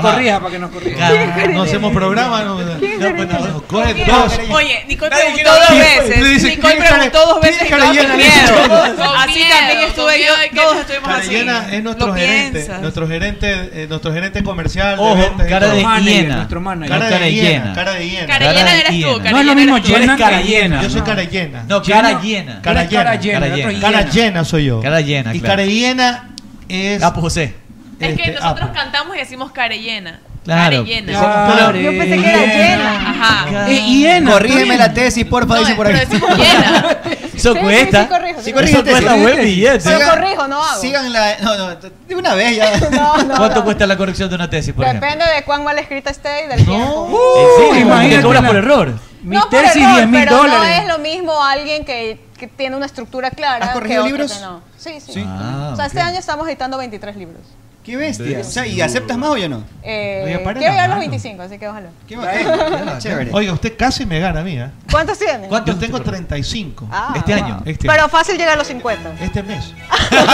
Speaker 8: corrija,
Speaker 6: para que nos
Speaker 8: No hacemos programa, no. no, pues, no, coge dos.
Speaker 3: Oye, Nicole
Speaker 8: Nadie
Speaker 3: preguntó
Speaker 8: quiere
Speaker 3: dos
Speaker 8: hablar.
Speaker 3: veces.
Speaker 8: Le dice,
Speaker 3: Nicole
Speaker 8: ¿quién es Care-
Speaker 3: preguntó dos
Speaker 8: quién
Speaker 3: veces
Speaker 8: es
Speaker 3: y todos con
Speaker 8: Carellena?
Speaker 3: miedo.
Speaker 8: Con
Speaker 3: Así también estuve yo, todos estuvimos así.
Speaker 8: Carellena es nuestro
Speaker 3: Lo
Speaker 8: gerente,
Speaker 3: piensas.
Speaker 8: nuestro gerente, eh, nuestro gerente comercial.
Speaker 2: Ojo,
Speaker 8: ventas y
Speaker 2: cara
Speaker 8: todo.
Speaker 2: de Manager, hiena. nuestro manager.
Speaker 8: Cara,
Speaker 2: Cara
Speaker 8: de
Speaker 2: de
Speaker 8: hiena,
Speaker 2: hiena.
Speaker 8: cara de hiena.
Speaker 2: Cara de hiena eres tú, cara
Speaker 8: No es lo
Speaker 2: de hiena
Speaker 8: mismo
Speaker 2: eres tú.
Speaker 8: llena
Speaker 2: Eres cara llena.
Speaker 8: Yo soy
Speaker 2: No.
Speaker 8: cara llena.
Speaker 2: No, cara
Speaker 8: Cara
Speaker 2: llena. Tú eres cara
Speaker 8: llena.
Speaker 2: llena,
Speaker 8: Cara
Speaker 2: otro
Speaker 8: llena.
Speaker 2: hiena.
Speaker 8: Cara llena soy yo.
Speaker 2: Cara llena,
Speaker 8: Y
Speaker 2: Ah, claro.
Speaker 8: cara llena es.
Speaker 2: Apo José.
Speaker 3: Es que
Speaker 8: Este,
Speaker 3: nosotros
Speaker 8: Apo.
Speaker 3: cantamos y decimos carellena.
Speaker 2: Claro.
Speaker 3: Carellena.
Speaker 6: Claro. Yo pensé que era
Speaker 3: llena. Ajá.
Speaker 6: Eh, hiena. Corrígeme la tesis, porfa, dice por ahí.
Speaker 2: Eso
Speaker 12: Sí, sí,
Speaker 2: cuesta.
Speaker 12: sí, corrijo, sí,
Speaker 2: Eso
Speaker 12: corrijo.
Speaker 2: cuesta
Speaker 12: Sí,
Speaker 2: buen
Speaker 12: sí.
Speaker 2: billete.
Speaker 12: Pero corrijo, no hago.
Speaker 6: Sigan la. No, no, de una vez ya.
Speaker 12: No, no,
Speaker 2: ¿Cuánto
Speaker 12: no.
Speaker 2: cuesta la corrección de una tesis, por ejemplo?
Speaker 12: Depende de cuán mal escrita esté y del tiempo.
Speaker 2: ¿En serio? ¿Te
Speaker 4: imagínate
Speaker 2: cobras
Speaker 4: la-
Speaker 2: por error?
Speaker 4: Mi
Speaker 12: No por
Speaker 4: tesis,
Speaker 12: error,
Speaker 4: 10 mil
Speaker 12: pero no
Speaker 4: dólares.
Speaker 12: es lo mismo alguien que, que tiene una estructura clara.
Speaker 6: ¿Has
Speaker 12: que
Speaker 6: corregido
Speaker 12: otro
Speaker 6: libros?
Speaker 12: que no. Sí, sí.
Speaker 6: Ah,
Speaker 12: o sea, este
Speaker 6: ok.
Speaker 12: año estamos editando 23 libros.
Speaker 6: Qué bestia. O sea, ¿y aceptas más o ya no?
Speaker 12: Eh,
Speaker 8: Oye,
Speaker 12: quiero
Speaker 8: paren la
Speaker 12: llegar a los
Speaker 8: mano.
Speaker 12: 25, así que ojalá.
Speaker 8: Chévere. Ah, Oiga, usted casi me gana a mí, ¿eh?
Speaker 12: ¿Cuántos tienes?
Speaker 8: ¿Cuántos tengo? 35.
Speaker 12: Ah,
Speaker 8: este
Speaker 12: wow.
Speaker 8: año. Este
Speaker 12: Pero fácil llegar a los 50.
Speaker 8: Este mes. [laughs]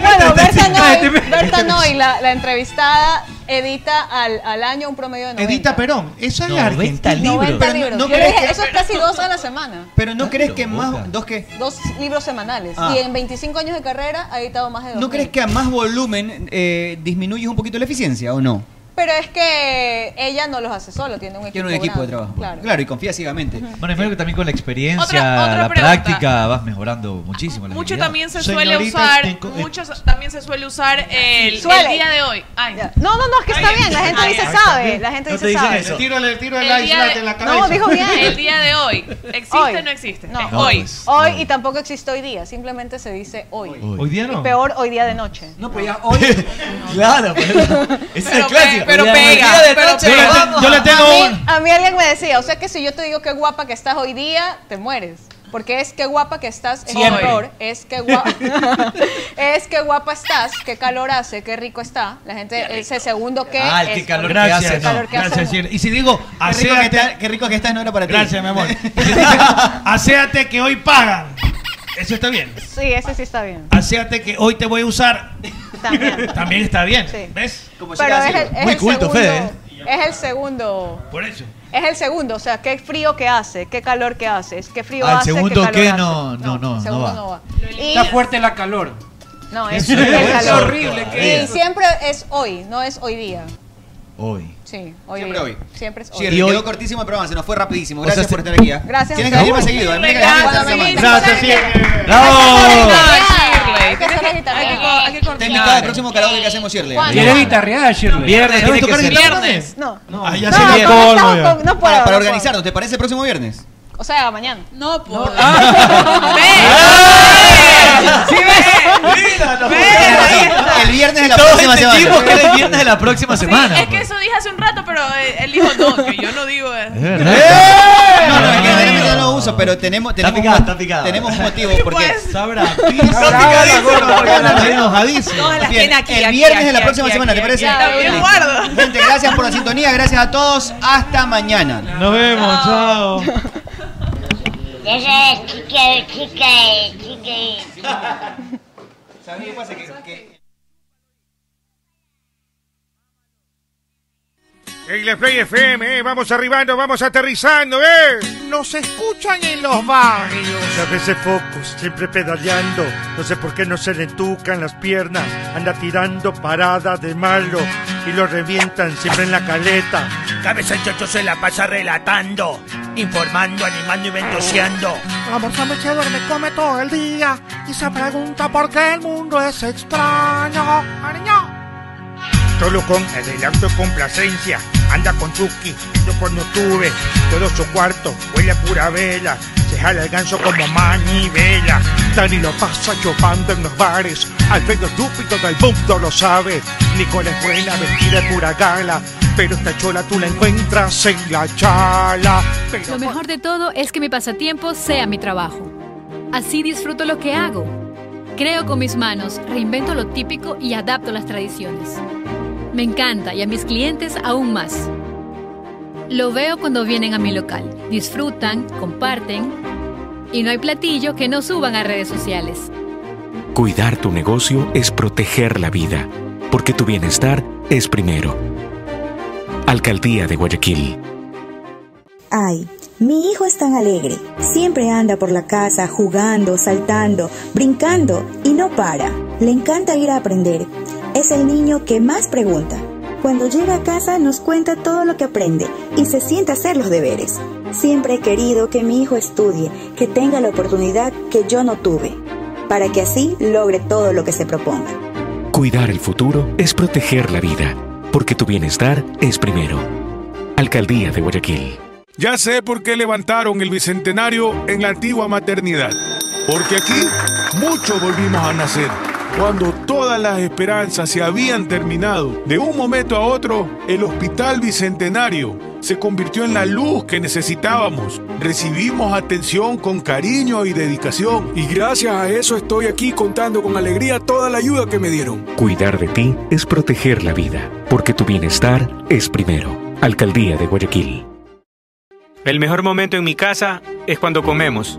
Speaker 12: Bueno, Berta Noy,
Speaker 8: Este mes.
Speaker 12: Berta Noy, la, la entrevistada, edita al, al año un promedio de 90.
Speaker 8: Edita Perón, esa es la
Speaker 2: 90
Speaker 8: Argentina.
Speaker 2: libros.
Speaker 8: Pero
Speaker 12: libros.
Speaker 8: no
Speaker 12: Yo
Speaker 8: crees
Speaker 12: dije,
Speaker 8: que-
Speaker 12: eso es casi dos a la semana.
Speaker 6: Pero no crees que más. ¿Dos qué?
Speaker 12: Dos libros semanales.
Speaker 6: Ah.
Speaker 12: Y en 25 años de carrera ha editado más de dos.
Speaker 6: ¿No crees que a más volumen eh, disminuyes un poquito la eficiencia o no?
Speaker 12: Pero es que ella no los hace solo, tiene un equipo.
Speaker 6: Tiene un equipo de
Speaker 12: grande,
Speaker 6: trabajo.
Speaker 12: Claro.
Speaker 6: y confía ciegamente.
Speaker 2: Bueno, imagino que también con la experiencia,
Speaker 3: Otra- otra
Speaker 2: la
Speaker 3: pregunta.
Speaker 2: práctica, vas mejorando muchísimo. la
Speaker 3: Mucho
Speaker 2: habilidad.
Speaker 3: también se suele usar, mucho se- también se suele usar el,
Speaker 12: Suele.
Speaker 3: el día de hoy. Ay.
Speaker 12: No, no, no, es que está
Speaker 3: Ay,
Speaker 12: bien, la
Speaker 3: ay,
Speaker 12: gente
Speaker 3: ay,
Speaker 12: dice
Speaker 3: ay.
Speaker 12: sabe, la gente dice sabe.
Speaker 8: Tírale, tírale
Speaker 3: El
Speaker 8: la
Speaker 3: día
Speaker 8: isla
Speaker 3: de-
Speaker 8: en la
Speaker 3: no,
Speaker 8: cabeza.
Speaker 12: dijo bien.
Speaker 3: [laughs] El día de hoy. ¿Existe
Speaker 12: Hoy.
Speaker 3: o no existe?
Speaker 12: No,
Speaker 3: Es hoy.
Speaker 12: Hoy y tampoco existe hoy día, simplemente se dice hoy.
Speaker 8: Hoy día
Speaker 12: Y
Speaker 8: no.
Speaker 12: peor, hoy día de noche.
Speaker 6: No, pues ya hoy.
Speaker 3: [laughs]
Speaker 2: Claro, pero. Ese es el
Speaker 3: Pero pe-
Speaker 2: clásico.
Speaker 3: pero
Speaker 2: Ya,
Speaker 3: pega,
Speaker 2: día de
Speaker 3: pero
Speaker 2: noche,
Speaker 3: pega.
Speaker 2: nos
Speaker 3: Yo
Speaker 2: vamos.
Speaker 3: le-
Speaker 8: Yo le tengo
Speaker 12: a,
Speaker 8: un-
Speaker 12: mí, a mí alguien me decía, o sea que si yo te digo qué guapa que estás hoy día, te mueres. Porque es qué guapa que estás, es
Speaker 3: Siempre.
Speaker 12: horror, es qué guapa, [laughs] es qué guapa estás, qué calor hace, qué rico está. La gente, ese segundo que
Speaker 2: Ah, el
Speaker 12: es
Speaker 2: qué calor
Speaker 12: horror.
Speaker 2: que
Speaker 8: Gracias,
Speaker 2: hace,
Speaker 8: no.
Speaker 12: calor que hace,
Speaker 8: Gracias,
Speaker 12: no.
Speaker 8: Sheila. Y si digo,
Speaker 6: Qué rico, que
Speaker 8: aséate.
Speaker 6: está- qué rico que estás no era para ti.
Speaker 8: Gracias,
Speaker 6: [laughs]
Speaker 8: mi amor. aséate que hoy pagan. Eso está bien.
Speaker 12: Sí, ese sí está bien.
Speaker 8: Aséate que hoy te voy a usar.
Speaker 12: También.
Speaker 8: [laughs] También está bien.
Speaker 12: Sí.
Speaker 8: ¿Ves? Como
Speaker 12: Pero es el, es
Speaker 8: Muy
Speaker 12: el
Speaker 8: culto,
Speaker 12: segundo,
Speaker 8: Fede. ¿eh?
Speaker 12: Es el segundo.
Speaker 8: Por eso.
Speaker 12: Es el segundo, o sea, qué frío que hace, qué calor que hace, es qué frío
Speaker 2: Al
Speaker 12: hace.
Speaker 2: Ah, segundo
Speaker 12: qué
Speaker 2: que
Speaker 12: calor
Speaker 2: no,
Speaker 12: hace.
Speaker 2: no, no, no
Speaker 12: segundo
Speaker 2: va.
Speaker 12: Y-
Speaker 4: Está fuerte la calor.
Speaker 12: No, es,
Speaker 2: Eso
Speaker 12: es
Speaker 2: es
Speaker 12: calor.
Speaker 2: eso, horrible que
Speaker 12: Y
Speaker 2: es.
Speaker 12: siempre es hoy, no es hoy día.
Speaker 2: Hoy.
Speaker 12: Sí, hoy
Speaker 6: Siempre
Speaker 12: día.
Speaker 6: hoy.
Speaker 12: Siempre es hoy.
Speaker 6: Sí,
Speaker 2: Y hoy-
Speaker 6: quedó cortísimo el programa, se nos fue rapidísimo.
Speaker 2: O sea,
Speaker 6: Gracias
Speaker 2: se-
Speaker 6: por estar aquí. ¿ah?
Speaker 12: Gracias.
Speaker 6: Tienes que venir más
Speaker 12: Uy,
Speaker 6: seguido.
Speaker 12: me
Speaker 6: Tienes que venir
Speaker 12: encanta,
Speaker 6: esta
Speaker 12: me
Speaker 6: semana.
Speaker 12: encanta.
Speaker 3: Shirley.
Speaker 12: Hay que hacer la guitarra.
Speaker 3: Hay que co- hay que
Speaker 6: Te invitaba al
Speaker 3: cortar.
Speaker 6: próximo karaoke que hacemos, Shirley.
Speaker 12: ¿Cuándo?
Speaker 4: Quiere guitarrear, Shirley.
Speaker 2: Viernes, tiene que
Speaker 6: tocar
Speaker 2: ser.
Speaker 6: guitarra?
Speaker 2: Viernes.
Speaker 12: No,
Speaker 6: No,
Speaker 8: Ah, ya
Speaker 12: No,
Speaker 8: se
Speaker 12: no,
Speaker 8: viene.
Speaker 12: no, estamos con- no puedo,
Speaker 6: Ah, Para, para
Speaker 12: no
Speaker 6: organizarnos, ¿te parece el próximo viernes?
Speaker 12: puedo. O sea, mañana.
Speaker 3: No,
Speaker 12: [laughs]
Speaker 3: por.
Speaker 6: ¡Sí, El viernes de la
Speaker 2: Todos
Speaker 6: próxima
Speaker 2: entendimos
Speaker 6: semana.
Speaker 2: que era el este [laughs] viernes de la próxima semana.
Speaker 3: Es que eso dije hace un rato, pero eh, él dijo no, que yo no digo. eh.
Speaker 2: Es verdad.
Speaker 6: No, no, es que déjame eso, pero tenemos, tenemos,
Speaker 19: picada,
Speaker 6: un-
Speaker 19: está picada.
Speaker 6: tenemos un motivo porque
Speaker 19: Sabrá.
Speaker 6: Bien, El viernes de la próxima semana, ¿te parece? Listo.
Speaker 20: guardo.
Speaker 6: Gente, gracias por la sintonía, gracias a todos. Hasta mañana.
Speaker 21: Nos vemos, chao.
Speaker 10: Esa es chica, chica, chica, chica.
Speaker 6: ¿Sabes qué pasa? Que- que
Speaker 9: En la Play FM, eh, vamos arribando, vamos aterrizando, ¿eh?
Speaker 22: Nos escuchan en los barrios.
Speaker 9: A veces focos, siempre pedaleando. No sé por qué no se le entucan las piernas. Anda tirando parada de malo y lo revientan siempre en la caleta.
Speaker 22: Cabeza el chocho se la pasa relatando, informando, animando y ventoseando.
Speaker 8: La morsa me que duerme come todo el día y se pregunta por qué el mundo es extraño. Ariño.
Speaker 9: Solo con adelanto y complacencia. Anda con Chucky, yo cuando tuve todo su cuarto, huele a pura vela. Se jala el ganso como manivela.
Speaker 22: Dani lo pasa chupando en los bares, Alfredo estúpido del mundo lo sabe. Nicole es buena, vestida de pura gala, pero esta chola tú la encuentras en la chala.
Speaker 23: Lo mejor de todo es que mi pasatiempo sea mi trabajo. Así disfruto lo que hago. Creo con mis manos, reinvento lo típico y adapto las tradiciones. Me encanta y a mis clientes aún más. Lo veo cuando vienen a mi local. Disfrutan, comparten y no hay platillo que no suban a redes sociales.
Speaker 24: Cuidar tu negocio es proteger la vida, porque tu bienestar es primero. Alcaldía de Guayaquil.
Speaker 25: Ay, mi hijo es tan alegre. Siempre anda por la casa jugando, saltando, brincando y no para. Le encanta ir a aprender. Es el niño que más pregunta. Cuando llega a casa nos cuenta todo lo que aprende y se siente a hacer los deberes. Siempre he querido que mi hijo estudie, que tenga la oportunidad que yo no tuve, para que así logre todo lo que se proponga.
Speaker 24: Cuidar el futuro es proteger la vida, porque tu bienestar es primero. Alcaldía de Guayaquil.
Speaker 26: Ya sé por qué levantaron el bicentenario en la antigua maternidad. Porque aquí muchos volvimos a nacer. Cuando todas las esperanzas se habían terminado, de un momento a otro, el Hospital Bicentenario se convirtió en la luz que necesitábamos. Recibimos atención con cariño y dedicación.
Speaker 27: Y gracias a eso estoy aquí contando con alegría toda la ayuda que me dieron.
Speaker 24: Cuidar de ti es proteger la vida, porque tu bienestar es primero. Alcaldía de Guayaquil.
Speaker 4: El mejor momento en mi casa es cuando comemos,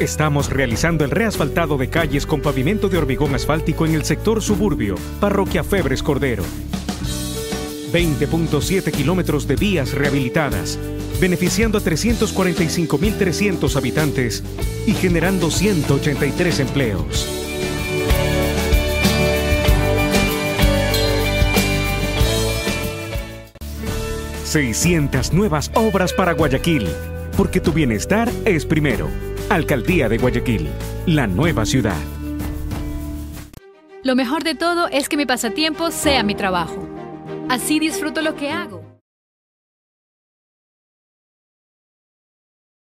Speaker 27: Estamos realizando el reasfaltado de calles con pavimento de hormigón asfáltico en el sector suburbio, Parroquia Febres Cordero. 20.7 kilómetros de vías rehabilitadas, beneficiando a 345.300 habitantes y generando 183 empleos. ...600 nuevas obras para Guayaquil... ...porque tu bienestar es primero... ...Alcaldía de Guayaquil... ...la nueva ciudad...
Speaker 23: Lo mejor de todo es que mi pasatiempo sea mi trabajo. Así disfruto lo que hago.